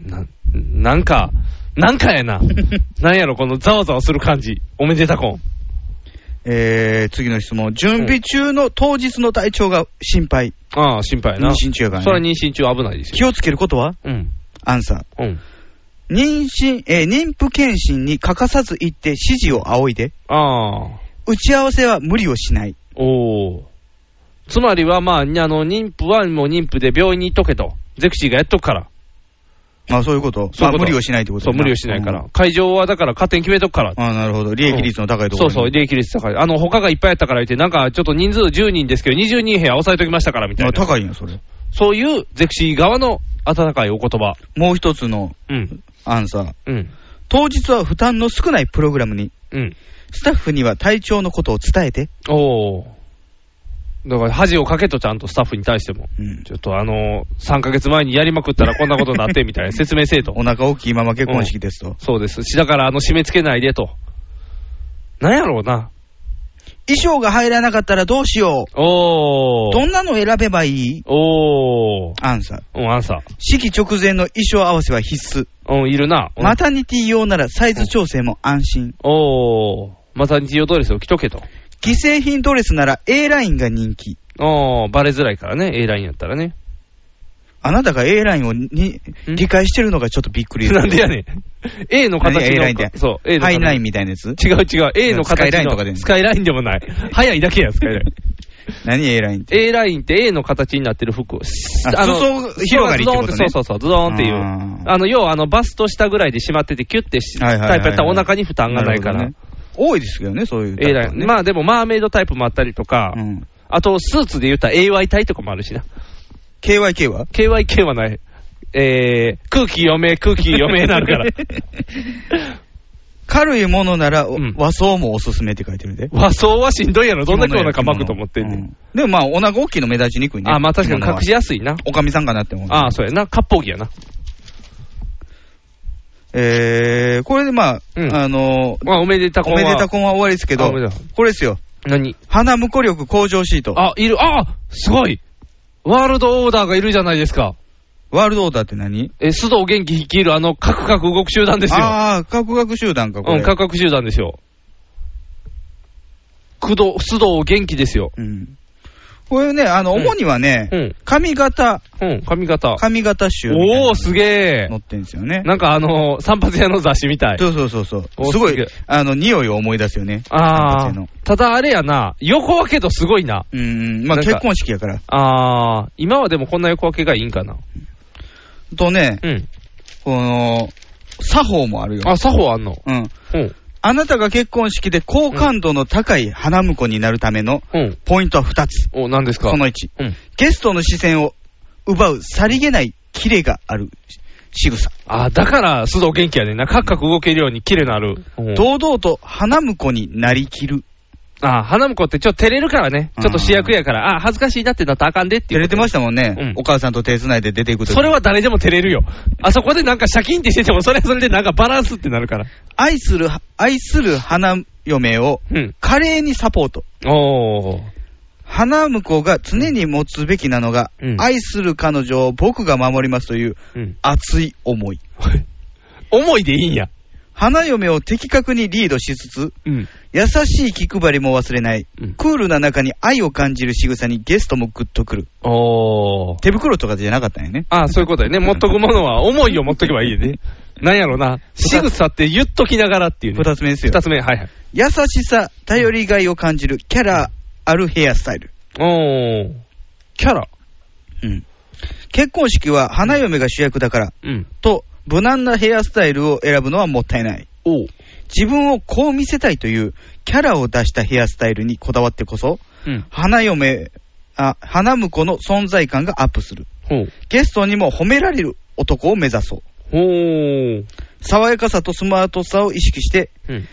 Speaker 3: ななんか、なんかやな。 なんやろ、このざわざわする感じ。おめでた婚。
Speaker 2: えー、次の質問。準備中の当日の体調が心配。
Speaker 3: ああ、心配やな。
Speaker 2: 妊娠中やからね
Speaker 3: それは妊娠中危ないです
Speaker 2: 気
Speaker 3: よ。
Speaker 2: をつけることは
Speaker 3: うん。
Speaker 2: アンサ
Speaker 3: う
Speaker 2: ー。
Speaker 3: ん。
Speaker 2: 妊娠、えー妊婦検診に欠かさず行って指示を仰いで。
Speaker 3: ああ。
Speaker 2: 打ち合わせは無理をしない。
Speaker 3: おお。つまりは、まあ、にあの、妊婦はもう妊婦で病院に行っとけと。ゼクシーがやっとくから。
Speaker 2: あ、そういうこと。
Speaker 3: そういうこと
Speaker 2: まあ無理をしないってこと
Speaker 3: そう、無理をしないか
Speaker 2: う
Speaker 3: ら
Speaker 2: ん。
Speaker 3: 会場はだから勝手に決めとくから。
Speaker 2: あなるほど。利益率の高いとこ
Speaker 3: そ
Speaker 2: ろ
Speaker 3: う
Speaker 2: に。
Speaker 3: そう、利益率高い。あの、他がいっぱいやったから言って、なんかちょっと人数10人ですけど、20人部屋抑えときましたからみたい
Speaker 2: あ
Speaker 3: な。
Speaker 2: 高いんや、それ。
Speaker 3: そういうゼクシー側の温かいお言葉。
Speaker 2: もう一つの
Speaker 3: うん。
Speaker 2: アンサー。
Speaker 3: うん。
Speaker 2: 当日は負担の少ないプログラムに、
Speaker 3: うん。
Speaker 2: スタッフには体調のことを伝えて。
Speaker 3: おー。だから恥をかけとちゃんとスタッフに対しても。
Speaker 2: うん
Speaker 3: ちょっとあの3ヶ月前にやりまくったらこんなことになってみた いな説明せえと
Speaker 2: お。腹大きいまま結婚式ですと。
Speaker 3: そうです。し、だからあの、締め付けないでと。なんやろうな。
Speaker 2: 衣装が入らなかったらどうしよう。
Speaker 3: おー。
Speaker 2: どんなの選べばいい
Speaker 3: おー。
Speaker 2: アンサー。
Speaker 3: うん、アンサー。
Speaker 2: 式直前の衣装合わせは必須。
Speaker 3: うん、いるな。うん
Speaker 2: マタニティ用ならサイズ調整も安心。
Speaker 3: おー。また日曜ドレスを着とけと。
Speaker 2: 既製品ドレスなら A ラインが人気。
Speaker 3: おー、バレづらいからね、A ラインやったらね。
Speaker 2: あなたが A ラインをに
Speaker 3: ん
Speaker 2: 理解してるのがちょっとびっくり。
Speaker 3: なんでやね ん。A の形の。
Speaker 2: 何 A ラインって
Speaker 3: そう、A の
Speaker 2: ハイライン
Speaker 3: ン。
Speaker 2: みたいなやつ
Speaker 3: 違う違う、A の
Speaker 2: ス
Speaker 3: 形の。
Speaker 2: カイラインとかでね
Speaker 3: スカイラインでもない。早いだけや、スカイライン。
Speaker 2: 何 A ラインって。
Speaker 3: A ラインって A の形になってる服。
Speaker 2: あ裾広がりってことね
Speaker 3: ズドンそうそうそう、ズドーンっていう。
Speaker 2: あー
Speaker 3: あの、要はあの、バスト下ぐらいで締まってて、キュッてし
Speaker 2: はいはいはいは
Speaker 3: タ
Speaker 2: い
Speaker 3: イプやったらお腹に負担がないか
Speaker 2: な
Speaker 3: ら。
Speaker 2: るほどね多いですけどね、そういうタイ
Speaker 3: A
Speaker 2: プは
Speaker 3: ラ
Speaker 2: ね、
Speaker 3: イン。まあでも、マーメイドタイプもあったりとか、
Speaker 2: うん
Speaker 3: あと、スーツで言ったら AY 体とかもあるしな。
Speaker 2: KYK は
Speaker 3: KYK はない。えー、空気読め、空気読めになるから。
Speaker 2: 軽いものなら、
Speaker 3: ん
Speaker 2: 和装もおすすめって書いてるで。
Speaker 3: 和装はしんどいやろ。どんだけお腹巻くと
Speaker 2: 着物
Speaker 3: 思
Speaker 2: や
Speaker 3: ってんねん。
Speaker 2: 着物うんでもまあ、お腹大きいの目立ちにくいね。
Speaker 3: あ、まあ確かに
Speaker 2: 着物は
Speaker 3: 隠しやすいな。
Speaker 2: おかみさんかなって思う。
Speaker 3: ああ、そうやな。割烹着やな。
Speaker 2: えー、これでまあ、
Speaker 3: うん
Speaker 2: あの
Speaker 3: まあ、おめでたこ
Speaker 2: お
Speaker 3: は
Speaker 2: めでたこんは終わりですけ
Speaker 3: あ
Speaker 2: ど
Speaker 3: おめでたこ、
Speaker 2: これですよ。
Speaker 3: 何
Speaker 2: 鼻無呼力向上シート。
Speaker 3: あ、いる。あすごいワールドオーダーがいるじゃないですか。
Speaker 2: ワールドオーダーって何
Speaker 3: え、須藤元気率いるあの、カクカク動く集団ですよ。
Speaker 2: ああ、各学集団か、こ
Speaker 3: う
Speaker 2: れ。
Speaker 3: ん、カクカク集団ですよ。工藤、須藤元気ですよ。
Speaker 2: うんこれね、あの、
Speaker 3: うん
Speaker 2: 主にはね、
Speaker 3: うん、
Speaker 2: 髪型、
Speaker 3: うん、髪型。
Speaker 2: 髪型集みたいな
Speaker 3: おー、
Speaker 2: の
Speaker 3: すげ
Speaker 2: 載
Speaker 3: ー。
Speaker 2: ってんですよね。
Speaker 3: なんかあのー、散髪屋の雑誌みたい。
Speaker 2: そうそうそうそう
Speaker 3: お。
Speaker 2: すご
Speaker 3: すげ
Speaker 2: い
Speaker 3: え、
Speaker 2: あの、匂いを思い出すよね。
Speaker 3: ああ
Speaker 2: 散髪の。
Speaker 3: ただあれやな、横分けとすごいな。
Speaker 2: うんうん、まあ
Speaker 3: なんか
Speaker 2: 結婚式やから。
Speaker 3: ああ、今はでもこんな横分けがいいんかな。
Speaker 2: とね、
Speaker 3: うん。
Speaker 2: この、作法もあるよ。
Speaker 3: あ、作法あんの。
Speaker 2: うん。
Speaker 3: うん。
Speaker 2: あなたが結婚式で好感度の高い花婿になるための
Speaker 3: うん。
Speaker 2: ポイントは2つ。
Speaker 3: お、何ですか
Speaker 2: その1。
Speaker 3: うん。
Speaker 2: ゲストの視線を奪うさりげないキレがある仕草。
Speaker 3: あーだから、須藤元気やねんな。カクカク動けるように綺麗なる。うん
Speaker 2: 堂々と花婿になりきる。
Speaker 3: あー花婿ってちょっと照れるからね。ちょっと主役やから、あー恥ずかしいなってなったらあかんでってい
Speaker 2: 照
Speaker 3: う。
Speaker 2: れてましたもんね。
Speaker 3: うん
Speaker 2: お母さんと手繋いで出ていくとき
Speaker 3: それは誰でも照れるよ。あそこでなんかシャキンってしてても、それはそれでなんかバランスってなるから。
Speaker 2: 愛する、愛する花嫁を
Speaker 3: うん。
Speaker 2: 華麗にサポート。
Speaker 3: おー。
Speaker 2: 花婿が常に持つべきなのが、
Speaker 3: うん
Speaker 2: 愛する彼女を僕が守りますという
Speaker 3: うん。
Speaker 2: 熱い思い。
Speaker 3: 思いでいいんや。
Speaker 2: 花嫁を的確にリードしつつ、
Speaker 3: うん。
Speaker 2: 優しい気配りも忘れない、
Speaker 3: うん
Speaker 2: クールな中に愛を感じる仕草にゲストもグッとくる。
Speaker 3: おー。
Speaker 2: 手袋とかじゃなかったんやね。
Speaker 3: ああ、そういうことだよね。持っとくものは、思いを持っとけばいいね。なんやろな。仕草って言っときながらっていうね。
Speaker 2: 二つ目ですよ
Speaker 3: 二。つ目、はいはい。
Speaker 2: 優しさ、頼りがいを感じるキャラあるヘアスタイル。
Speaker 3: おー。キャラ
Speaker 2: うん。結婚式は花嫁が主役だから、
Speaker 3: うん。
Speaker 2: と、無難なヘアスタイルを選ぶのはもったいない。
Speaker 3: おう。
Speaker 2: 自分をこう見せたいというキャラを出したヘアスタイルにこだわってこそ、
Speaker 3: うん。
Speaker 2: 花嫁、あ、花婿の存在感がアップする。
Speaker 3: ほう。
Speaker 2: ゲストにも褒められる男を目指そう。
Speaker 3: ほー。
Speaker 2: 爽やかさとスマートさを意識して、
Speaker 3: うん。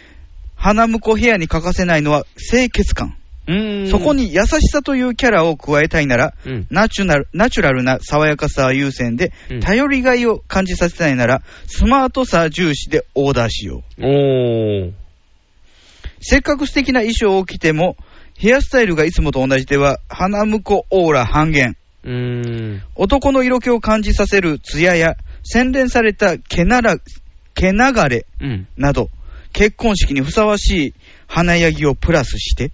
Speaker 2: 花婿ヘアに欠かせないのは清潔感。
Speaker 3: うーん。
Speaker 2: そこ。に優しさというキャラを加えたいなら、
Speaker 3: うん。
Speaker 2: ナチュラル、ナチュラルな爽やかさ優先で
Speaker 3: うん、
Speaker 2: 頼りがいを感じさせたいなら、スマートさ重視でオーダーしよう。
Speaker 3: おー。
Speaker 2: せっかく素敵な衣装を着ても、ヘアスタイルがいつもと同じでは、花婿オーラ半減。
Speaker 3: うーん。
Speaker 2: 男の色気を感じさせる艶や、洗練された毛なら、毛流れ
Speaker 3: うん。
Speaker 2: など、結婚式にふさわしい華やぎをプラスして、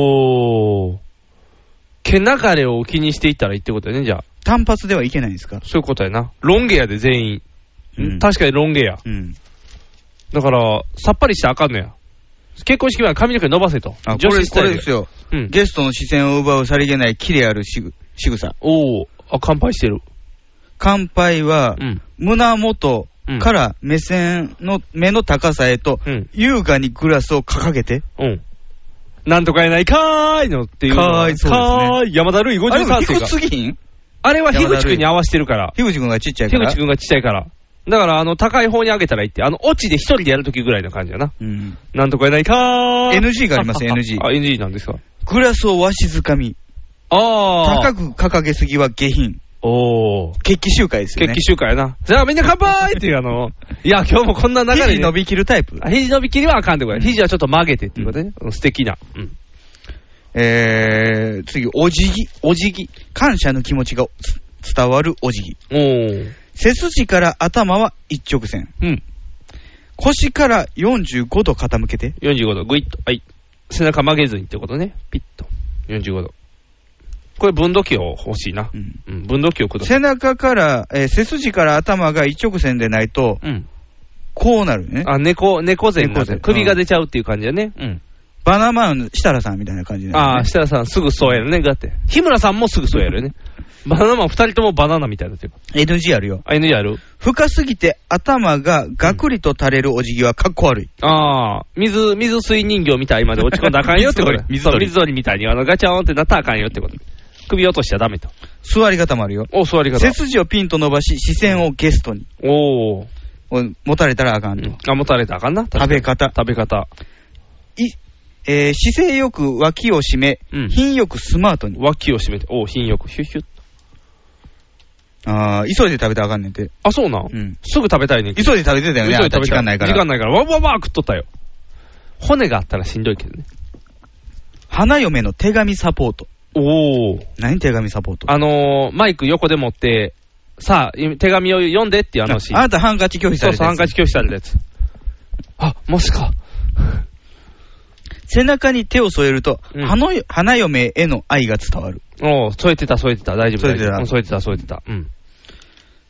Speaker 3: おー。毛流れを気にしていったらいいってことやね、じゃあ。
Speaker 2: 単発ではいけないんですか
Speaker 3: そういうことやな。ロン毛やで、全員。
Speaker 2: うん
Speaker 3: 確かにロン毛や。
Speaker 2: うん。
Speaker 3: だから、さっぱりしたらあかんのや。結婚式前は髪の毛伸ばせと。
Speaker 2: あ、こ
Speaker 3: 女
Speaker 2: れ、
Speaker 3: 子ス
Speaker 2: こ
Speaker 3: タイル
Speaker 2: れですよ。
Speaker 3: うん。
Speaker 2: ゲストの視線を奪うさりげないキレあるしぐ仕草。
Speaker 3: おお、あ、乾杯してる。
Speaker 2: 乾杯は
Speaker 3: う、ん。
Speaker 2: 胸元から目線の、目の高さへと、
Speaker 3: うん。
Speaker 2: 優雅にグラスを掲げて、
Speaker 3: うん。なんとかやないかーいのっていうの
Speaker 2: か
Speaker 3: は。
Speaker 2: ーいそうですね
Speaker 3: かーい、山田るい
Speaker 2: あれも
Speaker 3: 53世
Speaker 2: 低
Speaker 3: が。
Speaker 2: すぎひん
Speaker 3: あれは樋口くんに合わせてるから。
Speaker 2: 樋口くんがちっちゃいか
Speaker 3: 樋
Speaker 2: ら。
Speaker 3: 口くんがちっちゃいから。だから、あの、高い方に上げたらいいって。あの、オチで一人でやるときぐらいの感じやな。
Speaker 2: うん
Speaker 3: なんとかやないかーい。
Speaker 2: NG があります NG
Speaker 3: あ、NG なんですか。
Speaker 2: グラスをわしづかみ。
Speaker 3: あー。
Speaker 2: 高く掲げすぎは下品。
Speaker 3: おー。
Speaker 2: 決起集会ですよ
Speaker 3: 決
Speaker 2: ね。
Speaker 3: 起集会やな。じゃあみんな乾杯っていうあの、いや、今日もこんな流れで、
Speaker 2: 肘伸びきるタイプ。
Speaker 3: あ肘伸びきりはあかんってことや。肘はちょっと曲げてっていうことね。うん素敵な。うん。
Speaker 2: えー、次、お辞儀。お辞儀。感謝の気持ちがつ伝わるお辞儀。
Speaker 3: おー。
Speaker 2: 背筋から頭は一直線。
Speaker 3: うん。
Speaker 2: 腰から45度傾けて。
Speaker 3: 45度、ぐいっと。はい。背中曲げずにってことね。ピッと。45度。これ分度器を欲しいな
Speaker 2: う。ん
Speaker 3: うん。分度器をください。
Speaker 2: 背中から、えー背筋から頭が一直線でないと、
Speaker 3: うん。
Speaker 2: こうなるよね。
Speaker 3: あ、猫、猫背にな
Speaker 2: 猫背
Speaker 3: る。首が出ちゃうっていう感じだね。うん。
Speaker 2: バナマンの設楽さんみたいな感じ
Speaker 3: あ
Speaker 2: な
Speaker 3: あ、
Speaker 2: んです
Speaker 3: 設楽さんすぐそうやるね。だって。日村さんもすぐそうやるよ ね。バナナマン二人ともバナナみたいだっていうか。
Speaker 2: ね。NG あるよ。
Speaker 3: あ、NG ある
Speaker 2: 深すぎて頭がガクリと垂れるお辞儀はかっこ悪い。
Speaker 3: ああ、水、水水人形みたいまで落ち込んだらあかんよってこと
Speaker 2: 水鳥水
Speaker 3: そう
Speaker 2: 鳥
Speaker 3: 水鳥みたいにあのガチャーンってなったらあかんよってこと。首落としちゃダメと。
Speaker 2: 座り方もあるよ。
Speaker 3: お、座り方
Speaker 2: 背。筋をピンと伸ばし、視線をゲストに。
Speaker 3: おー。
Speaker 2: お持たれたらあかんと。
Speaker 3: あ、持たれたらあかんな。
Speaker 2: 食べ方。
Speaker 3: 食べ方。
Speaker 2: いえー姿勢よく脇を締め、
Speaker 3: うん
Speaker 2: 品よくスマートに。
Speaker 3: 脇を締めて、おー、品よく、ヒュッヒュッ。
Speaker 2: あー急いで食べたらあかんねんて。
Speaker 3: あ、そうな
Speaker 2: う
Speaker 3: ん。
Speaker 2: ん
Speaker 3: すぐ食べたいねん
Speaker 2: 急いで食べてたよね、
Speaker 3: 急い
Speaker 2: あんた時間ないから。
Speaker 3: 時間ないから、わわわー食っとったよ。骨があったらしんどいけどね。
Speaker 2: 花嫁の手紙サポート。
Speaker 3: おー。
Speaker 2: 何手紙サポート
Speaker 3: あのー、マイク横で持って、さあ、手紙を読んでっていうあのシーン
Speaker 2: あ。なたハンカチ拒否さ
Speaker 3: そ
Speaker 2: れ
Speaker 3: う
Speaker 2: て
Speaker 3: そう、ハンカチ拒否されたやつ。あ、もしか。
Speaker 2: 背中に手を添えると、
Speaker 3: うん
Speaker 2: 花よ花嫁への愛が伝わる。
Speaker 3: おう、添えてた、添えてた、大丈夫、
Speaker 2: 添え
Speaker 3: 大
Speaker 2: てた
Speaker 3: 丈夫。うん添えてた、添えてた。うん。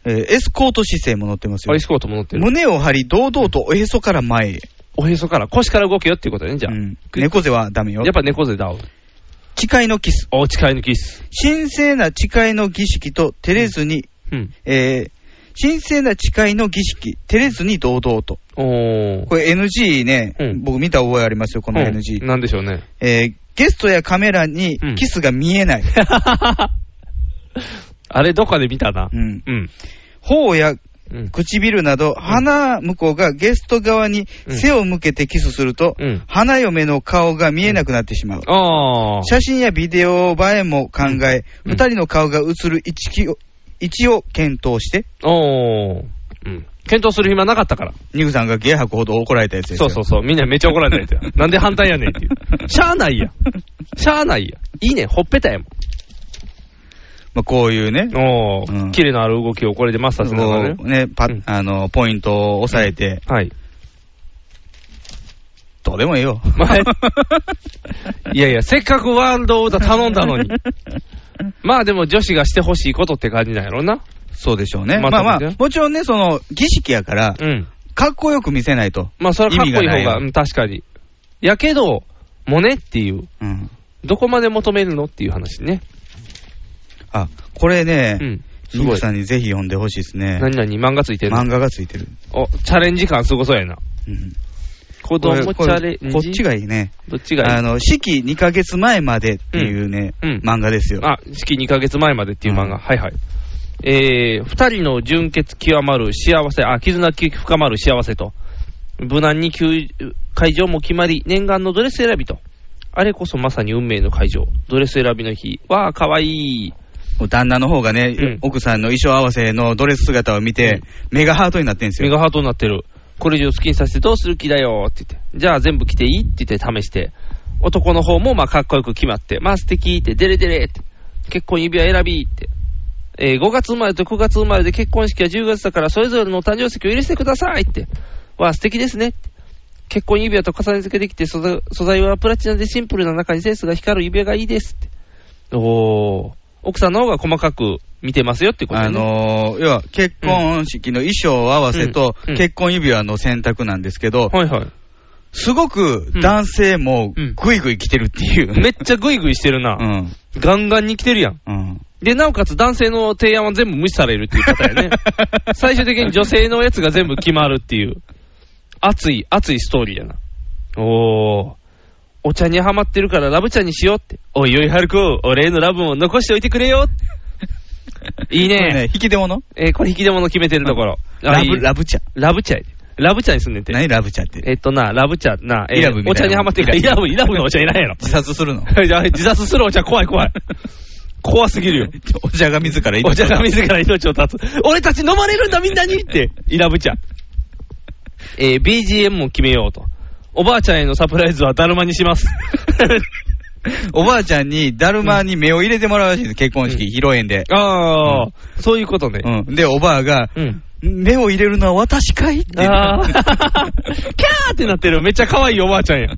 Speaker 2: えーエスコート姿勢も載ってます
Speaker 3: ア
Speaker 2: よ
Speaker 3: イ。スコートも乗ってる。
Speaker 2: 胸を張り、堂々とおへそから前へ。
Speaker 3: おへそから、腰から動けよっていうことね、じゃあ。
Speaker 2: うん猫背はダメよ
Speaker 3: やっ。ぱ猫背だわ。
Speaker 2: 誓いのキス。
Speaker 3: お、誓いのキス。
Speaker 2: 神聖な誓いの儀式と照れずに、
Speaker 3: うん。
Speaker 2: えー神聖な誓いの儀式、照れずに堂々と。
Speaker 3: おー。
Speaker 2: これ NG ね、
Speaker 3: うん
Speaker 2: 僕見た覚えありますよ、この
Speaker 3: うん
Speaker 2: NG。
Speaker 3: なんでしょ うね。
Speaker 2: えーゲストやカメラに
Speaker 3: うん
Speaker 2: キスが見えない。
Speaker 3: あれ、どっかで見たな
Speaker 2: う。 ん。
Speaker 3: うん。
Speaker 2: 頬や
Speaker 3: うん。
Speaker 2: 唇など、鼻向こうがゲスト側に背を向けてキスすると、
Speaker 3: うん。
Speaker 2: 花嫁の顔が見えなくなってしまう。
Speaker 3: あー。
Speaker 2: 写真やビデオ映えも考え、
Speaker 3: うん
Speaker 2: 二人の顔が映る位置を位置を検討して、
Speaker 3: おー。うん。検討する暇なかったから。
Speaker 2: ニグさんがゲ吐くほど怒られたやつです
Speaker 3: そ
Speaker 2: よ。
Speaker 3: うそうそう。みんなめっちゃ怒られたやつ や。なんで反対やねんっていう。しゃあないや。しゃあないや。いいね。ほっぺたやもん。
Speaker 2: まあ、こういうね、
Speaker 3: おー。
Speaker 2: うん
Speaker 3: 綺麗のある動きをこれでマスターしながらね
Speaker 2: こ。うね、パ
Speaker 3: うん
Speaker 2: あの、ポイントを押さえて、
Speaker 3: はい。
Speaker 2: どうでもいいよ。
Speaker 3: ま あいやいや、せっかくワールドオーダー頼んだ のに。まあでも女子がしてほしいことって感じなんやろな。
Speaker 2: そうでしょうね。ま
Speaker 3: ま
Speaker 2: あ
Speaker 3: あ
Speaker 2: まあ
Speaker 3: 多分ね、
Speaker 2: もちろんね、その、儀式やから
Speaker 3: う、ん。
Speaker 2: かっこよく見せないと。
Speaker 3: まあそれはかっこいい
Speaker 2: 意味がない
Speaker 3: 方
Speaker 2: よ
Speaker 3: が、うん、確かに。やけど、もねっていう。
Speaker 2: うん。
Speaker 3: どこまで求めるのっていう話ね。
Speaker 2: あ、これ
Speaker 3: う
Speaker 2: ね、
Speaker 3: ん。す
Speaker 2: ニ
Speaker 3: ご
Speaker 2: グ
Speaker 3: い。
Speaker 2: さんにぜひ読んでほしいですね。
Speaker 3: 何々漫画ついてるの
Speaker 2: 漫画がついてる。
Speaker 3: お、チャレンジ感すごそうやな。
Speaker 2: うん
Speaker 3: 子
Speaker 2: これ
Speaker 3: 供チ
Speaker 2: これ
Speaker 3: ャレンジ。
Speaker 2: こっちがいいね。
Speaker 3: どっちがい
Speaker 2: あ
Speaker 3: い
Speaker 2: の、式2ヶ月前までっていうね、
Speaker 3: うんうん
Speaker 2: 漫画ですよ。
Speaker 3: あ、式2ヶ月前までっていう漫画。
Speaker 2: うん
Speaker 3: はいはい。えー、二人の純潔極まる幸せ、あ、絆深まる幸せと。無難に休会場も決まり、念願のドレス選びと。あれこそまさに運命の会場。ドレス選びの日。わあ、かわいい。
Speaker 2: 旦那の方がね、
Speaker 3: うん
Speaker 2: 奥さんの衣装合わせのドレス姿を見て、目がハートになってんです
Speaker 3: メ
Speaker 2: よ。
Speaker 3: ガハートになってる。これ以上好きにさせてどうする気だよって言って。じゃあ全部着ていいって言って試して。男の方もまあかっこよく決まって。まあ素敵って、デレデレって。結婚指輪選びって。えー5月生まれと9月生まれで結婚式は10月だからそれぞれのお誕生石を入れてくださいって。わあ素敵ですねって。結婚指輪と重ね付けできて素材素材はプラチナでシンプルな中にセンスが光る指輪がいいですって。おー。奥さんの方が細かく見てますよってことね。
Speaker 2: あのー要は結婚式の衣装合わせと
Speaker 3: うんうん
Speaker 2: 結婚指輪の選択なんですけど、
Speaker 3: はいはい。
Speaker 2: すごく男性も
Speaker 3: うん
Speaker 2: グイグイ来てるっていう。
Speaker 3: めっちゃグイグイしてるな。
Speaker 2: うん。
Speaker 3: ガンガンに来てるやん。
Speaker 2: うん。
Speaker 3: で、なおかつ男性の提案は全部無視されるっていう方や ね。最終的に女性のやつが全部決まるっていう。熱い、熱いストーリーやな。おー。お茶にハマってるからラブ茶にしようって。おいおい、ハルコ、俺へのラブも残しておいてくれよ。いい
Speaker 2: これ
Speaker 3: ね。
Speaker 2: 引き出物
Speaker 3: えーこれ引き出物決めてるところ。あ
Speaker 2: ラ
Speaker 3: いい
Speaker 2: ブ、ラブ茶。
Speaker 3: ラブ茶やでラブ茶に住んでて。
Speaker 2: 何ラブ茶って。
Speaker 3: えっとな、ラブ茶、な、えー
Speaker 2: イラブみたいな。
Speaker 3: お茶にハマってる から、イラブ、イラブのお茶いらんやろ
Speaker 2: 自殺するの
Speaker 3: いや自殺するお茶怖い怖い。 怖すぎるよ。
Speaker 2: お茶が自ら
Speaker 3: お茶が自ら命を絶つ。俺たち飲まれるんだみんなにって、イラブ茶。 えー BGM も決めようと。おばあちゃんへのサプライズはだるまにし ます。
Speaker 2: おばあちゃんに、だるまに目を入れてもらうらしいんです、結婚式、披露宴で。
Speaker 3: ああ、そういうことね。
Speaker 2: うん。で、おばあが、
Speaker 3: うん。
Speaker 2: 目を入れるのは私かいって。
Speaker 3: ああ、 キャーってなってる。めっちゃ可愛いおばあちゃんや。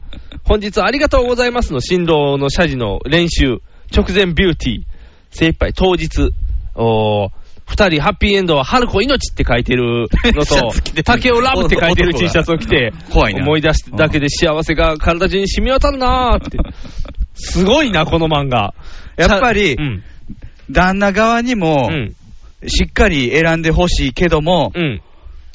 Speaker 3: 本日はありがとうございますの新郎の謝辞の練習、直前ビューティー、精一杯当日、おー二人ハッピーエンドは春子命って書いてる の
Speaker 2: シャツ着て
Speaker 3: と、
Speaker 2: る
Speaker 3: 竹をラブって書いてる
Speaker 2: 男が
Speaker 3: T シャツを着て、
Speaker 2: 怖いな
Speaker 3: 思い出しただけで幸せが体中に染み渡るなーって。すごいな、この漫画。
Speaker 2: やっぱり
Speaker 3: うん。
Speaker 2: 旦那側にも
Speaker 3: う、ん。
Speaker 2: しっかり選んでほしいけども、
Speaker 3: うん。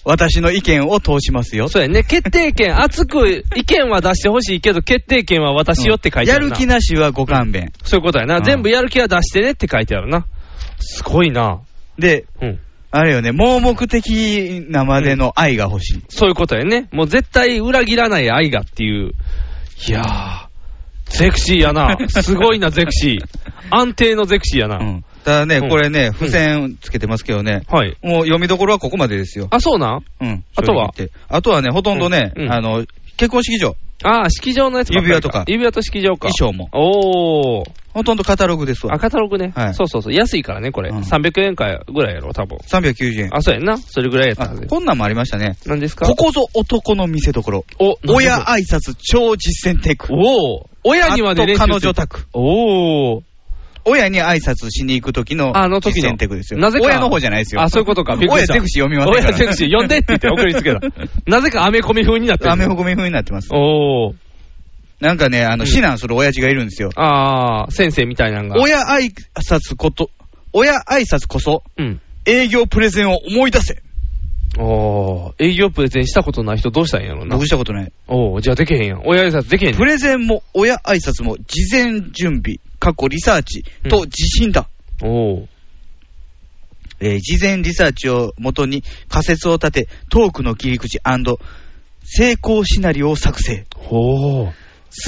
Speaker 2: 私の意見を通しますよ。
Speaker 3: そうやね。決定権、熱く意見は出してほしいけど、決定権は私よって書いてあ
Speaker 2: や
Speaker 3: るな。
Speaker 2: る気なしはご勘弁。
Speaker 3: そういうことやな。
Speaker 2: うん
Speaker 3: 全部やる気は出してねって書いてあるな。すごいな。
Speaker 2: で、
Speaker 3: うん。
Speaker 2: あれよね、盲目的なまでの愛が欲しい。
Speaker 3: そういうことやね。もう絶対裏切らない愛がっていう。いやー、ゼクシーやな。すご いな、ゼクシー。安定のゼクシーやな。
Speaker 2: うんただね、
Speaker 3: うん
Speaker 2: これね、付箋つけてますけどね、
Speaker 3: はい。
Speaker 2: もう読みどころはここまでですよ。
Speaker 3: あ、そうなん
Speaker 2: うん
Speaker 3: あと
Speaker 2: 正
Speaker 3: は
Speaker 2: 直言ってあとはね、ほとんどね、
Speaker 3: うんうん
Speaker 2: あの、結婚式場、
Speaker 3: あー、式場のやつばっり
Speaker 2: 指輪とか
Speaker 3: 指輪と式場か。
Speaker 2: 衣装も。
Speaker 3: おー。
Speaker 2: ほとんどカタログですわ
Speaker 3: あ、。カタログね、
Speaker 2: はい
Speaker 3: そうそうそう。安いからね、これ。
Speaker 2: うん
Speaker 3: 300円かぐらいやろ、多分。
Speaker 2: 390円。
Speaker 3: あ、そうやんな。それぐらいやった
Speaker 2: あ
Speaker 3: はず。
Speaker 2: こんなんもありましたね。
Speaker 3: 何ですか
Speaker 2: ここぞ男の見せ所。
Speaker 3: お、
Speaker 2: 親
Speaker 3: なんで
Speaker 2: 挨拶超実践テク。
Speaker 3: おー。親にまで
Speaker 2: あと
Speaker 3: 練習
Speaker 2: 彼女
Speaker 3: して
Speaker 2: 宅。
Speaker 3: おー。
Speaker 2: 親に挨拶しに行く時の
Speaker 3: あの時の
Speaker 2: 実践テクですよ。
Speaker 3: なぜか
Speaker 2: 親の方じゃないですよ。
Speaker 3: あ、そういうことか。びっくり
Speaker 2: 親
Speaker 3: した
Speaker 2: テクシー読みませんか
Speaker 3: 親
Speaker 2: ら
Speaker 3: セクシー呼んでって言って送り つけた。なぜかアメコミ風になってる
Speaker 2: アメフみ風になってます。
Speaker 3: おー。
Speaker 2: なんかね、あ
Speaker 3: う
Speaker 2: の、
Speaker 3: ん
Speaker 2: 指南する親父がいるんですよ。
Speaker 3: あー、先生みたいなのが。
Speaker 2: 親挨拶こと、親挨拶こそ、
Speaker 3: うん。
Speaker 2: 営業プレゼンを思い出せ。
Speaker 3: おー。営業プレゼンしたことない人どうしたんやろな
Speaker 2: 僕。したことない。
Speaker 3: おー、じゃあできへんやん。親挨拶できへんね
Speaker 2: プ
Speaker 3: ん。
Speaker 2: レゼンも親挨拶も事前準備、過去リサーチと自信だ。
Speaker 3: おー。
Speaker 2: えー事前リサーチをもとに仮説を立て、トークの切り口成功シナリオを作成。
Speaker 3: おー。
Speaker 2: 好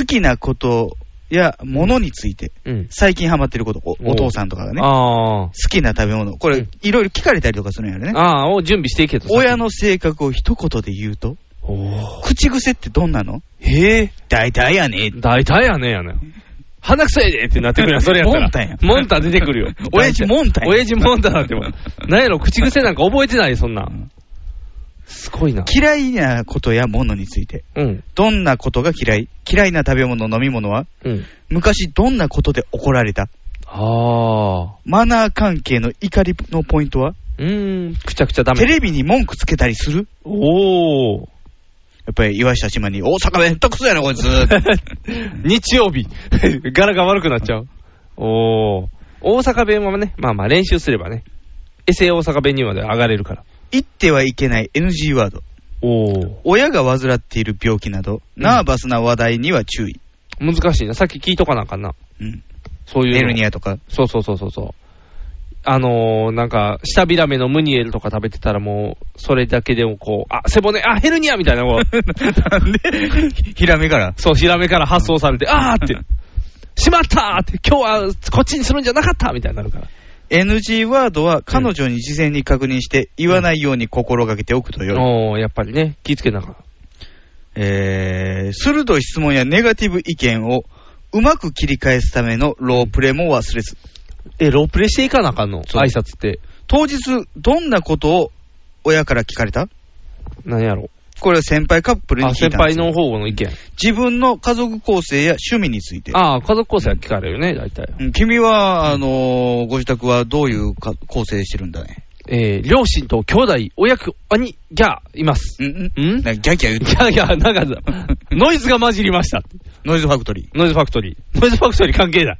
Speaker 2: きなことやものについて、
Speaker 3: うん。
Speaker 2: 最近ハマってること、
Speaker 3: お
Speaker 2: おお父さんとかがね、好
Speaker 3: あー。
Speaker 2: きな食べ物、こ
Speaker 3: う
Speaker 2: れ
Speaker 3: ん、
Speaker 2: いろいろ聞かれたりとかするんやろね。
Speaker 3: あー、を準備していけと。
Speaker 2: 親。の性格を一言で言うと、
Speaker 3: おー。
Speaker 2: 口癖ってどんなの
Speaker 3: へー。
Speaker 2: 大体やね
Speaker 3: 大体やねんやねん。鼻くさいでってなってくるやん、それやったら。
Speaker 2: モンタンや
Speaker 3: モンタン出てくる よ。
Speaker 2: 親父モンタンや
Speaker 3: 親父モンタンだっても う。なんやろ、口癖なんか覚えてない、そんなん。すごいな。
Speaker 2: 嫌いなことやものについて、
Speaker 3: うん。
Speaker 2: どんなことが嫌い嫌いな食べ物、飲み物は
Speaker 3: うん。
Speaker 2: 昔どんなことで怒られた
Speaker 3: あ
Speaker 2: マナー関係の怒りのポイントは
Speaker 3: ー。うーん。くちゃくちゃダメ。
Speaker 2: テレビに文句つけたりする
Speaker 3: お ー。
Speaker 2: やっぱり岩下島に、大阪めんどくそやな、こいつ。
Speaker 3: 日曜日。 柄が悪くなっちゃう。おー。大阪弁はね、まあまあ練習すればね。エセ大阪弁にまで上がれるから。
Speaker 2: 言ってはいけない NG ワード。
Speaker 3: おー。
Speaker 2: 親が患っている病気など、
Speaker 3: うん
Speaker 2: ナーバスな話題には注意。
Speaker 3: 難しいな。さっき聞いとかなあかんな。
Speaker 2: うん。
Speaker 3: そういうの。
Speaker 2: エルニアとか。
Speaker 3: そうそうそうそうそう。あのー、なんか、舌ビラメのムニエルとか食べてたらもう、それだけでもこう、あ、背骨、あ、ヘルニアみたいな、こ う、
Speaker 2: なんで ヒラメから。
Speaker 3: そう、ヒラメから発送されて、あーって、しまったーって、今日はこっちにするんじゃなかったみたいになるから。
Speaker 2: NG ワードは彼女に事前に確認して、言わないように心がけておくとよい。
Speaker 3: おー、やっぱりね、気ぃつけながら。
Speaker 2: えー、鋭い質問やネガティブ意見をうまく切り返すためのロープレも忘れず。
Speaker 3: え、ロープレしていかなあかんの
Speaker 2: そう
Speaker 3: 挨拶って。
Speaker 2: 当日、どんなことを親から聞かれた
Speaker 3: 何やろ
Speaker 2: これは先輩カップルに
Speaker 3: あ、
Speaker 2: 聞い
Speaker 3: 先
Speaker 2: たんで
Speaker 3: 輩
Speaker 2: す
Speaker 3: の方の意見。
Speaker 2: 自分の家族構成や趣味について。
Speaker 3: あー、家族構成は聞かれるね、大体。
Speaker 2: うん君は、あのーご自宅はどういうか構成してるんだね。
Speaker 3: えー、両親と兄弟、親子、兄、ギャー、います。
Speaker 2: うんうん
Speaker 3: ん
Speaker 2: なんかギャーギャー言っ て、
Speaker 3: ギャーギャー、なんか、 ノイズが混じりました。
Speaker 2: ノイズファクトリー。
Speaker 3: ノイズファクトリー。ノイズファクトリー関係ない。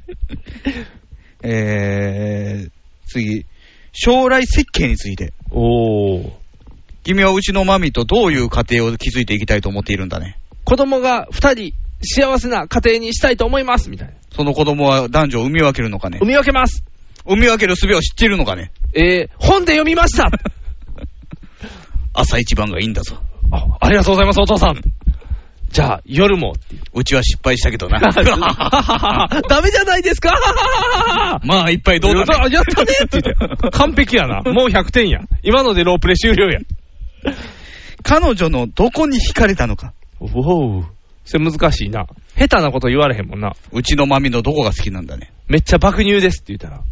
Speaker 2: えー、次、将来設計について。
Speaker 3: おー。
Speaker 2: 君はうちのマミとどういう家庭を築いていきたいと思っているんだね。
Speaker 3: 子供が二人、幸せな家庭にしたいと思います、みたいな。
Speaker 2: その子供は男女を産み分けるのかね
Speaker 3: 産。み分けます。
Speaker 2: 産み分ける術を知っているのかね。
Speaker 3: えー、本で読みました
Speaker 2: 朝一番がいいんだぞ。
Speaker 3: あありがとうございます、お父さん。じゃあ、夜 も。
Speaker 2: うちは失敗したけ どな。
Speaker 3: ダメじゃないですか
Speaker 2: まあ、いっぱいどうだね
Speaker 3: やったねっ て言って。完璧やな。もう100点や。今のでロープレ終了や。
Speaker 2: 彼女のどこに惹かれたのか。
Speaker 3: おお。それ難しいな。下手なこと言われへんもんな。
Speaker 2: うちのマミのどこが好きなんだね。
Speaker 3: めっちゃ爆乳ですって言ったら。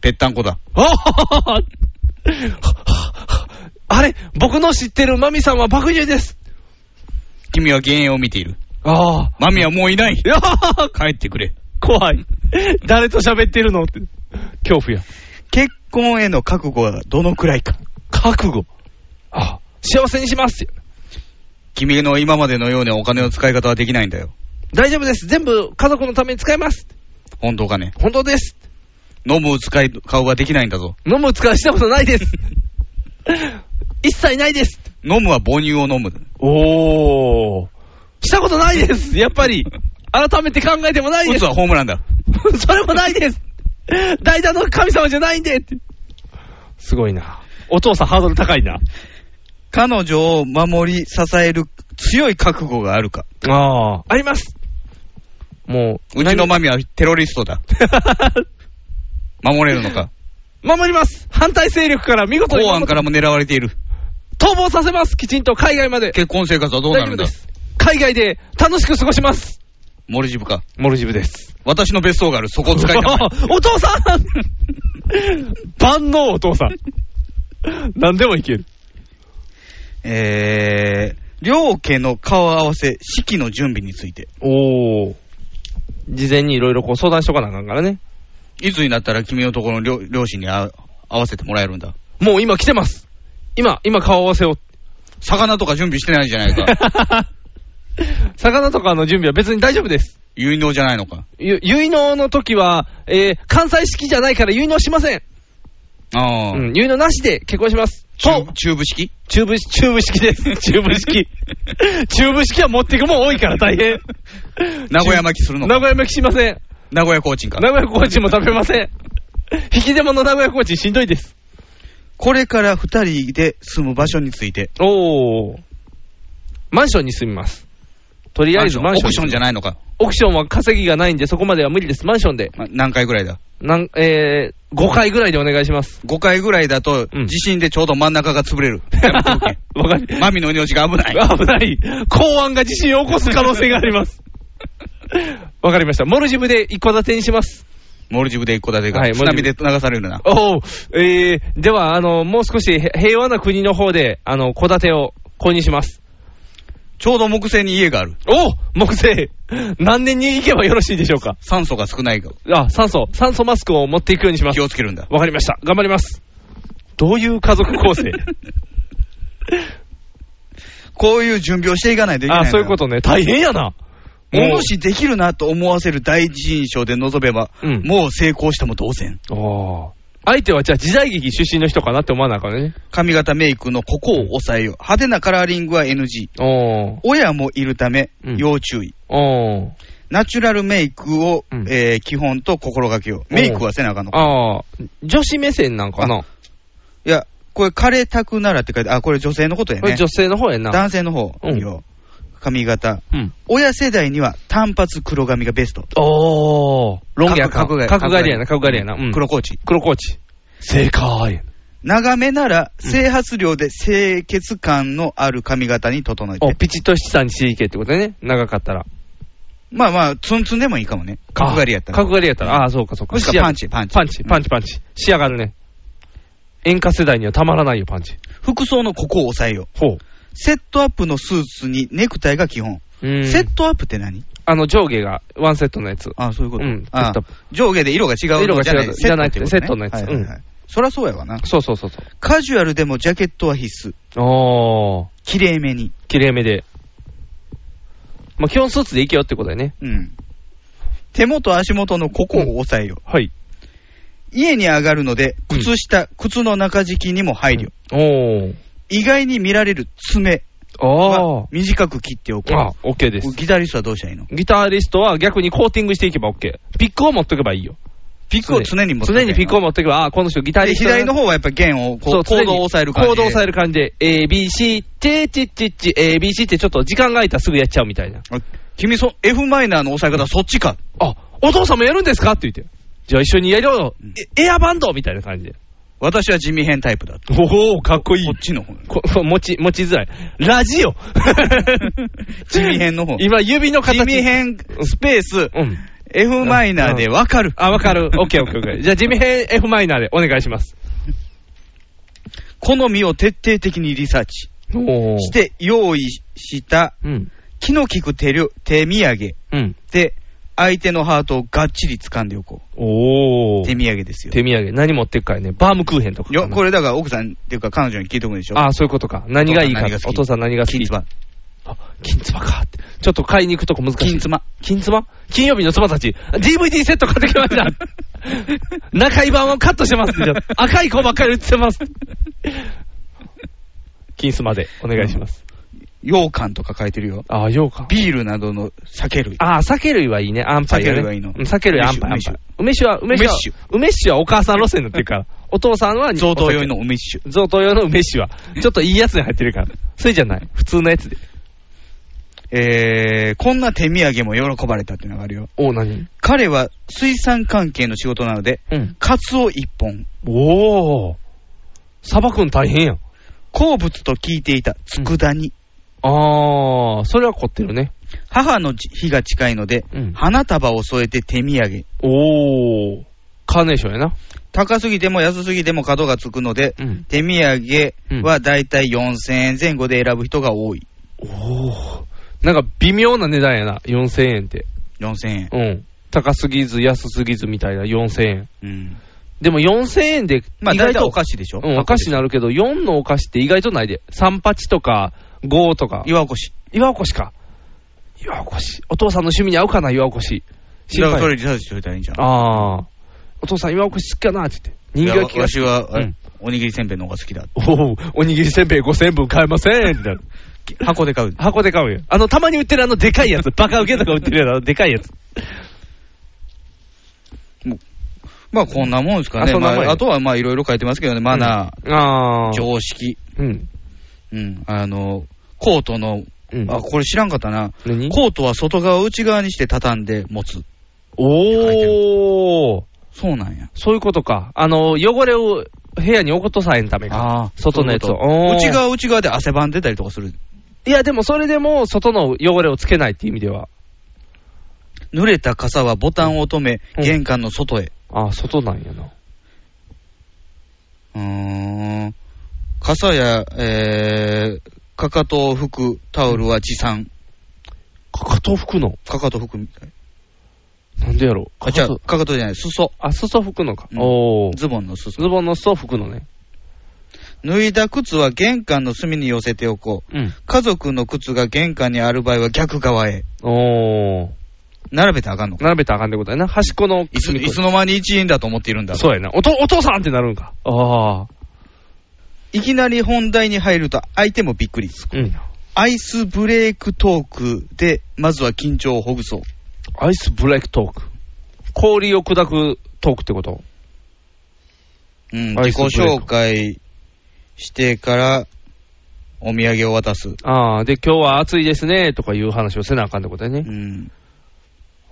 Speaker 2: ぺったんこだ。
Speaker 3: ああれ僕の知ってるマミさんは爆乳です。
Speaker 2: 君は幻影を見ている。
Speaker 3: ああ。
Speaker 2: マミはもういない
Speaker 3: い。やー
Speaker 2: 帰ってくれ。
Speaker 3: 怖い。誰と喋ってるのって。恐怖や。
Speaker 2: 結婚への覚悟はどのくらいか。
Speaker 3: 覚悟。あ幸せにしますよ。
Speaker 2: 君の今までのようなお金の使い方はできないんだよ。
Speaker 3: 大丈夫です。全部家族のために使います。
Speaker 2: 本当かね。
Speaker 3: 本当です。
Speaker 2: 飲む使い顔はできないんだぞ。
Speaker 3: 飲む使わしたことないです。 一切ないです。
Speaker 2: 飲むは母乳を飲む。
Speaker 3: おー。したことないです。やっぱり。改めて考えてもない
Speaker 2: 打
Speaker 3: で
Speaker 2: つ
Speaker 3: す。
Speaker 2: はホームランだ。
Speaker 3: それもないです。代打の神様じゃないんでって。すごいな。お父さんハードル高いな。
Speaker 2: 彼女を守り、支える強い覚悟があるか。
Speaker 3: ああ。あります。もう。
Speaker 2: うちのマミはテロリストだ。守れるのか。
Speaker 3: 守ります。反対勢力から見事に
Speaker 2: 公安からも狙われている。
Speaker 3: 逃亡させます。きちんと海外まで。
Speaker 2: 結婚生活はどうなるんだ
Speaker 3: す。海外で楽しく過ごします。
Speaker 2: モルジブか。
Speaker 3: モルジブです。
Speaker 2: 私の別荘がある。そこを使いたま え
Speaker 3: お父さん万能お父さん。何でもいける。
Speaker 2: えー、両家の顔合わせ、式の準備について。
Speaker 3: おお。事前にいろいろこう相談しとかなあかんからね。
Speaker 2: いつになったら君のところの両両親に会会わせてもらえるんだ。
Speaker 3: もう今来てます。今、今顔合わせを。
Speaker 2: 魚とか準備してないじゃない か。
Speaker 3: 魚とかの準備は別に大丈夫です。
Speaker 2: 有能じゃないのか。
Speaker 3: ゆ、結納の時は、えー、関西式じゃないから結納しません。
Speaker 2: ああ、
Speaker 3: うん、結納なしで結婚します。
Speaker 2: 中中部式
Speaker 3: チューブ、チューブ式 です。チューブ式。チューブ式は持っていくもん多いから大変。
Speaker 2: 名古屋巻きするの
Speaker 3: 名
Speaker 2: か
Speaker 3: 古屋巻きしません。
Speaker 2: 名古屋コーチンか。
Speaker 3: 名古屋コーチンも食べません。 引き出物の名古屋コーチンしんどいです。
Speaker 2: これから二人で住む場所について。
Speaker 3: おー。マンションに住みます。とりあえずマンション。
Speaker 2: オプションじゃ
Speaker 3: ない。
Speaker 2: ないのか。
Speaker 3: オクションは稼ぎがないんでそこまでは無理です。マンションで。
Speaker 2: ま何回ぐらいだ
Speaker 3: なん、えー、5回ぐらいでお願いし ます。
Speaker 2: ?5 回ぐらいだと、
Speaker 3: うん
Speaker 2: 地震でちょうど真ん中が潰 れる。
Speaker 3: わかり。
Speaker 2: マミの命が危ない。
Speaker 3: 危ない。公安が地震を起こす可能性があり ます。わかりました。モルジブで一戸建てにします。
Speaker 2: モルジブで一戸建てが、
Speaker 3: はい
Speaker 2: 津波で流されるな。
Speaker 3: おう、えー、では、あの、もう少しへ平和な国の方で、あの、戸建てを購入します。
Speaker 2: ちょうど木星に家がある。
Speaker 3: おう木星何年に行けばよろしいでしょうか
Speaker 2: 酸素が少ないが
Speaker 3: あ、酸素、酸素マスクを持っていくようにします
Speaker 2: 気。をつけるんだ。
Speaker 3: わかりました。頑張ります。どういう家族構成
Speaker 2: こういう準備をしていかないといけないん
Speaker 3: あ、
Speaker 2: だよ。
Speaker 3: そういうことね。大変やな。
Speaker 2: もしできるなと思わせる第一印象で臨めば、
Speaker 3: うん
Speaker 2: もう成功しても同然。
Speaker 3: お相手はじゃあ時代劇出身の人かなって思わなあかんね。
Speaker 2: 髪型メイクのここを抑えよう。派手なカラーリングは NG。
Speaker 3: おー。
Speaker 2: 親もいるため
Speaker 3: うん、
Speaker 2: 要注意。
Speaker 3: おー。
Speaker 2: ナチュラルメイクを、
Speaker 3: うん
Speaker 2: えー基本と心がけよう。
Speaker 3: おう
Speaker 2: メイクは背中の。
Speaker 3: あー。女子目線なんかな。
Speaker 2: いや、これ、枯れたくならって書いて、あ、これ女性のことや
Speaker 3: これ
Speaker 2: ね。
Speaker 3: 女性の方やな。
Speaker 2: 男性の方
Speaker 3: うん
Speaker 2: 見よう。髪型。
Speaker 3: うん。
Speaker 2: 親世代には単発黒髪がベスト。
Speaker 3: おー。ロン毛やか。
Speaker 2: 角刈り
Speaker 3: 角刈りやな、角刈りやな。うん。
Speaker 2: 黒コーチ。
Speaker 3: 黒コーチ。正解。
Speaker 2: 長めなら、整髪量で清潔感のある髪型に整え
Speaker 3: お、
Speaker 2: て。
Speaker 3: ピチッとしたにしていけってことね。長かったら。
Speaker 2: まあまあ、ツンツンでもいいかもね。角刈りやったら
Speaker 3: 角。刈りやったら。ああー、そうかそうか。
Speaker 2: もしくはパンチ、パンチ。
Speaker 3: パンチ、パンチ、パンチ。仕上がるね。演歌世代にはたまらないよ、パンチ。
Speaker 2: 服装のここを抑えよう。
Speaker 3: ほ
Speaker 2: セットアップのスーツにネクタイが基本。
Speaker 3: う。うん。
Speaker 2: セットアップって何
Speaker 3: あの、上下がワンセットのやつ。
Speaker 2: あそういうこと。
Speaker 3: うんセ
Speaker 2: あ
Speaker 3: ットアッ
Speaker 2: 上下で色が違うのじゃない
Speaker 3: 色が違うじゃなくて
Speaker 2: セットってこと
Speaker 3: セットのやつ
Speaker 2: ねはいはいはいそりゃそうやわな。
Speaker 3: そうそうそうそ
Speaker 2: カジュアルでもジャケットは必須。
Speaker 3: う。おー。
Speaker 2: きれいめに。
Speaker 3: 綺麗めで。まあ、基本スーツでいけよってことだよね。
Speaker 2: うん。手元足元のここを押さえよう。
Speaker 3: はい。
Speaker 2: 家に上がるので、靴下、靴の中敷きにも配慮。
Speaker 3: おー。
Speaker 2: 意外に見られる爪
Speaker 3: あ
Speaker 2: は短く切っておく。
Speaker 3: あ。あ、OK です。
Speaker 2: ギタリストはどうしたらいいの
Speaker 3: ギタリストは逆にコーティングしていけば OK。ピックを持っとけばいいよ。
Speaker 2: ピックを常に持って
Speaker 3: 常にピックを持ってけば、ああー、この人ギタ
Speaker 2: で
Speaker 3: リストだな。
Speaker 2: 左の方はやっぱり弦をこう、コードを押さえる感じ
Speaker 3: コードを押さえ
Speaker 2: る。
Speaker 3: る感じで、A、B、C、T、T、T、T、A、B、C ってちょっと時間が空いたらすぐやっちゃうみたいな。
Speaker 2: あ君そ、F マイナーの押さえ方そっちか。
Speaker 3: あ、お父さんもやるんですかって言って。じゃあ一緒にやりよう。えエアバンドみたいな感じで。
Speaker 2: 私は地味編タイプだ。こ
Speaker 3: おお、かっこいい
Speaker 2: っちの方。
Speaker 3: ここ持ち、持ちづらい。ラジオ
Speaker 2: 地味編の方
Speaker 3: 今、指の形。
Speaker 2: 地味編スペース、
Speaker 3: うん。
Speaker 2: F マイナーでわかる。
Speaker 3: あ、わかる。オッケーオッケーオッケー。じゃあ、地味編 F マイナーでお願いします。
Speaker 2: 好みを徹底的にリサーチ
Speaker 3: お
Speaker 2: し
Speaker 3: して、
Speaker 2: て用意した
Speaker 3: うん。
Speaker 2: 気の利く手料手土産
Speaker 3: うん。
Speaker 2: で相手のハートをがっちり掴んでおこ
Speaker 3: お
Speaker 2: う。手
Speaker 3: 手
Speaker 2: 土産ですよ。
Speaker 3: 土産。何持ってくかやね。バームクーヘンとかかな。
Speaker 2: よこれだから奥さんっていうか彼女に聞いておくんでしょ
Speaker 3: ああ、そういうことか。何がいいか。お
Speaker 2: お
Speaker 3: 父
Speaker 2: 父
Speaker 3: さ
Speaker 2: さ
Speaker 3: ん何が好き
Speaker 2: 金つば。
Speaker 3: あ、金つばかって。ちょっと買いに行くとこ難しい。
Speaker 2: 金つま。
Speaker 3: 金つば金曜日のつばたち、DVD セット買ってきました。中居版をカットしてます。じゃあ赤い子ばっかり映ってます。金スマでお願いします。
Speaker 2: 羊羹とか書いてるよ。
Speaker 3: ああ、ようか。
Speaker 2: ビールなどの酒類。
Speaker 3: ああ、酒類はいいね。アンパイ、ね。
Speaker 2: 酒類はいいの
Speaker 3: うん酒類、アンパイ、アン
Speaker 2: 梅酒
Speaker 3: パイ。梅酒は、梅酒は
Speaker 2: 梅酒、
Speaker 3: 梅酒はお母さん路線になってるから。お父さんは、
Speaker 2: 贈答用の。お飯酒。
Speaker 3: 贈答用の梅酒は、ちょっといいやつに入ってるから。それじゃない。普通のやつで。
Speaker 2: えー、こんな手土産も喜ばれたっていうのがあるよ。
Speaker 3: おなに
Speaker 2: 彼は水産関係の仕事なので、
Speaker 3: うん。
Speaker 2: カツオ一本、
Speaker 3: おー。さばくん大変やん。
Speaker 2: 好物と聞いていた佃煮、
Speaker 3: あー、それは凝ってるね。
Speaker 2: 母の日が近いので、
Speaker 3: うん
Speaker 2: 花束を添えて手土産、
Speaker 3: おー。カーネーションやな。
Speaker 2: 高すぎても安すぎても角がつくので、
Speaker 3: うん。
Speaker 2: 手土産はだいたい4000円前後で選ぶ人が多い。
Speaker 3: おー。なんか微妙な値段やな。4000円って。
Speaker 2: 4000円。
Speaker 3: うん。高すぎず安すぎずみたいな4000円。
Speaker 2: うん。
Speaker 3: でも4000円で、
Speaker 2: まあ、
Speaker 3: 意
Speaker 2: だ
Speaker 3: 外
Speaker 2: いたい
Speaker 3: と
Speaker 2: お菓子でしょ
Speaker 3: うん、お菓子になるけど、4のお菓子って意外とないで。3八とか、5とか。
Speaker 2: 岩おこし。
Speaker 3: 岩おこしか。岩おこし。お父さんの趣味に合うかな、岩おこし。
Speaker 2: だからそれリサーチしておいたらいいんじゃん。
Speaker 3: ああ。お父さん、岩おこし好きかなって言
Speaker 2: い
Speaker 3: って。
Speaker 2: や
Speaker 3: 人形
Speaker 2: わ
Speaker 3: 焼き
Speaker 2: し
Speaker 3: が。
Speaker 2: は、あれ
Speaker 3: うん
Speaker 2: おにぎりせんべいの方が好きだ。
Speaker 3: おお、おにぎりせんべい5000分買えませんってなる。
Speaker 2: 箱で買う。
Speaker 3: 箱で買うよ。あの、たまに売ってるあの、でかいやつ。バカウケとか売ってるやつ、あのでかいやつ。
Speaker 2: まあこんなもんですか
Speaker 3: あ
Speaker 2: ね。
Speaker 3: そんな
Speaker 2: ま
Speaker 3: もんや
Speaker 2: あ、あとはまあいろいろ書いてますけどね。マナ
Speaker 3: ああ
Speaker 2: ー、。常識、
Speaker 3: うん。
Speaker 2: うん、あの、コートの、
Speaker 3: うん。
Speaker 2: あ、これ知らんかったな。
Speaker 3: 何
Speaker 2: コートは外側を内側にして畳んで持つ。
Speaker 3: おー。
Speaker 2: そうなんや。
Speaker 3: そういうことか。あの、汚れを部屋に落っことさへんためか。
Speaker 2: あー
Speaker 3: 外のやつを。
Speaker 2: そういうこと
Speaker 3: おー
Speaker 2: 内側内側で汗ばんでたりとかする。
Speaker 3: いや、でもそれでも、外の汚れをつけないっていう意味では。
Speaker 2: 濡れた傘はボタンを止め、
Speaker 3: うん
Speaker 2: 玄関の外へ。
Speaker 3: ああ、外なんやな。
Speaker 2: うーん。傘や、えー、かかとを拭くタオルは持参。
Speaker 3: かかと拭くの
Speaker 2: かかと拭くみたい。
Speaker 3: なんでやろう
Speaker 2: あ、じゃあ、かかとじゃない、裾。
Speaker 3: あ、裾拭くのか。
Speaker 2: うん
Speaker 3: おー。ズ
Speaker 2: ズボンの裾。
Speaker 3: ボンの裾拭くのね。
Speaker 2: 脱いだ靴は玄関の隅に寄せておこう。
Speaker 3: うん。
Speaker 2: 家族の靴が玄関にある場合は逆側へ。
Speaker 3: おー。
Speaker 2: 並べてあかんのか。
Speaker 3: 並べたらあかんってことやな。端っこの
Speaker 2: いつ
Speaker 3: 隅っこ
Speaker 2: いつの間に一員だと思っているんだ。
Speaker 3: そうやな。おと、お父さんってなるんか。ああ。
Speaker 2: いきなり本題に入ると相手もびっくり。
Speaker 3: うん。
Speaker 2: アイスブレイクトークで、まずは緊張をほぐそう。
Speaker 3: アイスブレイクトーク。氷を砕くトークってこと
Speaker 2: うん、
Speaker 3: アイ
Speaker 2: 自
Speaker 3: ス
Speaker 2: 己
Speaker 3: ブレイク
Speaker 2: 紹介してから、お土産を渡す。
Speaker 3: ああ、で、今日は暑いですね、とかいう話をせなあかんってことや
Speaker 2: う
Speaker 3: ね。
Speaker 2: ん。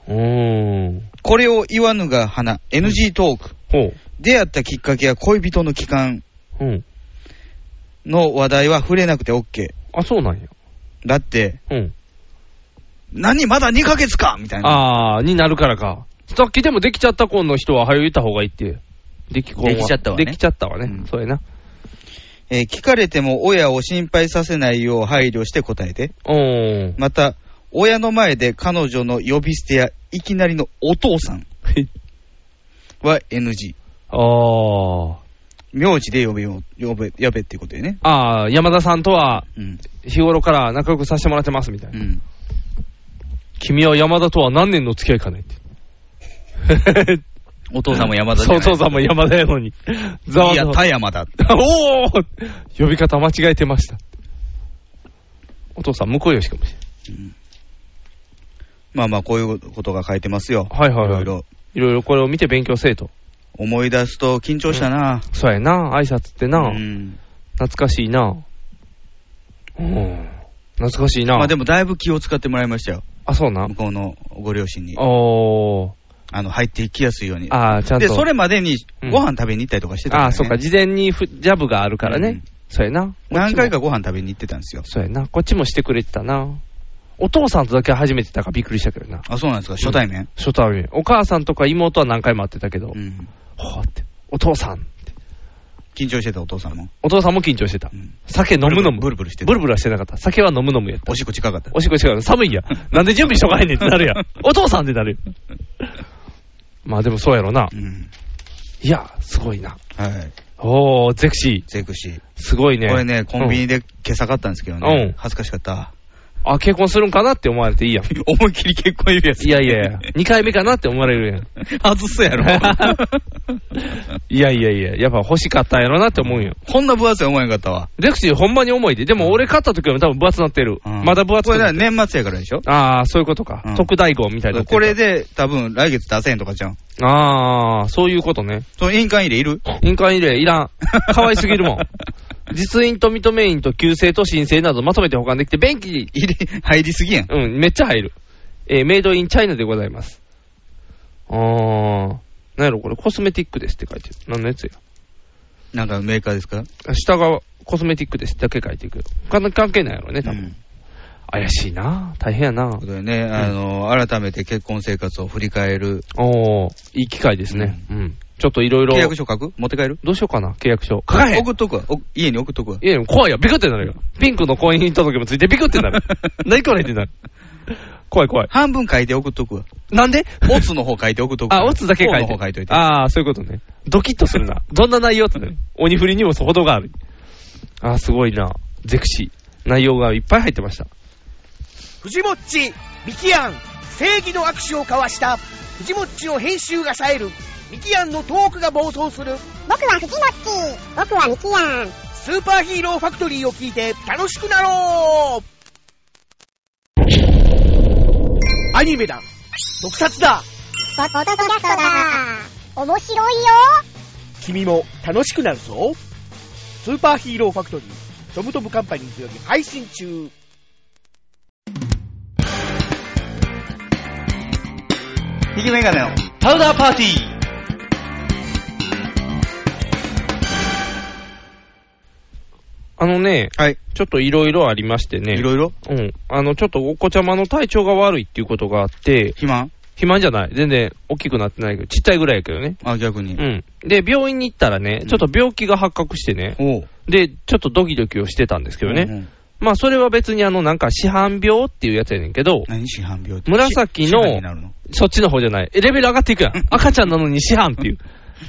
Speaker 3: うーん。
Speaker 2: これを言わぬが花、NG トーク。
Speaker 3: ほう。
Speaker 2: 出会ったきっかけや恋人の帰還
Speaker 3: うん。
Speaker 2: の話題は触れなくて OK。
Speaker 3: あ、そうなんや。
Speaker 2: だって、
Speaker 3: うん。
Speaker 2: 何まだ2ヶ月かみたいな。
Speaker 3: ああ、になるからか。さっきでもできちゃった婚の人は早言った方がいいって。でき婚は
Speaker 2: できちゃったわね
Speaker 3: できちゃったわね。
Speaker 2: うん
Speaker 3: そうやな。
Speaker 2: えー聞かれても親を心配させないよう配慮して答えて。
Speaker 3: うーん。
Speaker 2: また、親の前で彼女の呼び捨てやいきなりのお父さんは NG。
Speaker 3: ああ。
Speaker 2: 名字で呼べよ、呼べ、呼べっていうことよね。
Speaker 3: ああ、山田さんとは
Speaker 2: うん。
Speaker 3: 日頃から仲良くさせてもらってますみたいな。
Speaker 2: うん。
Speaker 3: 君は山田とは何年の付き合いかねって。
Speaker 2: お父さんも山田じゃ
Speaker 3: そ
Speaker 2: な
Speaker 3: う、
Speaker 2: い
Speaker 3: そうさんも山田やのに。ざわ
Speaker 2: い
Speaker 3: ざ
Speaker 2: や、
Speaker 3: わ。
Speaker 2: 田山だ。
Speaker 3: おお呼び方間違えてました。お父さん、向吉かもし
Speaker 2: まあまあ、こういうことが書いてますよ。
Speaker 3: はいはいは
Speaker 2: いろ
Speaker 3: い
Speaker 2: いろ。
Speaker 3: れない。いろいろこれを見て勉強せえと。
Speaker 2: 思い出すと緊張したな。
Speaker 3: そうやな、挨拶ってな、
Speaker 2: うん
Speaker 3: 懐かしいな。うん。懐かしいな。
Speaker 2: まあでも、だいぶ気を使ってもらいましたよ。
Speaker 3: あ、そうな
Speaker 2: 向。こうのご両親に。
Speaker 3: おー。
Speaker 2: あの、入っていきやすいように。
Speaker 3: あー、ちゃんと。
Speaker 2: で、それまでに
Speaker 3: うん
Speaker 2: ご飯食べに行ったりとかしてた
Speaker 3: あ
Speaker 2: ら
Speaker 3: あ、
Speaker 2: ね
Speaker 3: そっか、事前にふジャブがあるからね。
Speaker 2: うん
Speaker 3: そうやな。
Speaker 2: 何回かご飯食べに行ってたんですよ。
Speaker 3: そうやな。こっちもしてくれてたな。お父さんとだけ初めてだからびっくりしたけどな。
Speaker 2: あ、そうなんですか、初対面。
Speaker 3: 初対面。お母さんとか妹は何回も会ってたけど、
Speaker 2: うん
Speaker 3: ほーって。お父さん。
Speaker 2: 緊張してたお父さんも。
Speaker 3: お父さんも緊張してた。
Speaker 2: うん
Speaker 3: 酒飲む飲む。
Speaker 2: ブルブルしてた
Speaker 3: ブルブルはしてなかった。酒は飲む飲むやった
Speaker 2: お。しっこ近かった。
Speaker 3: おしっこ違う。寒 いや。なんで準備しとかへんねんってなるやん。お父さんってなるやん。まあでもそうやろな
Speaker 2: う。ん。
Speaker 3: いや、すごいな。
Speaker 2: はい。
Speaker 3: おー、ゼクシー。
Speaker 2: ゼクシー。
Speaker 3: すごいね。
Speaker 2: これね、コンビ
Speaker 3: うん
Speaker 2: ニで今朝買ったんですけど
Speaker 3: うん
Speaker 2: ね。恥ずかしかった。
Speaker 3: あ、結婚するんかなって思われていいやん。
Speaker 2: 思いっきり結婚指輪
Speaker 3: いやいやいや、2回目かなって思われる やん。
Speaker 2: 外すや ろ。
Speaker 3: いやいやいや、やっぱ欲しかったんやろなって思うよ。
Speaker 2: こんな分厚い思えんかったわ。
Speaker 3: レクシーほんまに重いで。でも俺勝った時よりも多分分厚なってる。
Speaker 2: うん
Speaker 3: まだ分厚
Speaker 2: こ
Speaker 3: く
Speaker 2: れ
Speaker 3: な
Speaker 2: だ
Speaker 3: っ
Speaker 2: か
Speaker 3: て
Speaker 2: ら年末やからでしょ
Speaker 3: ああ、そういうことか。
Speaker 2: うん
Speaker 3: 特大号みたいな。
Speaker 2: これ。で多分来月出せんとかじゃん。
Speaker 3: ああ、そういうことね。
Speaker 2: その印鑑入れいる
Speaker 3: 印鑑入れい らん。可愛すぎるもん。実印と認め印と旧姓と申請などまとめて保管できて便利。
Speaker 2: 入り、入りすぎやん。
Speaker 3: うん、めっちゃ入る。えーメイドインチャイナでございます。あー、なんやろこれコスメティックですって書いてる。何のやつや。
Speaker 2: なんかメーカーですか
Speaker 3: 下がコスメティックですだけ書いていくよ。他の関係ないやろね、多分。
Speaker 2: うん
Speaker 3: 怪しいな大変や
Speaker 2: とい
Speaker 3: な
Speaker 2: うことでね、あの、改めて結婚生活を振り返る。
Speaker 3: おおいい機会ですね。うん。ちょっといろいろ。
Speaker 2: 契約書書く持って帰る
Speaker 3: どうしようかな、契約書。書かへん。
Speaker 2: 送っとくわ。お家に送っとくわ。
Speaker 3: いやいや、怖いよ。ビクってなるよ。ピンクの婚姻届もついてビクって なる。何これってなる。怖い怖い。
Speaker 2: 半分書いて送っとくわ。
Speaker 3: なんで
Speaker 2: オツの方書いて送っとくわ。
Speaker 3: あ、オツだけ書い
Speaker 2: 方
Speaker 3: て。
Speaker 2: の方書いといて。
Speaker 3: ああ、そういうことね。ドキッとするな。どんな内容ってね。鬼振りにもほどがある。ああ、すごいな。ゼクシー。内容がいっぱい入ってました。
Speaker 10: 藤もっち、ミキアン、正義の握手を交わした、藤もっちの編集が冴える、ミキアンのトークが暴走する、
Speaker 4: 僕はフジモッチ僕はミキヤン
Speaker 10: スーパーヒーローファクトリーを聞いて楽しくなろうアニメだ特撮だ
Speaker 4: ポッドキャストだ面白いよ
Speaker 10: 君も楽しくなるぞスーパーヒーローファクトリー、トムトムカンパニーズより配信中
Speaker 2: ひげメガネの
Speaker 9: パウダーパーティー
Speaker 3: あのね、
Speaker 2: はい。
Speaker 3: ちょっといろいろありましてね。
Speaker 2: いろいろ
Speaker 3: うん。あの、ちょっとお子ちゃまの体調が悪いっていうことがあって、
Speaker 2: 肥満
Speaker 3: 肥満じゃない。全然大きくなってないけど、ちっちゃいぐらいやけどね。
Speaker 2: あ、逆に
Speaker 3: う。ん。で、病院に行ったらね、ちょっと病気が発覚してね、
Speaker 2: おう。
Speaker 3: で、ちょっとドキドキをしてたんですけどね。
Speaker 2: うんうん。
Speaker 3: まあ、それは別にあの、なんか、市販病っていうやつやねんけど、
Speaker 2: 何市販病って
Speaker 3: 紫の
Speaker 2: 市販になるの
Speaker 3: そっちの方じゃない。えレベル上がっていくやん。赤ちゃんなのに市販っていう。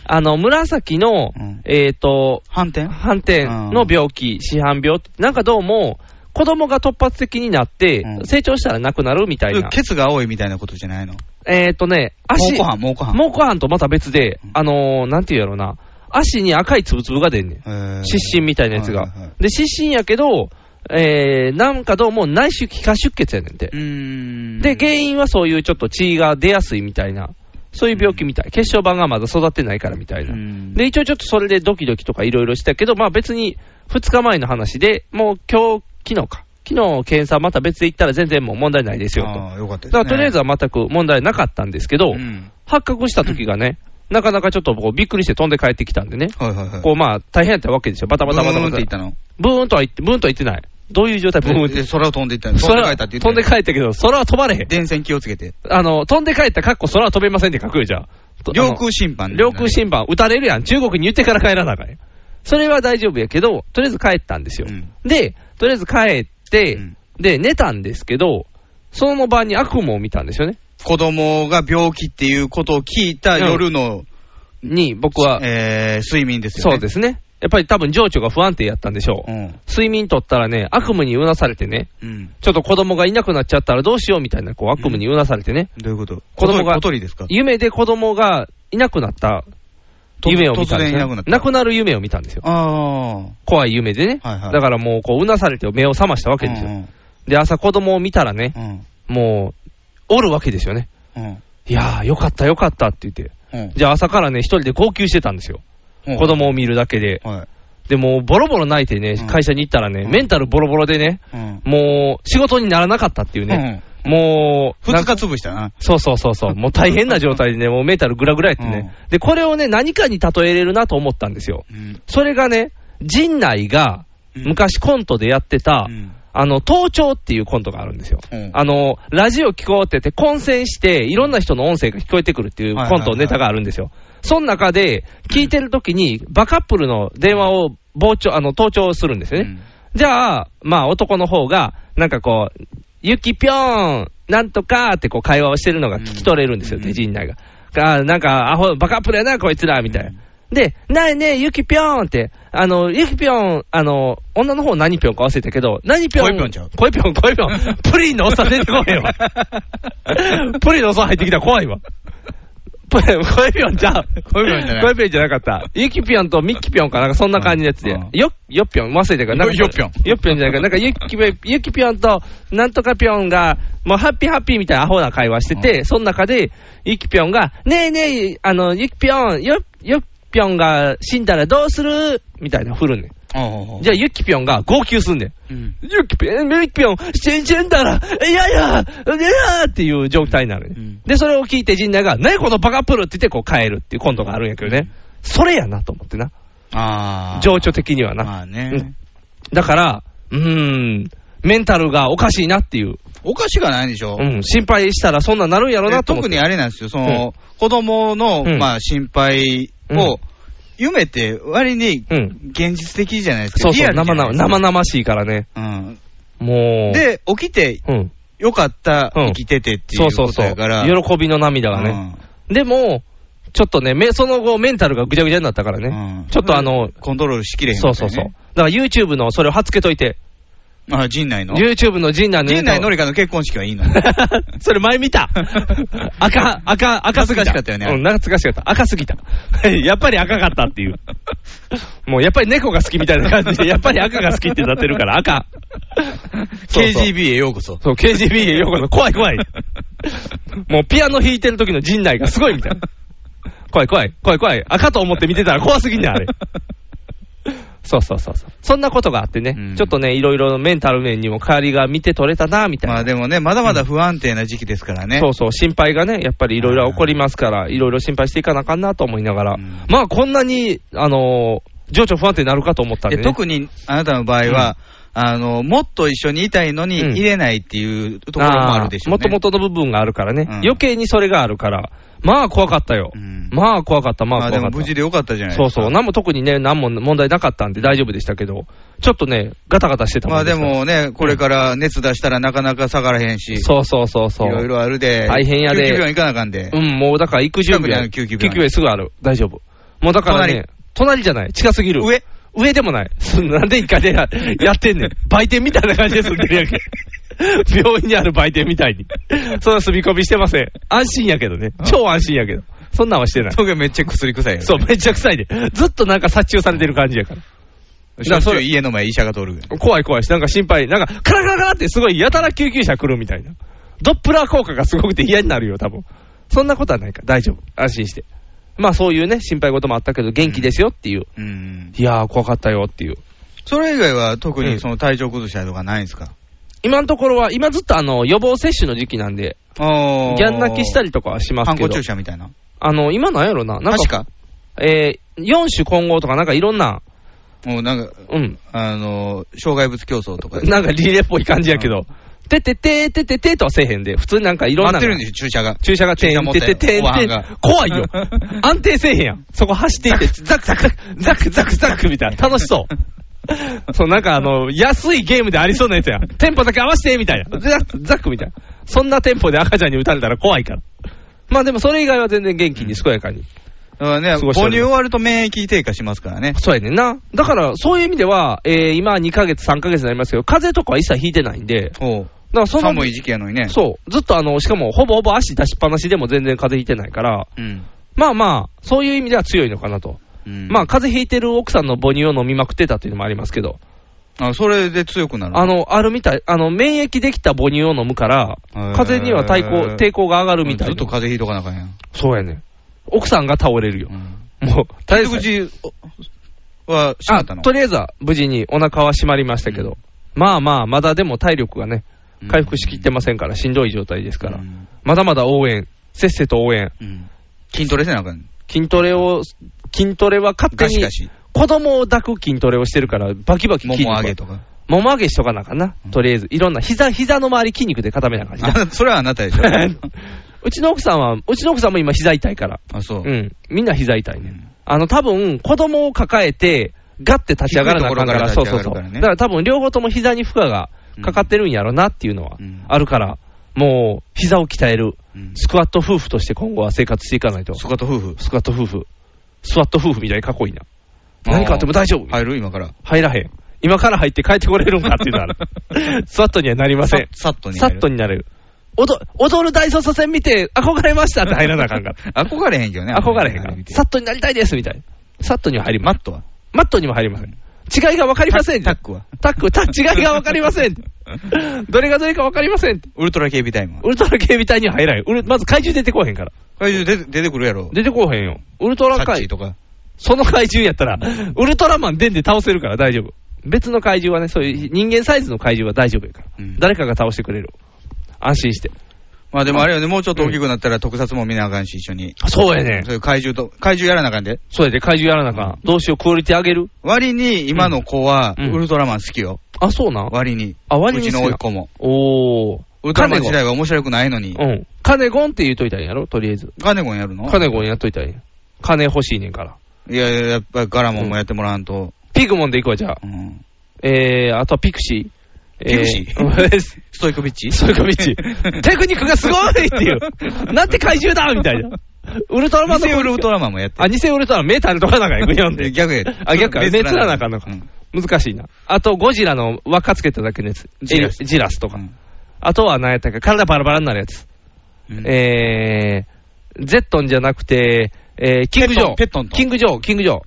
Speaker 3: あの、紫の、
Speaker 2: うん
Speaker 3: えっ、と、
Speaker 2: 反転
Speaker 3: 反転の病気、市販病って、なんかどうも、子供が突発的になって
Speaker 2: う、ん
Speaker 3: 成長したらなくなるみたいな。
Speaker 2: ケツが青いみたいなことじゃないの
Speaker 3: えっ、とね、足、
Speaker 2: 猛虎斑、猛虎斑。
Speaker 3: 猛虎斑とまた別で
Speaker 2: うん、
Speaker 3: あのー、なんていうやろな、足に赤いつぶつぶが出んねん。
Speaker 2: へー
Speaker 3: 湿疹みたいなやつが。
Speaker 2: はいはいはい
Speaker 3: で、湿疹やけど、えー、なんかどうも内出血化出血やねんて
Speaker 2: う。ーん。
Speaker 3: で、原因はそういうちょっと血が出やすいみたいな、そういう病気みたい。血小板がまだ育ってないからみたいな
Speaker 2: う。ん
Speaker 3: で、一応ちょっとそれでドキドキとかいろいろしたけど、まあ別に2日前の話で、もう今日、昨日か。昨日検査また別で行ったら全然もう問題ないですよと。
Speaker 2: ああ、よかったです
Speaker 3: だ
Speaker 2: ね。
Speaker 3: からとりあえずは全く問題なかったんですけど、
Speaker 2: うん
Speaker 3: 発覚した時がね、なかなかちょっとこうびっくりして飛んで帰ってきたんでね。
Speaker 2: はいはいはい。
Speaker 3: こうまあ大変やったわけですよ。バタバタバタバ
Speaker 2: ブーンっ
Speaker 3: タ。
Speaker 2: て言ったの
Speaker 3: ブーンとは言って、ブーンとは言ってない。どういう状態ブーンって
Speaker 2: で。空を飛んでいったの飛んで帰ったって言って。
Speaker 3: 飛んで帰ったけど、空は飛ばれへん。
Speaker 2: 電線気をつけて。
Speaker 3: あの、飛んで帰ったかっこ空は飛べませんって書くよ、じゃあ。と
Speaker 2: 領空侵犯
Speaker 3: あの
Speaker 2: ね。
Speaker 3: 領空侵犯、撃たれるやん。中国に言ってから帰らなあかんやんそれは大丈夫やけど、とりあえず帰ったんですよ。
Speaker 2: うん
Speaker 3: で、とりあえず帰って、
Speaker 2: うん
Speaker 3: で、寝たんですけど、その晩に悪夢を見たんですよね。
Speaker 2: 子供が病気っていうことを聞いた夜の、
Speaker 3: に、僕は、
Speaker 2: えー睡眠ですよ
Speaker 3: そ
Speaker 2: ね。
Speaker 3: うですね。やっぱり多分情緒が不安定やったんでしょう。
Speaker 2: うん。
Speaker 3: 睡眠取ったらね、悪夢にうなされてね、
Speaker 2: うん。
Speaker 3: ちょっと子供がいなくなっちゃったらどうしようみたいな、こう悪夢にうなされてね、
Speaker 2: どういうこと
Speaker 3: 子供が
Speaker 2: 小鳥小鳥ですか
Speaker 3: 夢で子供がいなくなった
Speaker 2: と
Speaker 3: 夢を見たんで
Speaker 2: 突然
Speaker 3: す、
Speaker 2: い
Speaker 3: ね、
Speaker 2: なくなった
Speaker 3: くなる夢を見たんですよ。
Speaker 2: ああ。
Speaker 3: 怖い夢でね。
Speaker 2: はいはい
Speaker 3: だからもう、こう、うなされて目を覚ましたわけですよ。で、朝子供を見たらね、
Speaker 2: うん
Speaker 3: もう、おるわけですよね。
Speaker 2: うん。うん。
Speaker 3: いやー、よかったよかったって言って。
Speaker 2: うん。
Speaker 3: じゃあ朝からね、一人で号泣してたんですよ。
Speaker 2: うん
Speaker 3: 子。供を見るだけで。
Speaker 2: はい。
Speaker 3: で、もうボロボロ泣いてね
Speaker 2: うん、
Speaker 3: 会社に行ったらね、メンタルボロボロでね、
Speaker 2: うん。
Speaker 3: もう仕事にならなかったっていうね。
Speaker 2: ね。
Speaker 3: もう、な
Speaker 2: 二
Speaker 3: んか
Speaker 2: 日潰したな。
Speaker 3: そうそうそ うそう、もう大変な状態でね、もうメンタルグラグラやってね。で、これをね、何かに例えれるなと思ったんですよ。
Speaker 2: うん。
Speaker 3: それがね、陣内が昔コントでやってた、
Speaker 2: うん。
Speaker 3: あの、盗聴っていうコントがあるんですよ。
Speaker 2: うん
Speaker 3: あの、ラジオ聞こうって言って、混戦して、いろんな人の音声が聞こえてくるっていうコント、
Speaker 2: はいはいはい
Speaker 3: ネタがあるんですよ。その中で、聞いてる時に、バカップルの電話を傍聴、あの、盗聴するんですよね。じゃあ、まあ、男の方が、なんかこう、ゆきぴょーん、なんとかってこう会話をしてるのが聞き取れるんですよ、
Speaker 2: うん
Speaker 3: 手陣内が。あーなんか、アホ、バカップルやな、こいつら、みたいな。で、ないねえ、ゆきぴょーんって、あの、ゆきぴょーん、あの、女の方何ぴょんか忘れたけど、何ぴょん。
Speaker 2: 恋ぴょんちゃう
Speaker 3: 恋ぴょん、恋ぴょ ん。プリンのおっさん出てこへんわ。プリンのおっさん入ってきたら怖いわ。プリン恋ぴょんちゃう。
Speaker 2: 恋ぴょんじゃない
Speaker 3: 恋ぴょんじゃなかった。ゆきぴょんとみきぴょんかなんかそんな感じのやつで
Speaker 2: うん。
Speaker 3: よ、よっぴょん忘れてから。なんか
Speaker 2: よよっぴょん
Speaker 3: よっぴょんじゃないか。なんかゆきぴょん、ゆきぴょんとなんとかぴょんが、もうハッピーハッピーみたいなアホな会話してて、その中で、ゆきぴょんが、ねえねえ、あの、ゆきぴょん、よ、よっぴょんが死んだらどうするみたいな振るんねん。
Speaker 2: うん。
Speaker 3: じゃあ、ゆきぴょんが号泣すんねん。
Speaker 2: うん。
Speaker 3: ゆきぴょん、ゆきぴょん、死んじゃんだら、いやいや、いやっていう状態になるね、
Speaker 2: うん
Speaker 3: で、それを聞いて陣内が、何このバカプルって言って、こう変えるっていうコントがあるんやけどね。それやなと思ってな。
Speaker 2: ああ。
Speaker 3: 情緒的にはな。
Speaker 2: まあ
Speaker 3: う
Speaker 2: ね
Speaker 3: ん。だから、うーん、メンタルがおかしいなっていう。
Speaker 2: おかしくはないでしょ
Speaker 3: うん、心配したらそんなんなるんやろな
Speaker 2: で
Speaker 3: と思っ
Speaker 2: 特
Speaker 3: て。
Speaker 2: にあれなんですよ、その、子供の、
Speaker 3: うん
Speaker 2: まあ、心配
Speaker 3: うん
Speaker 2: を、夢って割に
Speaker 3: うん。
Speaker 2: 現実的じゃないです
Speaker 3: そ
Speaker 2: か。
Speaker 3: うそ
Speaker 2: リ
Speaker 3: う、
Speaker 2: アルじ
Speaker 3: 生
Speaker 2: ゃない
Speaker 3: 々
Speaker 2: ですか
Speaker 3: 生々しいからね。
Speaker 2: うん
Speaker 3: もう。、
Speaker 2: で、起きて
Speaker 3: うん。
Speaker 2: よかった、
Speaker 3: うん
Speaker 2: 生きててってい
Speaker 3: そううそう
Speaker 2: こ
Speaker 3: そ
Speaker 2: と
Speaker 3: う。
Speaker 2: やから。
Speaker 3: 喜びの涙がね。でも、ちょっとね、めその後、メンタルがぐちゃぐちゃになったから
Speaker 2: う
Speaker 3: ね、
Speaker 2: んうん
Speaker 3: ちょっとあの、
Speaker 2: コントロールしきれへんみた
Speaker 3: そ
Speaker 2: いうな
Speaker 3: そうそう、
Speaker 2: ね。
Speaker 3: だから YouTube のそれを貼っつけといて、
Speaker 2: あ、陣内の
Speaker 3: YouTube の陣内の
Speaker 2: 陣内の
Speaker 3: り、
Speaker 2: りかの結婚式はいいの
Speaker 3: それ前見た、赤、赤、赤すぎ
Speaker 2: 懐かしかったよね
Speaker 3: うん、懐かしかった、赤すぎた、 やっぱり赤かったっていう、もうやっぱり猫が好きみたいな感じ で、やっぱり赤が好きってなってるから、 赤、そうそう
Speaker 2: KGB へようこそ。
Speaker 3: そう、KGB へようこそ。怖い怖い。もうピアノ弾いてる時の陣内がすごいみたいな。怖い怖い、怖い怖い。赤と思って見てたら怖すぎんねん、あれ。そうそうそうそう。そんなことがあってね、
Speaker 2: うん
Speaker 3: ちょっとね、いろいろメンタル面にも変わりが見て取れたな、みたいな。
Speaker 2: まあでもね、まだまだ不安定な時期ですからね。
Speaker 3: そうそう、心配がね、やっぱりいろいろ起こりますから、いろいろ心配していかなあかんなと思いながら、
Speaker 2: うん
Speaker 3: まあこんなに、あのー情緒不安定になるかと思ったんで、
Speaker 2: で
Speaker 3: ね、
Speaker 2: 特にあなたの場合は、あの、もっと一緒にいたいのに
Speaker 3: うん
Speaker 2: 入れないっていうところもあるでしょうね。
Speaker 3: もともとの部分があるからね、
Speaker 2: うん
Speaker 3: 余計にそれがあるから、まあ怖かったよ。
Speaker 2: うん
Speaker 3: まあ怖かった、まあ
Speaker 2: まあ
Speaker 3: 怖
Speaker 2: で
Speaker 3: か
Speaker 2: も
Speaker 3: った。
Speaker 2: 無事でよかったじゃない
Speaker 3: そう
Speaker 2: ですか。
Speaker 3: そう、何も特にね、何も問題なかったんで大丈夫でしたけど、ちょっとね、ガタガタしてた
Speaker 2: ま
Speaker 3: も
Speaker 2: あ
Speaker 3: んで
Speaker 2: です
Speaker 3: から
Speaker 2: もね、これから熱出したらなかなか下がらへんし、
Speaker 3: そうそうそう
Speaker 2: い
Speaker 3: そう。
Speaker 2: ろいろあるで、
Speaker 3: 大変やで
Speaker 2: 救急病院行かなあかんで
Speaker 3: う。ん、もうだから行く準
Speaker 2: 近く
Speaker 3: 備
Speaker 2: にあ
Speaker 3: は、
Speaker 2: る救急病
Speaker 3: 救急病すぐある。大丈夫。もうだからね、隣じゃない。近すぎる。
Speaker 2: 上
Speaker 3: 上でもない。 すなんで一回でや やってんねん。売店みたいな感じで住んでるやん け。病院にある売店みたいに。そんな住み込みしてません。安心やけどね。超安心やけど。そんなんはしてない。
Speaker 2: トゲめっちゃ薬臭いよ。
Speaker 3: そう、めっちゃ臭いで。ずっとなんか殺虫されてる感じやから。
Speaker 2: しょっちゅう家の前医者が通るぐらい。
Speaker 3: 怖い怖いし、なんか心配。なんか、カラカラカラってすごい、やたら救急車来るみたいな。ドップラー効果がすごくて嫌になるよ、多分。そんなことはないから、大丈夫。安心して。まあそういうね、心配事もあったけど、元気ですよっていう。
Speaker 2: うん。
Speaker 3: いやー、怖かったよっていう。
Speaker 2: それ以外は特
Speaker 3: う
Speaker 2: に
Speaker 3: ん
Speaker 2: その体調崩したりとかないんですか
Speaker 3: 今のところは、今ずっとあの、予防接種の時期なんで、
Speaker 2: ギャ
Speaker 3: ギャン泣きしたりとかはします
Speaker 2: 反
Speaker 3: け
Speaker 2: 抗
Speaker 3: ど
Speaker 2: 注。射みたいな。
Speaker 3: あの、今なんやろな。なん
Speaker 2: 確か。
Speaker 3: えー、4種混合とかなんかいろんな、
Speaker 2: もうなんか、
Speaker 3: うん、
Speaker 2: あの、障害物競争とかで。
Speaker 3: なんかリレーっぽい感じやけど、てててーてててーとはせえへんで、普通になんかいろんなの
Speaker 2: 待
Speaker 3: が。
Speaker 2: ってるんでしょ、注射が。
Speaker 3: 注射が
Speaker 2: 注
Speaker 3: 点
Speaker 2: 射持って
Speaker 3: ててて
Speaker 2: おばはん
Speaker 3: て
Speaker 2: が
Speaker 3: 怖いよ。安定せえへんやん。そこ走っていって、ザクザク、ザクザクザクみたいな。楽し そう。そう、なんかあの、安いゲームでありそうなやつやん。テンポだけ合わせてみたいな。ザクザクみたいな。そんなテンポで赤ちゃんに打たれたら怖いから。まあでもそれ以外は全然元気に健やかに。
Speaker 2: だからね、
Speaker 3: 過
Speaker 2: 母
Speaker 3: ごしてお
Speaker 2: 乳
Speaker 3: ります
Speaker 2: 終わると免疫低下しますからね。
Speaker 3: そうやねんな。だからそういう意味では、えー、今2ヶ月、3ヶ月になりますけど、風邪とかは一切ひいてないんで、だか
Speaker 2: おう
Speaker 3: らその、
Speaker 2: 寒い時期やのにね。
Speaker 3: そう、ずっとあの、しかもほぼほぼ足出しっぱなしでも全然風邪ひいてないから、
Speaker 2: うん。
Speaker 3: まあまあ、そういう意味では強いのかなと。
Speaker 2: うん
Speaker 3: まあ、風邪ひいてる奥さんの母乳を飲みまくってたっていうのもありますけど、
Speaker 2: あ、それで強くなる。
Speaker 3: あの、あるみたい、あの、免疫できた母乳を飲むから、
Speaker 2: へー
Speaker 3: 風邪には対抗、抵抗が上がるみたい
Speaker 2: ずっ
Speaker 3: な。
Speaker 2: と風邪ひいとかなあかんやん。
Speaker 3: そうやねん。奥さんが倒れるよ
Speaker 2: う。ん
Speaker 3: もう、大
Speaker 2: 傷口は閉ま
Speaker 3: あ、
Speaker 2: ったの
Speaker 3: とりあえずは無事にお腹は閉まりましたけど、まあまあ、まだでも体力がね、回復しきってませんから、しんどい状態ですから、
Speaker 2: うん
Speaker 3: まだまだ応援、せっせと応援、
Speaker 2: うん筋トレせなあかん。
Speaker 3: 筋トレを、筋トレは勝手
Speaker 2: ガシ
Speaker 3: に
Speaker 2: ガシ。
Speaker 3: 子供を抱く筋トレをしてるから、バキバキ
Speaker 2: も
Speaker 3: 筋肉
Speaker 2: も
Speaker 3: が
Speaker 2: 上げとか。
Speaker 3: もも上げしとかなあかんな、
Speaker 2: うん
Speaker 3: とりあえず、いろんな、膝膝の周り筋肉で固めなあかんしな
Speaker 2: あそれはあなた でしょ。
Speaker 3: うちの奥さんは、うちの奥さんも今、膝痛いから、
Speaker 2: あ、そう。
Speaker 3: うん、みんな膝痛いね。
Speaker 2: うん
Speaker 3: あの、多分子供を抱えて、ガッて立ち上がらなあかんから、
Speaker 2: 低いと
Speaker 3: そう
Speaker 2: ころから立
Speaker 3: そう
Speaker 2: ち
Speaker 3: そ
Speaker 2: 上
Speaker 3: う。
Speaker 2: がるからね
Speaker 3: だから多分両方とも膝に負荷がかかってるんやろなっていうのは
Speaker 2: うん
Speaker 3: あるから、もう、膝を鍛える、
Speaker 2: うん
Speaker 3: スクワット夫婦として今後は生活していかないと。
Speaker 2: スカート夫婦。
Speaker 3: スクワット夫婦。スワット夫婦みたいにかっこいいな。何かあっても大丈夫。
Speaker 2: 入る今から。
Speaker 3: 入らへん。今から入って帰ってこれるんかっていうのはあ る。スワットにはなりません。
Speaker 2: ささっとに
Speaker 3: サ
Speaker 2: 入る。
Speaker 3: ットになれる。踊踊る大捜査線見て、憧れましたって入らなあかんから。
Speaker 2: 憧れへんけどね。
Speaker 3: 憧れへんから。サ
Speaker 2: さ
Speaker 3: ットになりたいですみたいな。サットには入りま
Speaker 2: マ
Speaker 3: す。
Speaker 2: ットは
Speaker 3: マットにも入りません。違いが分かりません。
Speaker 2: タックは
Speaker 3: タック、タッ違いが分かりません。どれがどれか分かりません。
Speaker 2: ウルトラ警備タイムは
Speaker 3: ウルトラ警備隊には入らんよ。ウルまず怪獣出てこうへんから。
Speaker 2: 怪獣出て出てくるやろ。
Speaker 3: 出てこうへんよ。ウルトラ
Speaker 2: サッチ
Speaker 3: 怪
Speaker 2: ーとか。
Speaker 3: その怪獣やったら、ウルトラマンでんで倒せるから大丈夫。別の怪獣はね、そういう人間サイズの怪獣は大丈夫やから。
Speaker 2: うん
Speaker 3: 誰かが倒してくれる。安心して。
Speaker 2: まあでもあれよね、もうちょっと大きくなったら特撮も見なあかんし、一緒に。
Speaker 3: そうやね
Speaker 2: そういう怪獣と、怪獣やらなあかんで。
Speaker 3: そうやで、怪獣やらなあかん。どうしよう、クオリティ上げる
Speaker 2: 割に今の子は、
Speaker 3: うん
Speaker 2: ウルトラマン好きよ。
Speaker 3: あ、そうなん
Speaker 2: 割に。
Speaker 3: あ割に
Speaker 2: うちの
Speaker 3: 好き
Speaker 2: 甥
Speaker 3: な
Speaker 2: っ子も。
Speaker 3: おー。
Speaker 2: ウルトラマン時代は面白くないのに。
Speaker 3: うん。カネゴンって言うといたんやろ、とりあえず。
Speaker 2: カネゴンやるの
Speaker 3: カネゴンやっといたんや。金欲しいねんから。
Speaker 2: いやいや、やっぱりガラモンもやってもらわんと。
Speaker 3: ピグモンで行こう、じゃあ。
Speaker 2: うん
Speaker 3: えー、あとはピクシー。
Speaker 2: ピクシ
Speaker 3: ー、
Speaker 2: ストイコビッチ
Speaker 3: そういうか、道。テクニックがすごいっていう。なんて怪獣だみたいな。ウルトラマンの
Speaker 2: 偽ウルトラマンもやって
Speaker 3: あ、偽ウルトラマン、メータルとかなんかや、読んで。
Speaker 2: 逆や
Speaker 3: あ、逆か。
Speaker 2: 別
Speaker 3: メ
Speaker 2: な
Speaker 3: ータルなんかなんか
Speaker 2: う。
Speaker 3: 難しいな。あと、ゴジラの輪っかつけただけのやつ。
Speaker 2: ジラス
Speaker 3: えジラスと
Speaker 2: う
Speaker 3: か。
Speaker 2: ん
Speaker 3: あとは何やったっけ体バラバラになるやつ。
Speaker 2: うん
Speaker 3: えー、ゼットンじゃなくて、えー、キングジョー。
Speaker 2: ペットンペットントン
Speaker 3: キングジョー、キングジョー。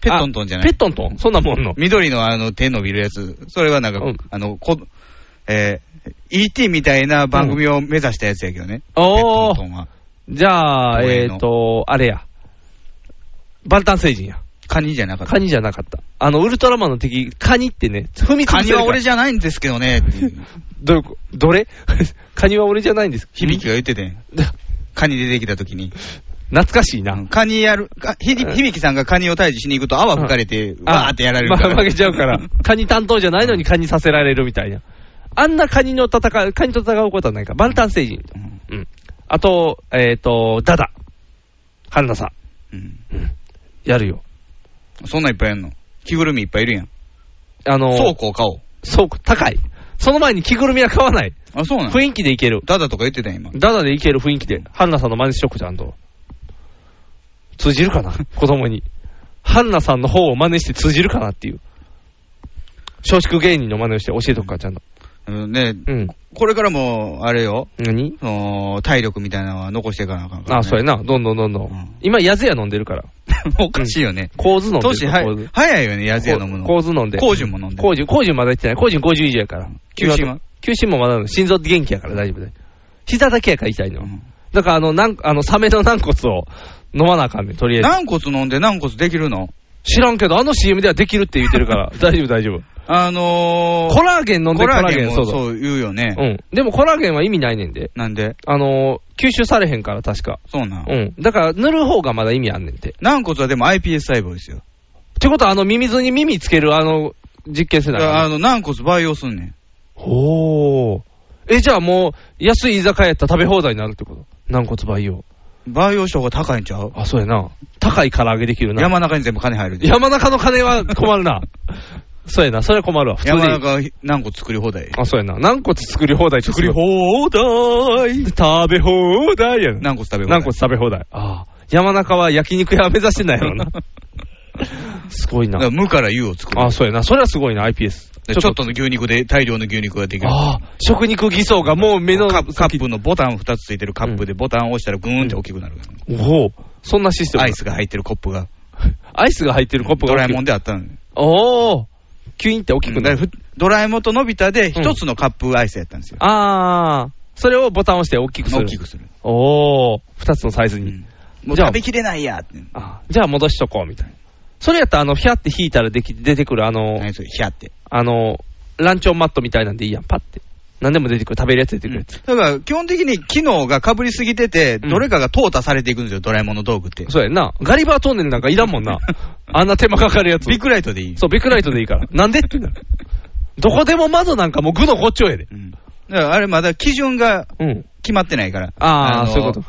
Speaker 2: ペットントンじゃな
Speaker 3: ペ
Speaker 2: い
Speaker 3: ットントンそんなもんの。
Speaker 2: 緑のあの手伸びるやつ。それはなんか
Speaker 3: うん、
Speaker 2: あの、こ、えー、ET みたいな番組を目指したやつやけどね。
Speaker 3: お
Speaker 2: ペッ
Speaker 3: ー
Speaker 2: トントンは
Speaker 3: じゃあ、
Speaker 2: 公
Speaker 3: え
Speaker 2: 園
Speaker 3: っ、
Speaker 2: の
Speaker 3: と、あれや。バルタン星人や。
Speaker 2: カニじゃなかった
Speaker 3: カ。ニじゃなかった。あの、ウルトラマンの敵、カニってね、踏みつぶ
Speaker 2: カ
Speaker 3: せ
Speaker 2: ニ
Speaker 3: るから
Speaker 2: は俺じゃないんですけどねっていう、
Speaker 3: どういうこどれ カニは俺じゃないんです。
Speaker 2: 響きが言っててん。カニ出てきた時に。
Speaker 3: 懐かしいな。
Speaker 2: カニやる、かひび響きさんがカニを退治しに行くと泡吹かれて、わーってやられる
Speaker 3: ま
Speaker 2: か
Speaker 3: あ、
Speaker 2: ら。
Speaker 3: 負けちゃうから。カニ担当じゃないのにカニさせられるみたいな。あんなカニの戦う、カニと戦うことはないか。バルタン星人。
Speaker 2: うん
Speaker 3: うん。あと、えっ、と、ダダ。春菜さん。
Speaker 2: うん
Speaker 3: やるよ。
Speaker 2: そんなんいっぱいやんの着ぐるみいっぱいいるやん。
Speaker 3: あの、
Speaker 2: 倉庫を買おう。
Speaker 3: そう、高い。その前に着ぐるみは買わない。
Speaker 2: あ、そうなの
Speaker 3: 雰囲気でいける。
Speaker 2: ダダとか言ってたやん、今。
Speaker 3: ダダでいける雰囲気で、ハンナさんの真似しとくちゃんと。通じ るかな子供に。ハンナさんの方を真似して通じるかなっていう。松竹芸人の真似をして教えとくから、ちゃんと。
Speaker 2: うんね、
Speaker 3: うん。
Speaker 2: これからも、あれよ、
Speaker 3: 何
Speaker 2: その体力みたいなのは残していかなあかんから、ね。
Speaker 3: あ、そうやな。どんどんどんどん。
Speaker 2: うん
Speaker 3: 今、ヤズヤ飲んでるから。
Speaker 2: おかしいよね。
Speaker 3: 構図飲んでる
Speaker 2: 年、
Speaker 3: か
Speaker 2: は
Speaker 3: ら。
Speaker 2: い、早いよね、やつや飲むの。
Speaker 3: 構図飲んで。
Speaker 2: コージュも飲んで。
Speaker 3: 工事、工事まだ行ってない。工事50以上やから。
Speaker 2: 休止は
Speaker 3: 休止もまだある心臓元気やから大丈夫だよ。膝だけやから痛いの
Speaker 2: う。ん
Speaker 3: だからあの、なんあの、サメの軟骨を飲まなあかんねん、とりあえず。
Speaker 2: 軟骨飲んで軟骨できるの
Speaker 3: 知らんけど、あの CM ではできるって言ってるから、 大丈夫、大丈夫。
Speaker 2: あのー、
Speaker 3: コラーゲン飲ん
Speaker 2: コ
Speaker 3: で、コラ
Speaker 2: ラ
Speaker 3: ー
Speaker 2: ー
Speaker 3: ゲ
Speaker 2: ゲ
Speaker 3: ン、
Speaker 2: ン
Speaker 3: そ
Speaker 2: も
Speaker 3: うそう。
Speaker 2: そう言うよね。
Speaker 3: うん。でもコラーゲンは意味ないねんで。
Speaker 2: なんで
Speaker 3: あのー、吸収されへんから、確か。
Speaker 2: そうなん、
Speaker 3: うん。だから、塗る方がまだ意味あんねんて。
Speaker 2: 軟骨はでも iPS 細胞ですよ。
Speaker 3: ってことは、あの、ミミズに耳つける、あの、実験世
Speaker 2: だ
Speaker 3: 代
Speaker 2: か。らあの、軟骨培養すんねん。
Speaker 3: ほー。え、じゃあもう、安い居酒屋やったら食べ放題になるってこと軟骨培養。
Speaker 2: 培養症が高いんちゃう
Speaker 3: あ、そうやな。高い唐揚げできるな。
Speaker 2: 山中に全部金入るで。
Speaker 3: 山中の金は困るな。 そうやな、それは困るわ。普通に。
Speaker 2: 山中軟骨作り放題。
Speaker 3: あ、そうやな。軟骨作り放題。作り放題。食べ放題やな。
Speaker 2: 軟骨食べ放題。
Speaker 3: 軟骨食べ放題。ああ。山中は焼肉屋目指してないやろ な。すごい
Speaker 2: だから
Speaker 3: な。
Speaker 2: 無から有を作る。
Speaker 3: あ、そうやな。それはすごいな、iPS。
Speaker 2: でちょっとの牛肉で、大量の牛肉ができる。
Speaker 3: ああ、食肉偽装がもう目の
Speaker 2: カップカップのボタン2つついてるカップでボタンを押したらグーンって大きくなる。
Speaker 3: おお。そんなシステム。
Speaker 2: アイスが入ってるコップが。
Speaker 3: アイスが入ってるコップが
Speaker 2: ド
Speaker 3: 大
Speaker 2: ラえ
Speaker 3: きい
Speaker 2: もんであったのよ。
Speaker 3: おー。キュインって大きくな
Speaker 2: だから
Speaker 3: る。
Speaker 2: ふドラえもんとのび太で一つのカップアイスやったんですよ。
Speaker 3: あー。それをボタンを押して大きくする。
Speaker 2: 大きくする。
Speaker 3: おー。二つのサイズ
Speaker 2: う
Speaker 3: に。
Speaker 2: んもう
Speaker 3: じゃあ
Speaker 2: 食べきれないやって。
Speaker 3: あじゃあ戻しとこう、みたいな。それやったら、あの、ひゃって引いたらでき出てくる、あの、
Speaker 2: 何それ、ひゃって。
Speaker 3: あの、ランチョンマットみたいなんでいいやん、パって。何でも出てくる、食べるやつ出てくるやつ。
Speaker 2: だから、基本的に機能が被りすぎてて、
Speaker 3: うん
Speaker 2: どれかが淘汰されていくんですよ、ドラえもんの道具って。
Speaker 3: そうやんな。ガリバートンネルなんかいらん もんな。あんな手間かかるやつ。
Speaker 2: ビッグライトでいい。
Speaker 3: そう、ビッグライトでいい から。なんでってなる。どこでも窓なんかもう具のこっちょやで。
Speaker 2: うんだから、あれまだ基準が
Speaker 3: うん。
Speaker 2: 決まってないから。
Speaker 3: あ
Speaker 2: の
Speaker 3: あ、そういうこと。。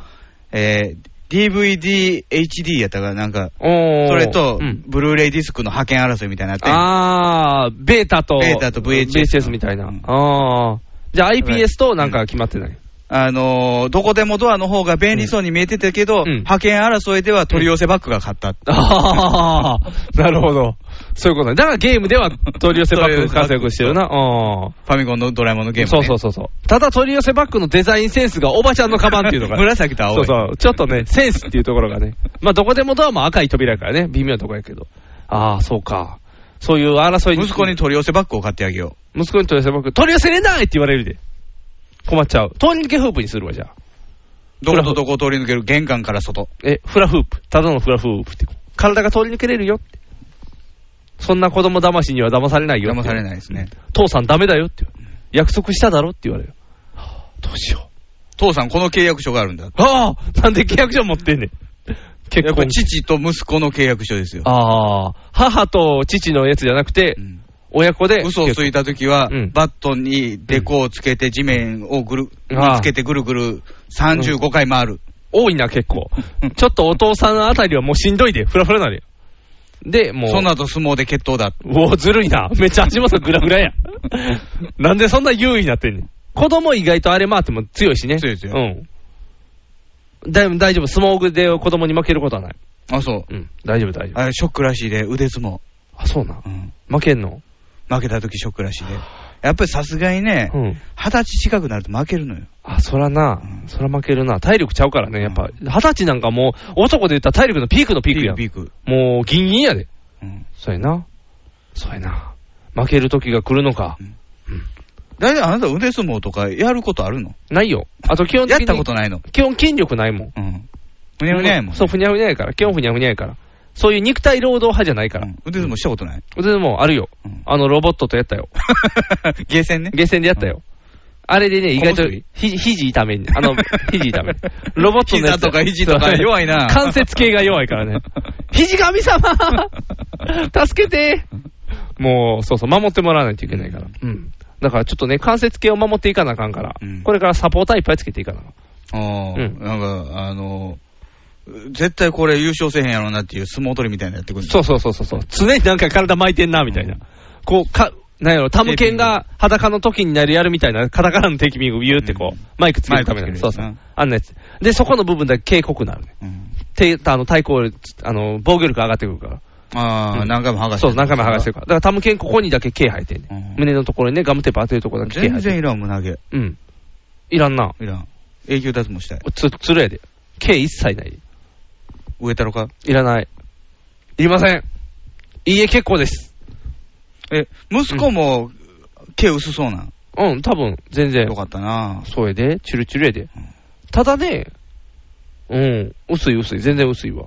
Speaker 2: えー、DVD、HD やったから、なんか、
Speaker 3: おー
Speaker 2: それと
Speaker 3: うん、
Speaker 2: ブルーレイディスクの覇権争いみたいになって。
Speaker 3: ああ、ベータと、
Speaker 2: ベータと VHS
Speaker 3: VHS みたいな。
Speaker 2: うん
Speaker 3: ああ。じゃあ IPS となんか決まってない。
Speaker 2: あのーどこでもドアの方が便利そうに見えてたけど、
Speaker 3: うん
Speaker 2: 派遣争いでは取り寄せバッグが買った。
Speaker 3: ああ、なるほど。そういうことね。だからゲームでは取り寄せバッグ活躍してるな。ああ。
Speaker 2: ファミコンのドラえもんのゲーム、ね。
Speaker 3: そうそうそうそう。ただ取り寄せバッグのデザインセンスがおばちゃんのカバンっていう のが。
Speaker 2: 紫と青い
Speaker 3: そうそう。ちょっとね、センスっていうところがね。まあ、どこでもドアも赤い扉やからね。微妙なとこやけど。ああ、そうか。そういう争い
Speaker 2: 息子に。取り寄せバッグを買ってあげよ
Speaker 3: 息子に取り寄せバッグ。取り寄せれないって言われるで。困っちゃう。通り抜けフープにするわ、じゃあ。
Speaker 2: う。どことどこを通り抜ける玄関から外。
Speaker 3: え、フラフープ。ただのフラフープって。体が通り抜けれるよって。そんな子供騙しには騙されないよって。
Speaker 2: 騙されないですね。
Speaker 3: 父さんダメだよって。約束しただろって言われる。はあどうしよう。
Speaker 2: 父さん、この契約書があるんだ。
Speaker 3: ああなんで契約書持ってんねん。
Speaker 2: や
Speaker 3: 結
Speaker 2: っぱ
Speaker 3: 婚。
Speaker 2: 父と息子の契約書ですよ。
Speaker 3: ああ、母と父のやつじゃなくて
Speaker 2: う、ん
Speaker 3: 親子で。
Speaker 2: 嘘をついたときは、
Speaker 3: うん
Speaker 2: バットにデコをつけて、地面をぐる、
Speaker 3: あ
Speaker 2: つ
Speaker 3: あ
Speaker 2: けてぐるぐる35回回る。
Speaker 3: 多いな、結構。ちょっとお父さんあたりはもうしんどいで、フラフラなるよ。で、もう。
Speaker 2: その後相撲で決闘だ。
Speaker 3: おお、ずるいな。めっちゃ足元グラグラや。なんでそんな優位になってんねん。子供意外とあれ回っても強いしね。
Speaker 2: 強いですよ
Speaker 3: うん。だいぶ大丈夫。相撲で子供に負けることはない。
Speaker 2: あ、そう。
Speaker 3: うん。大丈夫、大丈夫。
Speaker 2: あれ、ショックらしいで、腕相撲。
Speaker 3: あ、そうな
Speaker 2: う。ん
Speaker 3: 負けんの。
Speaker 2: 負けたときショックらしいで。やっぱりさすがにね
Speaker 3: う、ん。
Speaker 2: 二十歳近くなると負けるのよ。
Speaker 3: あ、そらな
Speaker 2: う、ん
Speaker 3: そら負けるな。体力ちゃうからね、やっぱ。
Speaker 2: う
Speaker 3: 二十歳なんかもう、男で言ったら体力のピークのピークやん。
Speaker 2: ピーク。
Speaker 3: もう、ギンギンやで。
Speaker 2: うん
Speaker 3: そうやな。そうやな。負ける時が来るのか。
Speaker 2: 大体あなた腕相撲とかやることあるの
Speaker 3: ないよ。あと基本的
Speaker 2: やっ
Speaker 3: に。
Speaker 2: たことないの。
Speaker 3: 基本筋力ないもん。
Speaker 2: うん。むにゃむにゃやもん。
Speaker 3: そう、ふにゃふにゃやから。基本ふにゃふにゃやから。そういう肉体労働派じゃないから
Speaker 2: う。ん腕相撲したことない。
Speaker 3: でも、あるよ
Speaker 2: うん。
Speaker 3: あの、ロボットとやったよ。
Speaker 2: ゲーセンね。
Speaker 3: ゲーセンでやったよ。あれでね、意外と
Speaker 2: 面白い、
Speaker 3: ひ肘痛めんね。あ の、肘痛めん。ロボットのやつ
Speaker 2: 膝とか肘とか弱いな
Speaker 3: 関節系が弱い からね。肘神 様助けてもう、そうそう、守ってもらわないといけないから。うん。だからちょっとね、関節系を守っていかなあかんから、
Speaker 2: うん
Speaker 3: これからサポーターいっぱいつけていかな。
Speaker 2: ああ、
Speaker 3: うん
Speaker 2: なんか、あの、絶対これ優勝せへんやろうなっていう相撲取りみたいなのやってくる。
Speaker 3: そううそうそうそうそう。常になんか体巻いてんな、みたいな。こう、か、なんやろ、タムケンが裸の時になるやるみたいな、カタカナのテキミングビューってこう、
Speaker 2: うん
Speaker 3: マイクつけるための。
Speaker 2: マイクつけるやつ
Speaker 3: そうそう
Speaker 2: な。
Speaker 3: あんなやつ。で、そこの部分だけ警告なるね。
Speaker 2: うん
Speaker 3: てあの、対抗力、あの、防御力上がってくるから。
Speaker 2: ああ、
Speaker 3: うん
Speaker 2: 何回も剥がして
Speaker 3: そう、何回も剥がしててるから。だからタムケンここにだけ毛生えてんね、
Speaker 2: うん
Speaker 3: 胸のところにね、ガムテープ当てるところだけ毛生
Speaker 2: 全然い
Speaker 3: えてる。
Speaker 2: らん、胸毛。
Speaker 3: うん。いらんな。
Speaker 2: いらん。永久脱毛したい。
Speaker 3: つ、つるやで。毛一切ない。
Speaker 2: 植えたろか
Speaker 3: いらない。いりません。いいえ、結構です。
Speaker 2: え、息子も毛薄そうなん。
Speaker 3: うん、多分、全然
Speaker 2: よ。かったな
Speaker 3: そうやで、チュルチュルやで
Speaker 2: うん。
Speaker 3: ただね、うん、薄い薄い、全然薄いわ。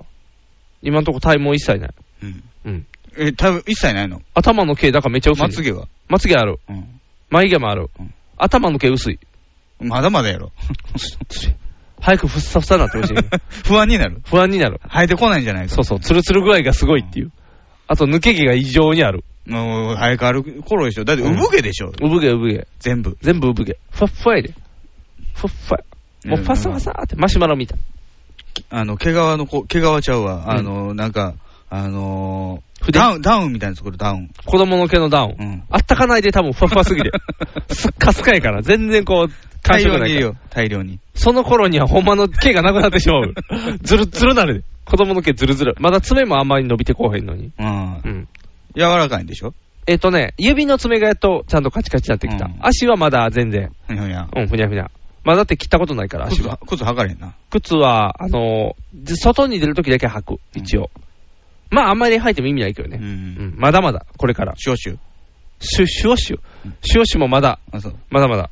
Speaker 3: 今んとこ体毛一切ない。
Speaker 2: うん。
Speaker 3: うん。
Speaker 2: え、多分一切ないの
Speaker 3: 頭の毛、だからめっちゃ薄い、
Speaker 2: まつげは。
Speaker 3: まつげある。
Speaker 2: うん。
Speaker 3: 眉毛もある
Speaker 2: うん。
Speaker 3: 頭の毛薄い。
Speaker 2: まだまだやろ。
Speaker 3: 早くふっさふさになってほ しい。
Speaker 2: 不安になる。
Speaker 3: 不安になる。
Speaker 2: 生えてこないんじゃないか。
Speaker 3: そうそう、ツルツル具合がすごいっていう。あと、抜け毛が異常にある。
Speaker 2: もう、生え変わる頃でしょ。だって、産毛でしょ。
Speaker 3: 産毛、産毛。
Speaker 2: 全部。
Speaker 3: 全部産毛。ふわっふわやで。ふわっふわや。もう、ファサファサーって、マシュマロみたい。
Speaker 2: あの、毛皮の子、毛皮ちゃうわ。あの、なんか、あのー、
Speaker 3: 筆
Speaker 2: ダウン、ダウンみたいな作る、ダウン。
Speaker 3: 子供の毛のダウン。
Speaker 2: うん。
Speaker 3: あったかないで多分ふわふわすぎ て。すっかすかやから、全然こう、感
Speaker 2: 大
Speaker 3: 触
Speaker 2: 量
Speaker 3: な
Speaker 2: に
Speaker 3: い
Speaker 2: い
Speaker 3: か
Speaker 2: る
Speaker 3: ら。
Speaker 2: よ。大量に。
Speaker 3: その頃にはほんまの毛がなくなってしまう。ずるずるなるで。子供の毛ずるずる。まだ爪もあんまり伸びてこうへんのに。
Speaker 2: うん
Speaker 3: う。ん。
Speaker 2: 柔らかいんでしょ
Speaker 3: えっ、とね、指の爪がやっとちゃんとカチカチになってきた。
Speaker 2: うん
Speaker 3: 足はまだ全然。
Speaker 2: ふにゃふにゃ。
Speaker 3: うん、ふにゃふにゃ。まあだって切ったことないから、足
Speaker 2: 靴
Speaker 3: は。
Speaker 2: は、靴履かれへんな。
Speaker 3: 靴は、あの、で外に出るときだけ履く、一応。まあ、あんまり履いても意味ないけど
Speaker 2: う。
Speaker 3: ね。うんん、まだまだ、これから。
Speaker 2: 消臭。
Speaker 3: シュッシュオシュ。シュオシュもまだ、
Speaker 2: あ、そう。
Speaker 3: まだまだ。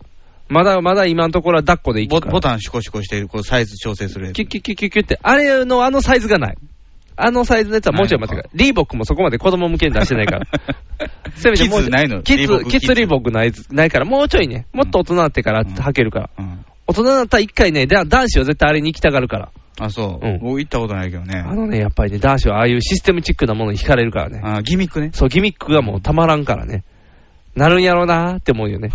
Speaker 3: まだまだ今のところは抱っこでいい
Speaker 2: ボ
Speaker 3: から
Speaker 2: ボタンシコシコしてる、こうサイズ調整するやつ
Speaker 3: キュッキュッキュッキュッキュッって、あれのあのサイズがない。あのサイズのやつはもうちょい待ってください。リーボックもそこまで子供向けに出してない から。 せめても
Speaker 2: キ
Speaker 3: うちょ
Speaker 2: ッズないの
Speaker 3: キ
Speaker 2: リーボッ
Speaker 3: ッズ、
Speaker 2: ク
Speaker 3: キッ
Speaker 2: キッ
Speaker 3: ズ
Speaker 2: ズ
Speaker 3: リーボックないないから、もうちょいね。もっと大人になってから履けるから。
Speaker 2: うん。
Speaker 3: 大人になったら一回ね、だ男子は絶対あれに行きたがるから。
Speaker 2: あ、そう。
Speaker 3: うん
Speaker 2: 僕行ったことないけどね
Speaker 3: あ。のね、やっぱりね、男子はああいうシステムチックなものに惹かれるからね。
Speaker 2: あ、ギミックね。
Speaker 3: そう、ギミックがもうたまらんからね。なるんやろなーって思う よね。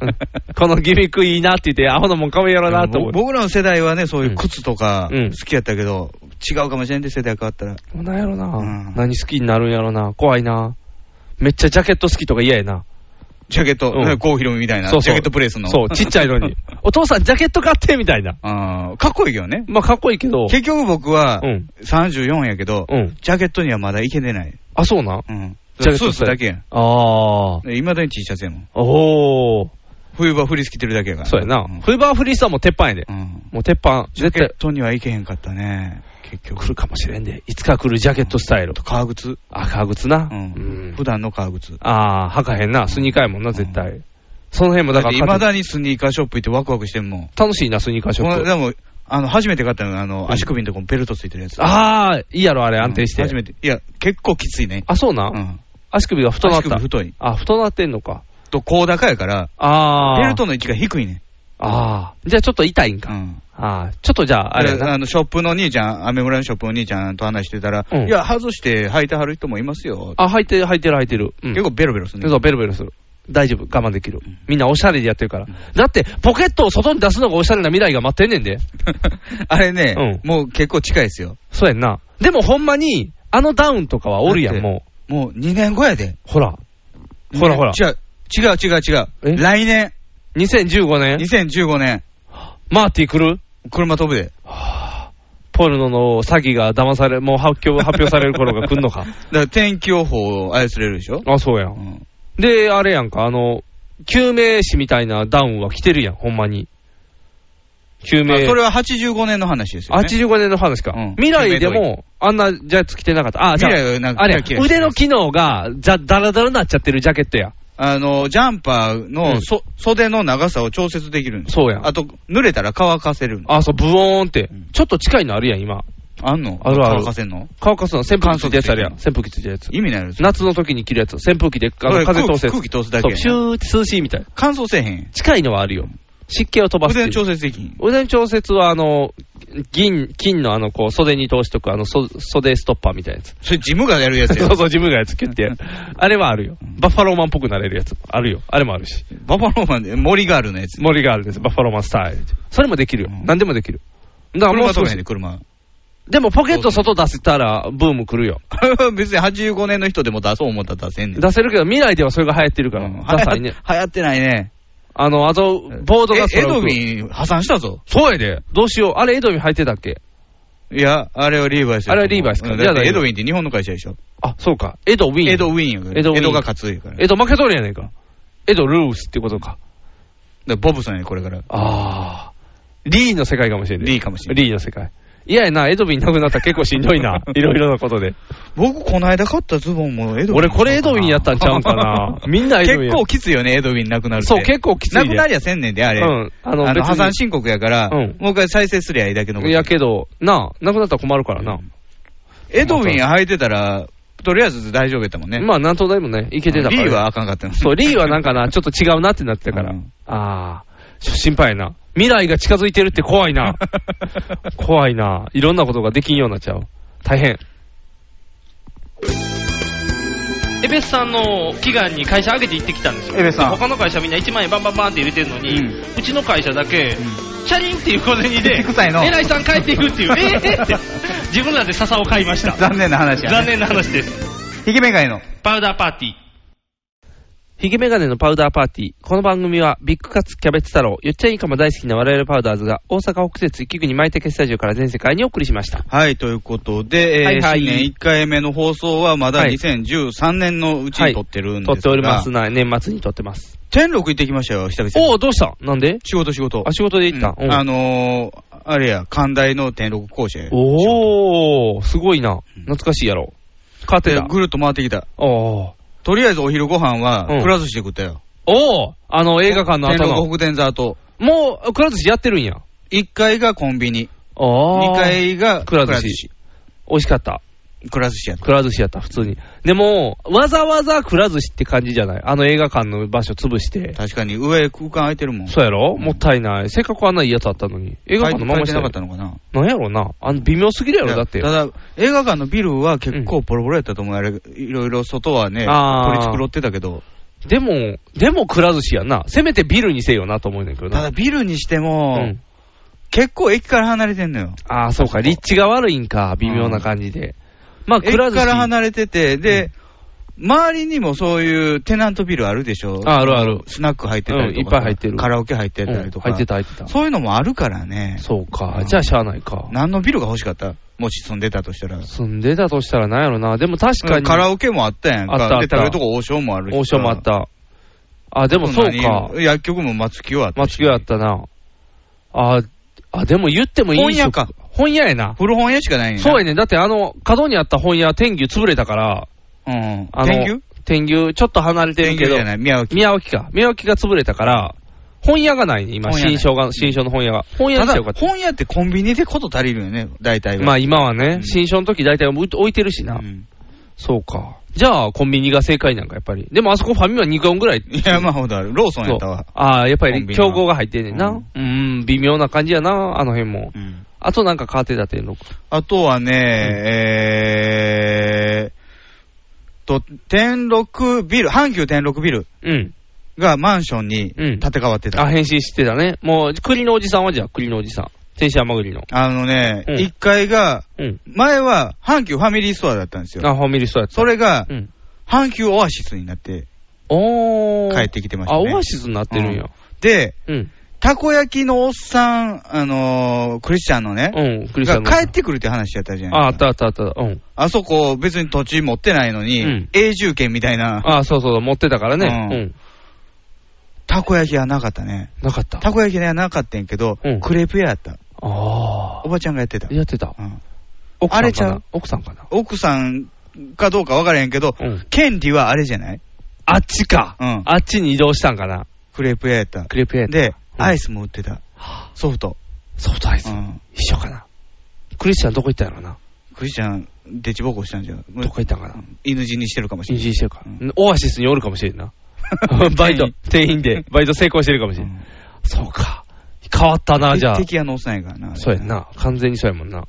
Speaker 3: うんこのギミックいいなって言って、アホなもん買うやろなーって思
Speaker 2: ぼ
Speaker 3: う。
Speaker 2: 僕らの世代はね、そういう靴とか
Speaker 3: うん
Speaker 2: 好きやったけど、違うかもしれんで、世代変わったら。
Speaker 3: なんやろな、
Speaker 2: うん
Speaker 3: 何好きになるんやろな怖いなめっちゃジャケット好きとか嫌やな。
Speaker 2: ジャケット、
Speaker 3: うん
Speaker 2: ね郷ひろみみたいな、
Speaker 3: そうそ
Speaker 2: ジ
Speaker 3: う
Speaker 2: ャケットプレイするの。
Speaker 3: そう、ちっちゃいのに。お父さんジャケット買ってみたいな。
Speaker 2: あーかっこいいけどね。
Speaker 3: まあかっこいいけど。
Speaker 2: 結局僕は
Speaker 3: うん
Speaker 2: 34やけど、
Speaker 3: うん。
Speaker 2: ジャケットにはまだいけてない。
Speaker 3: あ、そうな。
Speaker 2: うん。
Speaker 3: ジ
Speaker 2: ス
Speaker 3: ャケット
Speaker 2: ーツだけやん。
Speaker 3: あー。
Speaker 2: いまだに T シャツやもん。
Speaker 3: おー。
Speaker 2: 冬場フリース着てるだけやから。
Speaker 3: そうやな。
Speaker 2: ん
Speaker 3: フーバーフリースはもう鉄板やで。
Speaker 2: うん。
Speaker 3: もう鉄板。
Speaker 2: ジャ
Speaker 3: 絶
Speaker 2: ケ
Speaker 3: 対
Speaker 2: ットにはいけへんかったね。結局。
Speaker 3: 来るかもしれんで。いつか来るジャケットスタイル。
Speaker 2: 革靴。
Speaker 3: あ、革靴な。
Speaker 2: う
Speaker 3: うん
Speaker 2: ん。普段の革靴。
Speaker 3: ああ、履かへんな。スニーカーやもんな、絶対。その辺もだから、
Speaker 2: いまだにスニーカーショップ行ってワクワクしてんもん。
Speaker 3: 楽しいな、スニーカーショ
Speaker 2: こ
Speaker 3: ッ
Speaker 2: の
Speaker 3: プ。
Speaker 2: でも、あの、初めて買ったのが、あ
Speaker 3: ん
Speaker 2: の、足首のとこにベルトついてるやつ。
Speaker 3: ああ、いいやろ、あれ、安定して。
Speaker 2: うん初めて。いや、結構きついね。
Speaker 3: あ、そうな。
Speaker 2: うん。
Speaker 3: 足首が太なっ
Speaker 2: 足
Speaker 3: た
Speaker 2: 首。太い。
Speaker 3: あ、太なってんのか。
Speaker 2: と、高高やから、
Speaker 3: ああ。
Speaker 2: ベルトの位置が低いね。
Speaker 3: ああ。じゃあちょっと痛いん
Speaker 2: う
Speaker 3: か。
Speaker 2: ん。
Speaker 3: ああ。ちょっとじゃあ、あ
Speaker 2: あ
Speaker 3: れ
Speaker 2: れ、
Speaker 3: やな。
Speaker 2: あの、ショップのお兄ちゃん、アメ村のショップのお兄ちゃんと話してたら、
Speaker 3: う
Speaker 2: い
Speaker 3: ん
Speaker 2: や、外して履いてはる人もいますよ。
Speaker 3: あ、履いてる、履いてる、履いてる。うん
Speaker 2: 結構ベロベロするね。
Speaker 3: そう、ベロベロする。大丈夫、我慢できる。みんなおしゃれでやってるから。だって、ポケットを外に出すのがおしゃれな未来が待ってんねんで。
Speaker 2: あれね、
Speaker 3: う
Speaker 2: もう結構近いですよ。
Speaker 3: そうやんな。でもほんまに、あのダウンとかはおるや
Speaker 2: だ
Speaker 3: ん、
Speaker 2: って
Speaker 3: も
Speaker 2: もう2年後やで。
Speaker 3: う。ほら。ほらほら。
Speaker 2: 違う、違う違う違
Speaker 3: え
Speaker 2: う。来年、
Speaker 3: 2015年
Speaker 2: 2015年、
Speaker 3: マーティ来る
Speaker 2: 車飛ぶで。
Speaker 3: ポルノの詐欺が騙され、もう発 表発表される頃が来んのか。
Speaker 2: だから天気予報を操れるでしょ。
Speaker 3: あ、そうや。
Speaker 2: うんん
Speaker 3: で、あれやんか、あの、救命士みたいなダウンは来てるやん、ほんまに。救
Speaker 2: まあ
Speaker 3: 命。
Speaker 2: それは85年の話ですよね。
Speaker 3: 85年の話か。
Speaker 2: うん
Speaker 3: 未来でも、あんなジャケット着てなかった。あ、じゃ
Speaker 2: 未
Speaker 3: あ、
Speaker 2: 来はなんか
Speaker 3: あれや
Speaker 2: キラキラして
Speaker 3: 腕
Speaker 2: る
Speaker 3: の機能が、じゃ、ダラダラになっちゃってるジャケットや。
Speaker 2: あの、ジャンパー
Speaker 3: うん
Speaker 2: のそ、袖の長さを調節できるんです
Speaker 3: そうやん
Speaker 2: あと、濡れたら乾かせるん
Speaker 3: あ、そう、ブオーンって
Speaker 2: うん。
Speaker 3: ちょっと近いのあるやん、今。
Speaker 2: あんの
Speaker 3: あるある
Speaker 2: 乾かせんの
Speaker 3: 乾かすの、扇風機ついたやつあるやん。扇風機ついたやつ。
Speaker 2: 意味ないです
Speaker 3: 夏の時に着るやつ。扇風機で、あ
Speaker 2: そ
Speaker 3: の
Speaker 2: れ
Speaker 3: 風通せ
Speaker 2: 空気空気通すだけ
Speaker 3: そ
Speaker 2: や
Speaker 3: う、
Speaker 2: ん
Speaker 3: シューって涼しいみたい。
Speaker 2: 乾燥せえへん。
Speaker 3: 近いのはあるよ。湿気を飛ばすってい
Speaker 2: 腕
Speaker 3: う。
Speaker 2: の調節できひん。
Speaker 3: 腕の調節は、あの、銀、金のあの、こう、袖に通しとく、あの、そ袖ストッパーみたいなやつ。
Speaker 2: それジムがやるやつ
Speaker 3: そ
Speaker 2: や
Speaker 3: う。そう、自分がやつキュッてやる。あれはあるよ。バッファローマンっぽくなれるやつもあるよ。あれもあるし。
Speaker 2: ババローマンで、森があるのやつ。
Speaker 3: 森があるんです。バッファローマンスタイル。それもできるよ
Speaker 2: う。ん
Speaker 3: 何でもできる。だからも
Speaker 2: 車
Speaker 3: う
Speaker 2: 飛
Speaker 3: 少
Speaker 2: べへん
Speaker 3: し
Speaker 2: で、。車。
Speaker 3: でもポケット外出せたら、ブーム来るよ。
Speaker 2: 別に85年の人でも出そう思ったら出せんねん。
Speaker 3: 出せるけど、未来ではそれが流行ってるか
Speaker 2: うん
Speaker 3: ら。ダサいね。
Speaker 2: 流行ってないね。
Speaker 3: あの、あと、ボード
Speaker 2: え
Speaker 3: が
Speaker 2: エ
Speaker 3: 空を
Speaker 2: ドウ
Speaker 3: 浮く
Speaker 2: ィン破産したぞ。
Speaker 3: そうやで。どうしよう。あれ、エドウィン入ってたっけ
Speaker 2: いや、あれはリーバイスや
Speaker 3: あれはリーバイスか
Speaker 2: うん
Speaker 3: じゃあ
Speaker 2: だってエ
Speaker 3: 大丈
Speaker 2: ド
Speaker 3: 夫
Speaker 2: ウィンって日本の会社でしょ。
Speaker 3: あ、そうか。エドウィン。
Speaker 2: エドウィンやから。
Speaker 3: エ
Speaker 2: エ
Speaker 3: ド
Speaker 2: ド
Speaker 3: ウィン
Speaker 2: が勝つやから。
Speaker 3: エド負けとるやねんか。エドルースってことか。
Speaker 2: だからボブさんや、これから。
Speaker 3: ああ。リーの世界かもしれない。
Speaker 2: リーかもしれない
Speaker 3: リーの世界。いややな、エドウィンなくなったら結構しんどい な。いろいろなことで。
Speaker 2: 僕、この間買ったズボンもエドウィン。
Speaker 3: 俺これエドウィンやったんちゃうんか なみんなエドウィンや
Speaker 2: 結構きついよね、エドウィンなくなるって。
Speaker 3: そう、結構きつい
Speaker 2: な
Speaker 3: で。
Speaker 2: くなりゃせんねんで、あれ。
Speaker 3: うん。あの、
Speaker 2: あ
Speaker 3: 別
Speaker 2: の
Speaker 3: に
Speaker 2: 破産申告やから、
Speaker 3: うん
Speaker 2: もう一回再生すりゃいいだけのこと。
Speaker 3: いやけど、なあ、なくなったら困るからな。
Speaker 2: エドウィン履いてたら、とりあえず大丈夫やったもんね。
Speaker 3: まあ、なんとでもね、いけてたから。
Speaker 2: リーはあかんかったの。
Speaker 3: そう、リーはなんかな、ちょっと違うなってなってたから。
Speaker 2: うん
Speaker 3: ああ、ちょ心配やな。未来が近づいてるって怖 いな。怖いな。いろんなことができんようになっちゃう。大変。
Speaker 8: エベスさんの祈願に会社上げて行ってきたんですよ。
Speaker 2: エベスさん
Speaker 8: 他の会社みんな1万円バンバンバンって入れてるのに、う
Speaker 2: うん
Speaker 8: ちの会社だけ、チャリンっていう小銭で、
Speaker 2: 臭いの
Speaker 8: 偉いさん帰っていくっていう、えーって、自分らで笹を買いました。
Speaker 2: 残念な話や、
Speaker 8: 残
Speaker 2: ね。
Speaker 8: 念な話です。
Speaker 2: ひげめがいの。
Speaker 8: パウダーパーティー。
Speaker 3: ヒゲメガネのパウダーパーティー。この番組は、ビッグカツ、キャベツ太郎、よっちゃんいかも大好きな我々パウダーズが、大阪北節一気に舞茸スタジオから全世界にお送りしました。
Speaker 2: はい、ということで、えー
Speaker 3: はいはい
Speaker 2: 新年1回目の放送はまだ
Speaker 3: はい
Speaker 2: 2013年のうちに撮ってるん
Speaker 3: 撮
Speaker 2: です
Speaker 3: って
Speaker 2: が、
Speaker 3: おりますな、年末に撮ってます。
Speaker 2: 天禄行ってきましたよ、久々に。
Speaker 3: おお、どうしたなんで
Speaker 2: 仕事仕事。
Speaker 3: あ、仕事で行った。
Speaker 2: う
Speaker 3: うんん
Speaker 2: あのー、あれや、寛大の天禄講師や
Speaker 3: おー、すごいな。懐かしいやろ。勝て
Speaker 2: で
Speaker 3: た。
Speaker 2: ぐるっと回ってきた。
Speaker 3: おー。
Speaker 2: とりあえずお昼ご飯は
Speaker 3: うん、
Speaker 2: くら寿司で食ったよ。
Speaker 3: おー、あの、映画館の
Speaker 2: 天
Speaker 3: 後
Speaker 2: 禄
Speaker 3: の。
Speaker 2: 北天座と、
Speaker 3: もう、くら寿司やってるんや。
Speaker 2: 1階がコンビニ、
Speaker 3: あー。
Speaker 2: 2階が
Speaker 3: くら寿司。美味しかった。
Speaker 2: くら寿司やった。
Speaker 3: くら寿司やった、普通に。でも、わざわざくら寿司って感じじゃないあの映画館の場所潰して。
Speaker 2: 確かに上空間空いてるもん。
Speaker 3: そうやろもったいない。せっかくあんないいやつあったのに。映画館のま
Speaker 2: 書い
Speaker 3: ま
Speaker 2: てな
Speaker 3: した
Speaker 2: か
Speaker 3: よ
Speaker 2: ったのかな
Speaker 3: なんやろな。あの、微妙すぎるやろ、だって
Speaker 2: い。やただ、映画館のビルは結構ボロボロやったと思う。あれ、いろいろ外はね、
Speaker 3: あー
Speaker 2: 取り繕ってたけど。
Speaker 3: でも、でもくら寿司やんな。せめてビルにせよなと思うねんだけど
Speaker 2: た
Speaker 3: な。
Speaker 2: だビルにして
Speaker 3: う
Speaker 2: も、
Speaker 3: ん。
Speaker 2: 結構駅から離れてんのよ。
Speaker 3: ああ、そうか。立地が悪いんか。微妙な感じで。まあ、
Speaker 2: 駅
Speaker 3: くら寿司。
Speaker 2: から離れてて、で、周りにもそういうテナントビルあるでしょ。
Speaker 3: ああるある。
Speaker 2: スナック入ってたりとか、
Speaker 3: うんいっぱい入ってる
Speaker 2: カラオケ入ってたりとか。
Speaker 3: うん入ってた、入ってた。
Speaker 2: そういうのもあるからね。
Speaker 3: そうか。じゃあ、しゃあないか。
Speaker 2: 何のビルが欲しかったもし住んでたとしたら。
Speaker 3: 住んでたとしたらなんやろな。でも確かに。
Speaker 2: カラオケもあったやんか。
Speaker 3: あったあった
Speaker 2: で、食べるとこ王将もあるしさ
Speaker 3: 王将もあっ。た。あ、でもそうか。
Speaker 2: 何薬局も松木はあったし。
Speaker 3: 松木はあったな。あ、あ、でも言ってもいい
Speaker 2: 本屋か。
Speaker 3: 本屋やな。
Speaker 2: 古本屋しかないんや。
Speaker 3: そうやね。だってあの、角にあった本屋、天牛潰れたから、
Speaker 2: うん。
Speaker 3: あの、
Speaker 2: 天牛
Speaker 3: 天牛、ちょっと離れて
Speaker 2: 天
Speaker 3: る
Speaker 2: 牛
Speaker 3: けど
Speaker 2: じゃ、ない、宮脇。
Speaker 3: 宮脇か。宮脇が潰れたから、本屋がないね、今、
Speaker 2: 本屋ない
Speaker 3: 新商が、新商の本屋が。本屋
Speaker 2: た
Speaker 3: にし
Speaker 2: だ
Speaker 3: てよかっ、た。
Speaker 2: 本屋ってコンビニでこと足りるよね、大体は。
Speaker 3: まあ今はね、
Speaker 2: うん
Speaker 3: 新商の時大体置い置いてるしな。
Speaker 2: うん
Speaker 3: そうか。じゃあ、コンビニが正解なんか、やっぱり。でもあそこファミマ2巻ぐらい。
Speaker 2: いや、まあほどある。ローソンやったわ。
Speaker 3: ああ、やっぱ
Speaker 2: コ
Speaker 3: り
Speaker 2: ンビニは
Speaker 3: 競合が入ってんねんな。
Speaker 2: う
Speaker 3: うんん、うん、微妙な感じやな、あの辺も。
Speaker 2: うん
Speaker 3: あとなんかカーテだってんのか。
Speaker 2: あとはね、えーと、天禄ビル、阪急天禄ビル
Speaker 3: うん。
Speaker 2: がマンションに
Speaker 3: うん
Speaker 2: 建て替わってた。
Speaker 3: あ、変身してたね。もう、栗のおじさんはじゃあ、栗のおじさん。天使甘栗の。
Speaker 2: あのね、
Speaker 3: うん
Speaker 2: 1階が、
Speaker 3: うん。
Speaker 2: 前は阪急ファミリーストアだったんですよ。
Speaker 3: あ、ファミリーストアやった。
Speaker 2: それが
Speaker 3: う、ん。
Speaker 2: 阪急オアシスになって
Speaker 3: おー。
Speaker 2: 帰ってきてました
Speaker 3: あ、
Speaker 2: ね。
Speaker 3: オアシスになってるんや。
Speaker 2: で、
Speaker 3: うん。
Speaker 2: たこ焼きのおっさん、あのークリスチャンのね、
Speaker 3: うん、クリスチャ
Speaker 2: が
Speaker 3: ン
Speaker 2: 帰ってくるって話やったじゃ
Speaker 3: あ、
Speaker 2: な
Speaker 3: あ
Speaker 2: い
Speaker 3: っ
Speaker 2: ですか。
Speaker 3: たあったあった。うん。
Speaker 2: あそこ別に土地持ってないのに、
Speaker 3: うん
Speaker 2: 永住権みたいな
Speaker 3: あ、そうそう、持ってたからね。
Speaker 2: う
Speaker 3: うんん。
Speaker 2: たこ焼きはなかったね。
Speaker 3: なかった。
Speaker 2: たこ焼きではなかったんやけど、
Speaker 3: うん
Speaker 2: クレープ屋やった。
Speaker 3: あ
Speaker 2: おばちゃんがやってた。
Speaker 3: ー。やってた。
Speaker 2: うん
Speaker 3: 奥
Speaker 2: あ
Speaker 3: さ
Speaker 2: れ
Speaker 3: ん
Speaker 2: ちゃ
Speaker 3: か
Speaker 2: う
Speaker 3: な奥さんかな
Speaker 2: 奥さんかどうかわからへんけど、
Speaker 3: うん
Speaker 2: 権利はあれじゃない
Speaker 3: あっちか。
Speaker 2: うん
Speaker 3: あっちに移動したんかな。
Speaker 2: クレープ屋やった。
Speaker 3: クレープ屋やった
Speaker 2: で、
Speaker 3: うん
Speaker 2: アイスも売ってた。ソフト。
Speaker 3: ソフトアイス
Speaker 2: う。ん
Speaker 3: 一緒かな。クリスチャンどこ行ったんやろな。
Speaker 2: クリスチャン、デチボコしたんじゃん。
Speaker 3: どこ行ったんかな
Speaker 2: う。ん犬死にしてるかもしれ
Speaker 3: 妊
Speaker 2: ない。
Speaker 3: 娠してるか
Speaker 2: うん。
Speaker 3: オアシスにおるかもしれん な。バイト、店員で、バイト成功してるかもしれん。そうか。変わったな、じゃあ。
Speaker 2: 敵屋のおっさんやからな。あれ
Speaker 3: そうやん。な。完全にそうやもんな。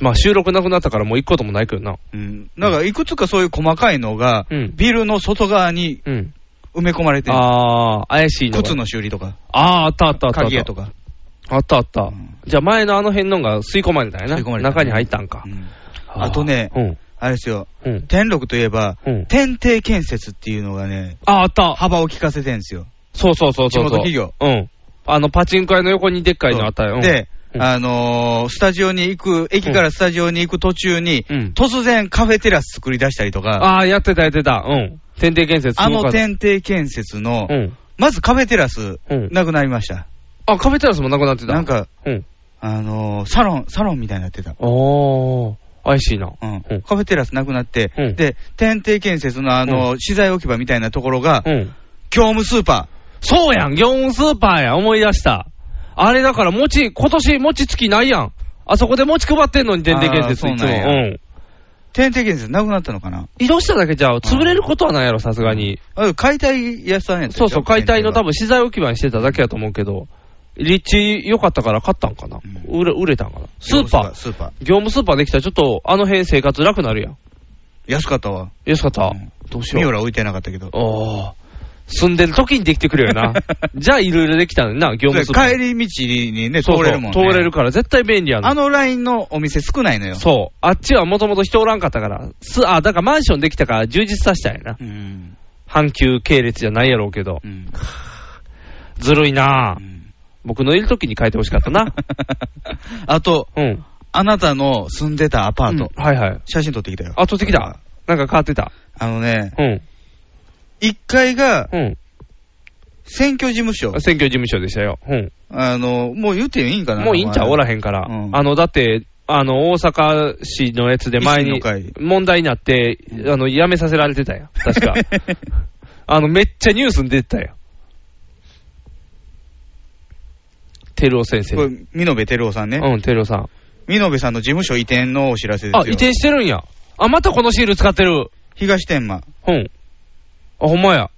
Speaker 3: まあ収録なくなったからもう行くこともないけどな。
Speaker 2: うん。なんか、いくつかそういう細かいのが、
Speaker 3: うん
Speaker 2: ビルの外側に
Speaker 3: うん。
Speaker 2: 埋め込まれてる。
Speaker 3: あー、怪しいのが。
Speaker 2: 靴の修理とか、
Speaker 3: あー、あったあったあったあった。
Speaker 2: 鍵屋とか。
Speaker 3: あったあった。
Speaker 2: うん
Speaker 3: じゃあ前のあの辺のが吸い込まれたんや
Speaker 2: 吸い込ま
Speaker 3: な。
Speaker 2: れた
Speaker 3: 中に入ったんか
Speaker 2: う。ん
Speaker 3: ー
Speaker 2: あとね
Speaker 3: うん。
Speaker 2: あれですよ。
Speaker 3: うん。
Speaker 2: 天禄といえば、
Speaker 3: うん。
Speaker 2: 天帝建設っていうのがね、
Speaker 3: あ、あった。
Speaker 2: 幅を利かせてんですよ。
Speaker 3: そうそうそうそう。
Speaker 2: 地元企業。
Speaker 3: うん。あの、パチンコ屋の横にでっかいのあったよ。うん、
Speaker 2: で、
Speaker 3: うん
Speaker 2: あのースタジオに行く、駅からスタジオに行く途中に、
Speaker 3: うん
Speaker 2: 突然カフェテラス作り出したりとか、
Speaker 3: ああ、やってたやってた。うん。天帝建設。
Speaker 2: あの
Speaker 3: 天。
Speaker 2: 天帝建設の、
Speaker 3: うん。
Speaker 2: まずカフェテラス、
Speaker 3: うん。
Speaker 2: なくなりました。
Speaker 3: あ、カフェテラスもなくなってた。
Speaker 2: なん。か、
Speaker 3: うん。
Speaker 2: あのーサロン、サロンみたいになってた。
Speaker 3: おー、怪しいな。
Speaker 2: うん
Speaker 3: うん
Speaker 2: カフェテラスなくなって、
Speaker 3: うん
Speaker 2: で、天帝建設のあのー、資材置き場みたいなところが、
Speaker 3: うん。
Speaker 2: 業務スーパ
Speaker 3: そうやん、業務スーパーや。思い出した。あれだから、餅、今年餅つきないやん。あそこで餅配ってんのに、天帝建設
Speaker 2: あー
Speaker 3: いつ
Speaker 2: そ
Speaker 3: も。
Speaker 2: ううなんや
Speaker 3: ん。
Speaker 2: ー、天帝建設なくなったのかな
Speaker 3: 移動しただけじゃ、潰れることはないやろ、さすがに。
Speaker 2: あ解体屋さんやったでし
Speaker 3: そ
Speaker 2: ょ
Speaker 3: うそう、解体の多
Speaker 2: 天帝は
Speaker 3: 分資材置き場にしてただけやと思うけど、立地良かったから買ったんかな、
Speaker 2: うん
Speaker 3: 売れ売れたんかなスーパー、
Speaker 2: スーパー。
Speaker 3: 業務スーパーできたらちょっとあの辺生活楽になるやん。
Speaker 2: 安かったわ。
Speaker 3: 安かった、
Speaker 2: うん
Speaker 3: どうし
Speaker 2: ミ
Speaker 3: よ
Speaker 2: オ
Speaker 3: う。
Speaker 2: ラ置いてなかったけど。
Speaker 3: おー。住んでる時にできてくる よな。じゃあいろいろできたのにな、業務スーパー。
Speaker 2: 帰り道にね、通
Speaker 3: そうそう
Speaker 2: れるもんね。
Speaker 3: 通れるから絶対便利やん。
Speaker 2: あのラインのお店少ないのよ。
Speaker 3: そう。あっちはもともと人おらんかったから。す、あ、だからマンションできたから充実させたんやな。
Speaker 2: うん。
Speaker 3: 阪急系列じゃないやろうけど、
Speaker 2: うん。
Speaker 3: ずるいなぁ、
Speaker 2: うん
Speaker 3: 僕のいる時に書いてほしかっ たな。
Speaker 2: あと、
Speaker 3: うん。
Speaker 2: あなたの住んでたアパート、
Speaker 3: うんはいはい。
Speaker 2: 写真撮ってきたよ。
Speaker 3: あ、取ってきた。なんか変わってた。
Speaker 2: あのね、
Speaker 3: うん。
Speaker 2: 1階が
Speaker 3: うん。
Speaker 2: 選挙事務所。
Speaker 3: 選挙事務所でしたよ。うん。
Speaker 2: あの、もう言っていいんかな
Speaker 3: もういいんちゃうおら
Speaker 2: へん。
Speaker 3: へんから。
Speaker 2: うん
Speaker 3: あの、だって、あの、大阪市のやつで前
Speaker 2: 維
Speaker 3: に
Speaker 2: 新の
Speaker 3: 問題になって、あの、辞めさせられてたよ。確 か。あの、めっちゃニュースに出てたよ。照夫先生。
Speaker 2: これ、美濃部照夫さんね。
Speaker 3: うん、照夫さん。
Speaker 2: 美濃部さんの事務所移転のお知らせですよ。
Speaker 3: あ、移転してるんや。あ、またこのシール使ってる。
Speaker 2: 東天満。
Speaker 3: うん。あ、ほんまや。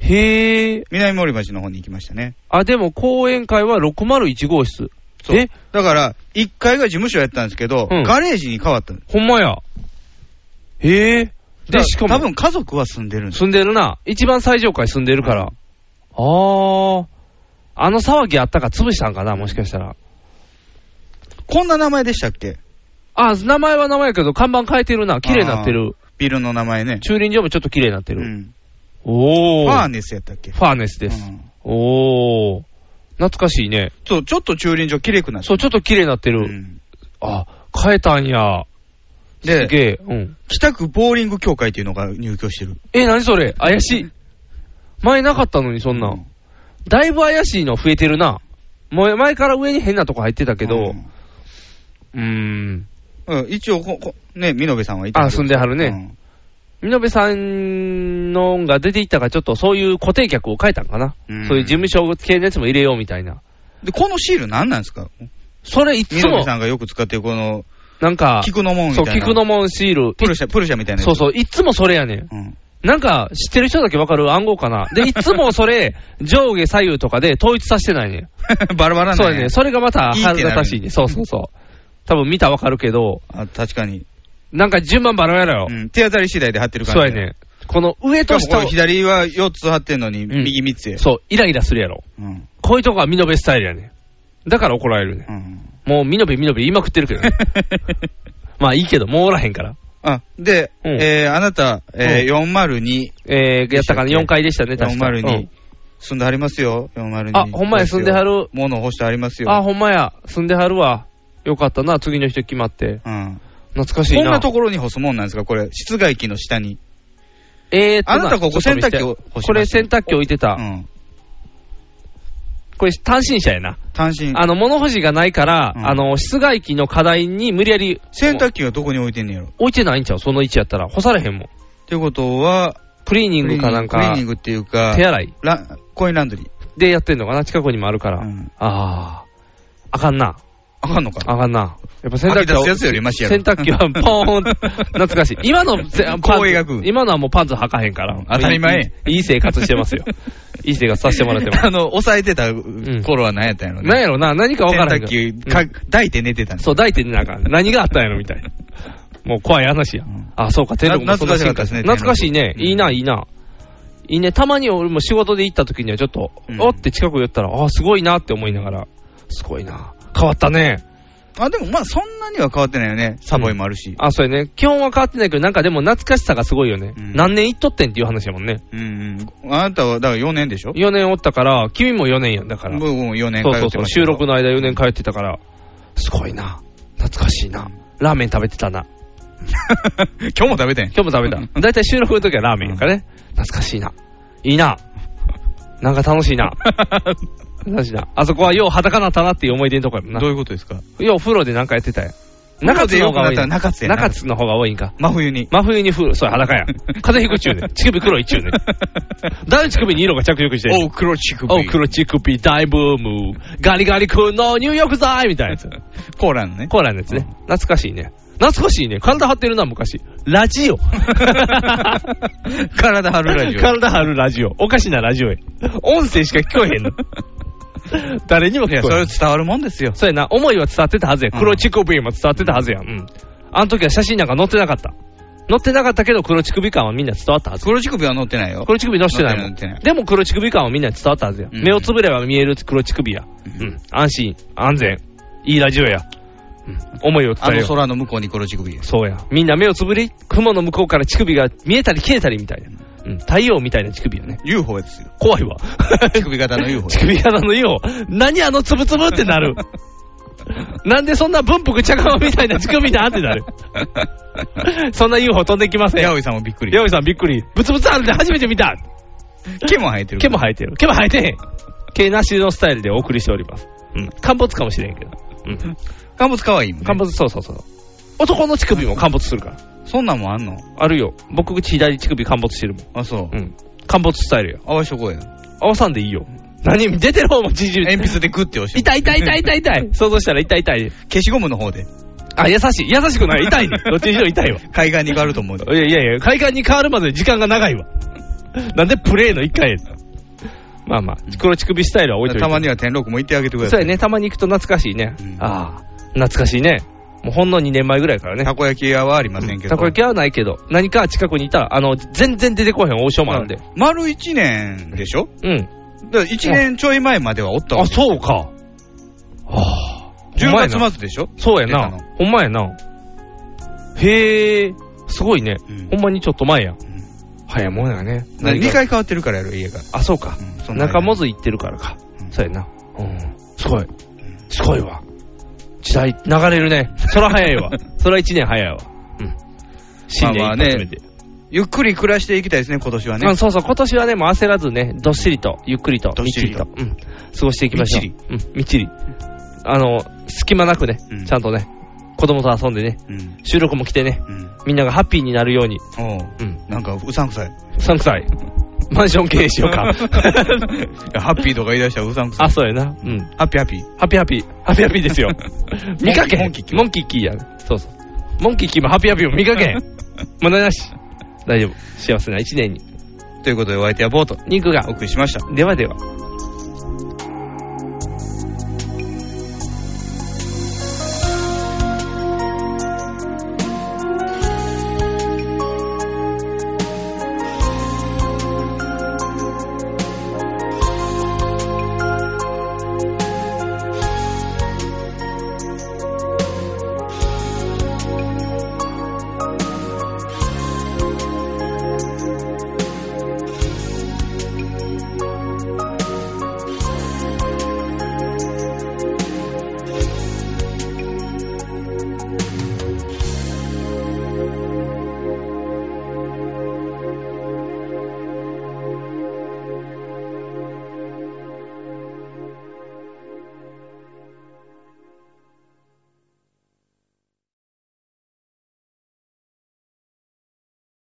Speaker 3: へえ。
Speaker 2: 南森町の方に行きましたね。
Speaker 3: あ、でも講演会は601号室。
Speaker 2: そう
Speaker 3: え
Speaker 2: だから、1階が事務所やったんですけど、
Speaker 3: うん
Speaker 2: ガレージに変わったの
Speaker 3: ほんまや。へえ。で、しかも。
Speaker 2: 多分家族は住んでるんですよ。
Speaker 3: 住んでるな。一番最上階住んでるから。あー。あの騒ぎあったか潰したんかな、もしかしたら。
Speaker 2: こんな名前でしたっけ
Speaker 3: あ、名前は名前やけど、看板変えてるな。綺麗になってる。
Speaker 2: ビルの名前ね。
Speaker 3: 駐輪場もちょっと綺麗になって
Speaker 2: う
Speaker 3: る。
Speaker 2: ん。
Speaker 3: お
Speaker 2: フ
Speaker 3: ー。
Speaker 2: ァーネスやったっけ
Speaker 3: ファーネスです。
Speaker 2: うん
Speaker 3: おー。懐かしいね。
Speaker 2: そう、ちょっと駐輪場きれいくなった。
Speaker 3: そう、ちょっと綺麗になってる。
Speaker 2: うん
Speaker 3: あ、変えたんや。す
Speaker 2: で、
Speaker 3: げえ。うん。
Speaker 2: 北区ボーリング協会っていうのが入居してる。
Speaker 3: え、何それ怪しい。前なかったのに、そんなん。だいぶ怪しいの増えてるな。もう前から上に変なとこ入ってたけど、う
Speaker 2: う
Speaker 3: ーん。
Speaker 2: ん、うん一応こ、こね、美濃部さんはいた
Speaker 3: あ、住んではる
Speaker 2: う
Speaker 3: ね。
Speaker 2: ん
Speaker 3: みのべさんのが出ていったから、ちょっとそういう固定客を変えたんかな。
Speaker 2: うん
Speaker 3: そういう事務所系のやつも入れようみたいな。
Speaker 2: で、このシール何なんですか
Speaker 3: それ
Speaker 2: 美
Speaker 3: いつ
Speaker 2: 濃部
Speaker 3: も、
Speaker 2: さんがよく使ってるこの、
Speaker 3: なんか、
Speaker 2: 菊の門みたい
Speaker 3: そ、
Speaker 2: うな。
Speaker 3: 菊の門シール。
Speaker 2: プルシャ、プルシャみたいなやつ
Speaker 3: そうそう、いつもそれやねん。
Speaker 2: うん。
Speaker 3: なんか、知ってる人だけわかる暗号かな。で、いつも それ、上下左右とかで統一させてないねん。
Speaker 2: バラバラ
Speaker 3: そうやね。それがま
Speaker 2: いい
Speaker 3: た
Speaker 2: ってな
Speaker 3: 腹
Speaker 2: る
Speaker 3: 立たしいね。そうそうそう。多分見たらわかるけど、
Speaker 2: あ確かに。
Speaker 3: なんか順番バラバラやろ
Speaker 2: う。ん。手当たり次第で貼ってる感
Speaker 3: そ
Speaker 2: じ。
Speaker 3: うやね。この上
Speaker 2: しか
Speaker 3: と
Speaker 2: もこ
Speaker 3: 下
Speaker 2: の
Speaker 3: を、
Speaker 2: 左は4つ貼ってんのに、
Speaker 3: ん
Speaker 2: 右3つや。
Speaker 3: そう、イライラするやろ。
Speaker 2: うん。
Speaker 3: こういうとこは見延べスタイルやねん。だから怒られるね
Speaker 2: う。ん。
Speaker 3: もう見延べ見延べ言いまくってるけどね。まあいいけど、もうおらへんから。
Speaker 2: あ、で、
Speaker 3: うん
Speaker 2: えーあなた、えー402、
Speaker 3: えー、やったかな、4回でしたね、確かう
Speaker 2: 402
Speaker 3: ん。
Speaker 2: 住んではりますよ、402。
Speaker 3: あほんまや住んではる
Speaker 2: 物を干してありますよ。
Speaker 3: あ、ほんまや。住んではるわ。よかったな、次の人決まって。
Speaker 2: うん。
Speaker 3: 懐かしいな。
Speaker 2: こんなところに干すもんなんですかこれ、室外機の下に。
Speaker 3: えーっと
Speaker 2: あなたここ
Speaker 3: ちょっと見せて
Speaker 2: 洗濯機を干しました
Speaker 3: これ洗濯機置いてた。
Speaker 2: うん。
Speaker 3: これ単身者やな。
Speaker 2: 単身。
Speaker 3: あの、物干しがないから、
Speaker 2: うん
Speaker 3: あの、室外機の課題に無理やり
Speaker 2: 洗濯機はどこに置いてんねやろ
Speaker 3: 置いてないんちゃうその位置やったら。干されへんもん。
Speaker 2: ってことは、
Speaker 3: クリーニングかなん
Speaker 2: クリー
Speaker 3: か
Speaker 2: ニン、グっていうか、
Speaker 3: 手洗い
Speaker 2: ラコインランドリー。
Speaker 3: でやってんのかな近くにもあるから。
Speaker 2: うん
Speaker 3: ああ。あかんな。
Speaker 2: あかんのか
Speaker 3: あかんな。やっぱ洗濯機
Speaker 2: 吐き出すやつよりマシやろ
Speaker 3: 洗濯機はポーン。 懐かしい。今の ぜパ
Speaker 2: 光栄
Speaker 3: ン
Speaker 2: 学
Speaker 3: ツ、今のはもうパンツ履かへんから。
Speaker 2: 当たり前
Speaker 3: いい。いい生活してますよ。いい生活させてもらっ てます。
Speaker 2: あの、抑えてた頃は何やったんやろ
Speaker 3: なん
Speaker 2: ね。
Speaker 3: やろな、何か分からへんけど
Speaker 2: 洗濯機か、抱いて寝てたん
Speaker 3: うん
Speaker 2: です
Speaker 3: そう、抱いてんなあかん。何があったんやろみたいな。もう怖い話や
Speaker 2: うん。
Speaker 3: あ、そうか、テレビもそんな進化
Speaker 2: 懐
Speaker 3: 懐
Speaker 2: か
Speaker 3: か
Speaker 2: し
Speaker 3: し
Speaker 2: い
Speaker 3: い
Speaker 2: で
Speaker 3: ね
Speaker 2: すね。
Speaker 3: いいな、いいな。いいね。たまに俺も仕事で行った時にはちょっと
Speaker 2: う、ん
Speaker 3: おって近く寄ったら、あ、すごいなって思いながら、すごいな。変わったね。
Speaker 2: あ、でもまあそんなには変わってないよね。サボイもあるし。
Speaker 3: あ、そうやね。基本は変わってないけど、なんかでも懐かしさがすごいよね。
Speaker 2: うん
Speaker 3: 何年行っとってんっていう話やもんね。
Speaker 2: うんうん。あなたは、だから4年でしょ
Speaker 3: 4年おったから、君も4年やんだから。
Speaker 2: 僕も4年通
Speaker 3: そう
Speaker 2: って
Speaker 3: そ
Speaker 2: ま
Speaker 3: う
Speaker 2: す
Speaker 3: そう、収録の間4年通ってたから、すごいな。懐かしいな。ラーメン食べてたな。
Speaker 2: 今日も食べてん。
Speaker 3: 今日も食べた。だいたい収録の時はラーメンやからね。懐かしいな。いいな。なんか楽しい な。楽しいな。あそこはよう裸なったなっていう思い出のとこやもんな
Speaker 2: どう。いうことですか
Speaker 3: よう風呂でなんかやってたやん。
Speaker 2: 風呂
Speaker 3: 中
Speaker 2: で
Speaker 3: 津の
Speaker 2: よ
Speaker 3: 方
Speaker 2: く
Speaker 3: が
Speaker 2: な
Speaker 3: 多
Speaker 2: っ
Speaker 3: い
Speaker 2: た
Speaker 3: な。
Speaker 2: ら中津やな
Speaker 3: 中津の方が多いんか。
Speaker 2: 真冬に。
Speaker 3: 真冬に風呂、そうや裸やん。風邪ひくっちゅうね ん。乳首黒いっちゅうねん。だいぶ乳首に色が着色してる
Speaker 2: おう、黒乳首。
Speaker 3: おう、黒乳首大ブーム。ガリガリ君の入浴剤みたいなやつ。
Speaker 2: コーラのね。
Speaker 3: コーラのやつね。懐かしいね。懐かしいね。体張ってるな、昔。ラジオ。
Speaker 2: 体張るラジオ。
Speaker 3: 体張るラジオ。おかしなラジオや。音声しか聞こえへんの。 誰にも
Speaker 2: い
Speaker 3: 聞
Speaker 2: や、
Speaker 3: こ
Speaker 2: そ
Speaker 3: え
Speaker 2: れ
Speaker 3: へん。
Speaker 2: 伝わるもんですよ。
Speaker 3: そうやな。思いは伝わってたはずや。
Speaker 2: うん
Speaker 3: 黒乳首も伝わってたはずや。うん。あの時は写真なんか載ってなかった。載ってなかったけど、黒乳首感はみんな伝わったはず。
Speaker 2: 黒乳首は乗ってないよ。
Speaker 3: 黒乳首載してないも
Speaker 2: 載
Speaker 3: ん
Speaker 2: ってない載って。
Speaker 3: でも黒乳首感はみんなに伝わったはずや。
Speaker 2: うん
Speaker 3: 目をつぶれば見える黒乳首や。
Speaker 2: う
Speaker 3: うんん。安心、安全。いいラジオや。思いを伝
Speaker 2: あ
Speaker 3: え
Speaker 2: の
Speaker 3: よう。
Speaker 2: 空の向こうにこの乳首です。
Speaker 3: そうや。みんな目をつぶり、雲の向こうから乳首が見えたり消えたりみたいな。うん、太陽みたいな乳首よね。
Speaker 2: UFO ですよ。
Speaker 3: 怖いわ。
Speaker 2: 乳 首型の UFO。
Speaker 3: 乳首型のよう。何あのつぶつぶってな る。なんでそんな文福茶釜みたいな乳首だって なる。そんな UFO 飛んできません。
Speaker 2: ヤ
Speaker 3: ヤ
Speaker 2: オイさんもびっくり。
Speaker 3: オイさんびっくり。ブツブツあるで初めて見た。
Speaker 2: 毛も生えてる。
Speaker 3: 毛も生えてる。毛も生えてへん。毛なしのスタイルでお送りしております。うん。陥没かもしれんけど。うん。
Speaker 2: 乾物かわいいもんね
Speaker 3: 陥没、そうそうそう。男の乳首も陥没するから。
Speaker 2: そんなんもあんの
Speaker 3: あるよ。僕、口左乳首陥没してるもん。
Speaker 2: あ、そう
Speaker 3: う。ん。陥没スタイルよ。
Speaker 2: あわしとこうや。
Speaker 3: 合わさんでいいよ。何出てる方もじじい。
Speaker 2: 鉛筆でグッて押して。
Speaker 3: 痛い痛い痛い痛い痛い。想像したら痛い痛い。
Speaker 2: 消しゴムの方で。
Speaker 3: あ、優しい。優しくない。痛いね。どっちにしろ痛いわ。
Speaker 2: 海岸に変わると思 うで。
Speaker 3: いやいやいや、快感に変わるまで時間が長いわ。なんでプレイの一回やまあまあ、黒乳首スタイルは置いといて。
Speaker 2: たまには天禄も行ってあげてくだ
Speaker 3: そ
Speaker 2: さ
Speaker 3: う
Speaker 2: い。
Speaker 3: やね、たまに行くと懐かしいね。
Speaker 2: うん
Speaker 3: ああ、懐かしいね。もうほんの2年前ぐらいからね。
Speaker 2: たこ焼き屋はありませんけど。
Speaker 3: たこ焼きはないけど、何か近くにいたら、あの、全然出てこへん王将もあるんで。
Speaker 2: 丸一年でしょ
Speaker 3: うん。
Speaker 2: だから一年ちょい前まではおったわ
Speaker 3: あ、
Speaker 2: け。
Speaker 3: そうか。ああ。
Speaker 2: 10
Speaker 3: ほんまやな
Speaker 2: 月末でしょ
Speaker 3: そうや
Speaker 2: 出た
Speaker 3: な
Speaker 2: の。
Speaker 3: ほんまやな。へえ、すごいね。
Speaker 2: うん
Speaker 3: ほんまにちょっと前や。早いもんやね。
Speaker 2: 2回変わってるからやろ、家が。
Speaker 3: あ、そうか。
Speaker 2: うんそんな
Speaker 3: 中本行ってるからか。
Speaker 2: うん
Speaker 3: そうやな。うん。すごい。すごいわ。時代、流れるね。そら早 いわ。そら一年早いわ。うん。新年
Speaker 2: まあまあね
Speaker 3: 一発目で。
Speaker 2: ゆっくり暮らしていきたいですね、今年は
Speaker 3: う
Speaker 2: ね
Speaker 3: ん。そうそう、今年はね、もう焦らずね、どっしりと、ゆっくりと、
Speaker 2: どっ
Speaker 3: みっ
Speaker 2: し
Speaker 3: ちり
Speaker 2: り
Speaker 3: と
Speaker 2: と、
Speaker 3: うん、過ごしていきましょう。
Speaker 2: みっ
Speaker 3: うん、みっちり。あの、隙間なくね、
Speaker 2: うん
Speaker 3: ちゃんとね、子供と遊んでね、
Speaker 2: うん。
Speaker 3: 収録も来てね、
Speaker 2: うん。
Speaker 3: みんながハッピーになるように、
Speaker 2: おう
Speaker 3: うん、
Speaker 2: なんか、うさんくさい。
Speaker 3: うさんくさい。 マンション経営しようか。
Speaker 2: ハッピーとか言い出したらうさんくさい。
Speaker 3: あ、そうやな。うん。
Speaker 2: ハッピーハッピー。
Speaker 3: ハッピーハッピー、ハッピーハッピーで すよ。見かけへん。
Speaker 2: モン
Speaker 3: モン
Speaker 2: キ
Speaker 3: キ
Speaker 2: ー
Speaker 3: ー
Speaker 2: キー
Speaker 3: モンキーキーやん。そうそう。モンキーキーもハッピーハッピーも見かけへん。無駄な し。大丈夫。幸せな一年に。
Speaker 2: ということで、お相手はボート。
Speaker 3: 肉が
Speaker 2: お。送りしました。
Speaker 3: ではでは。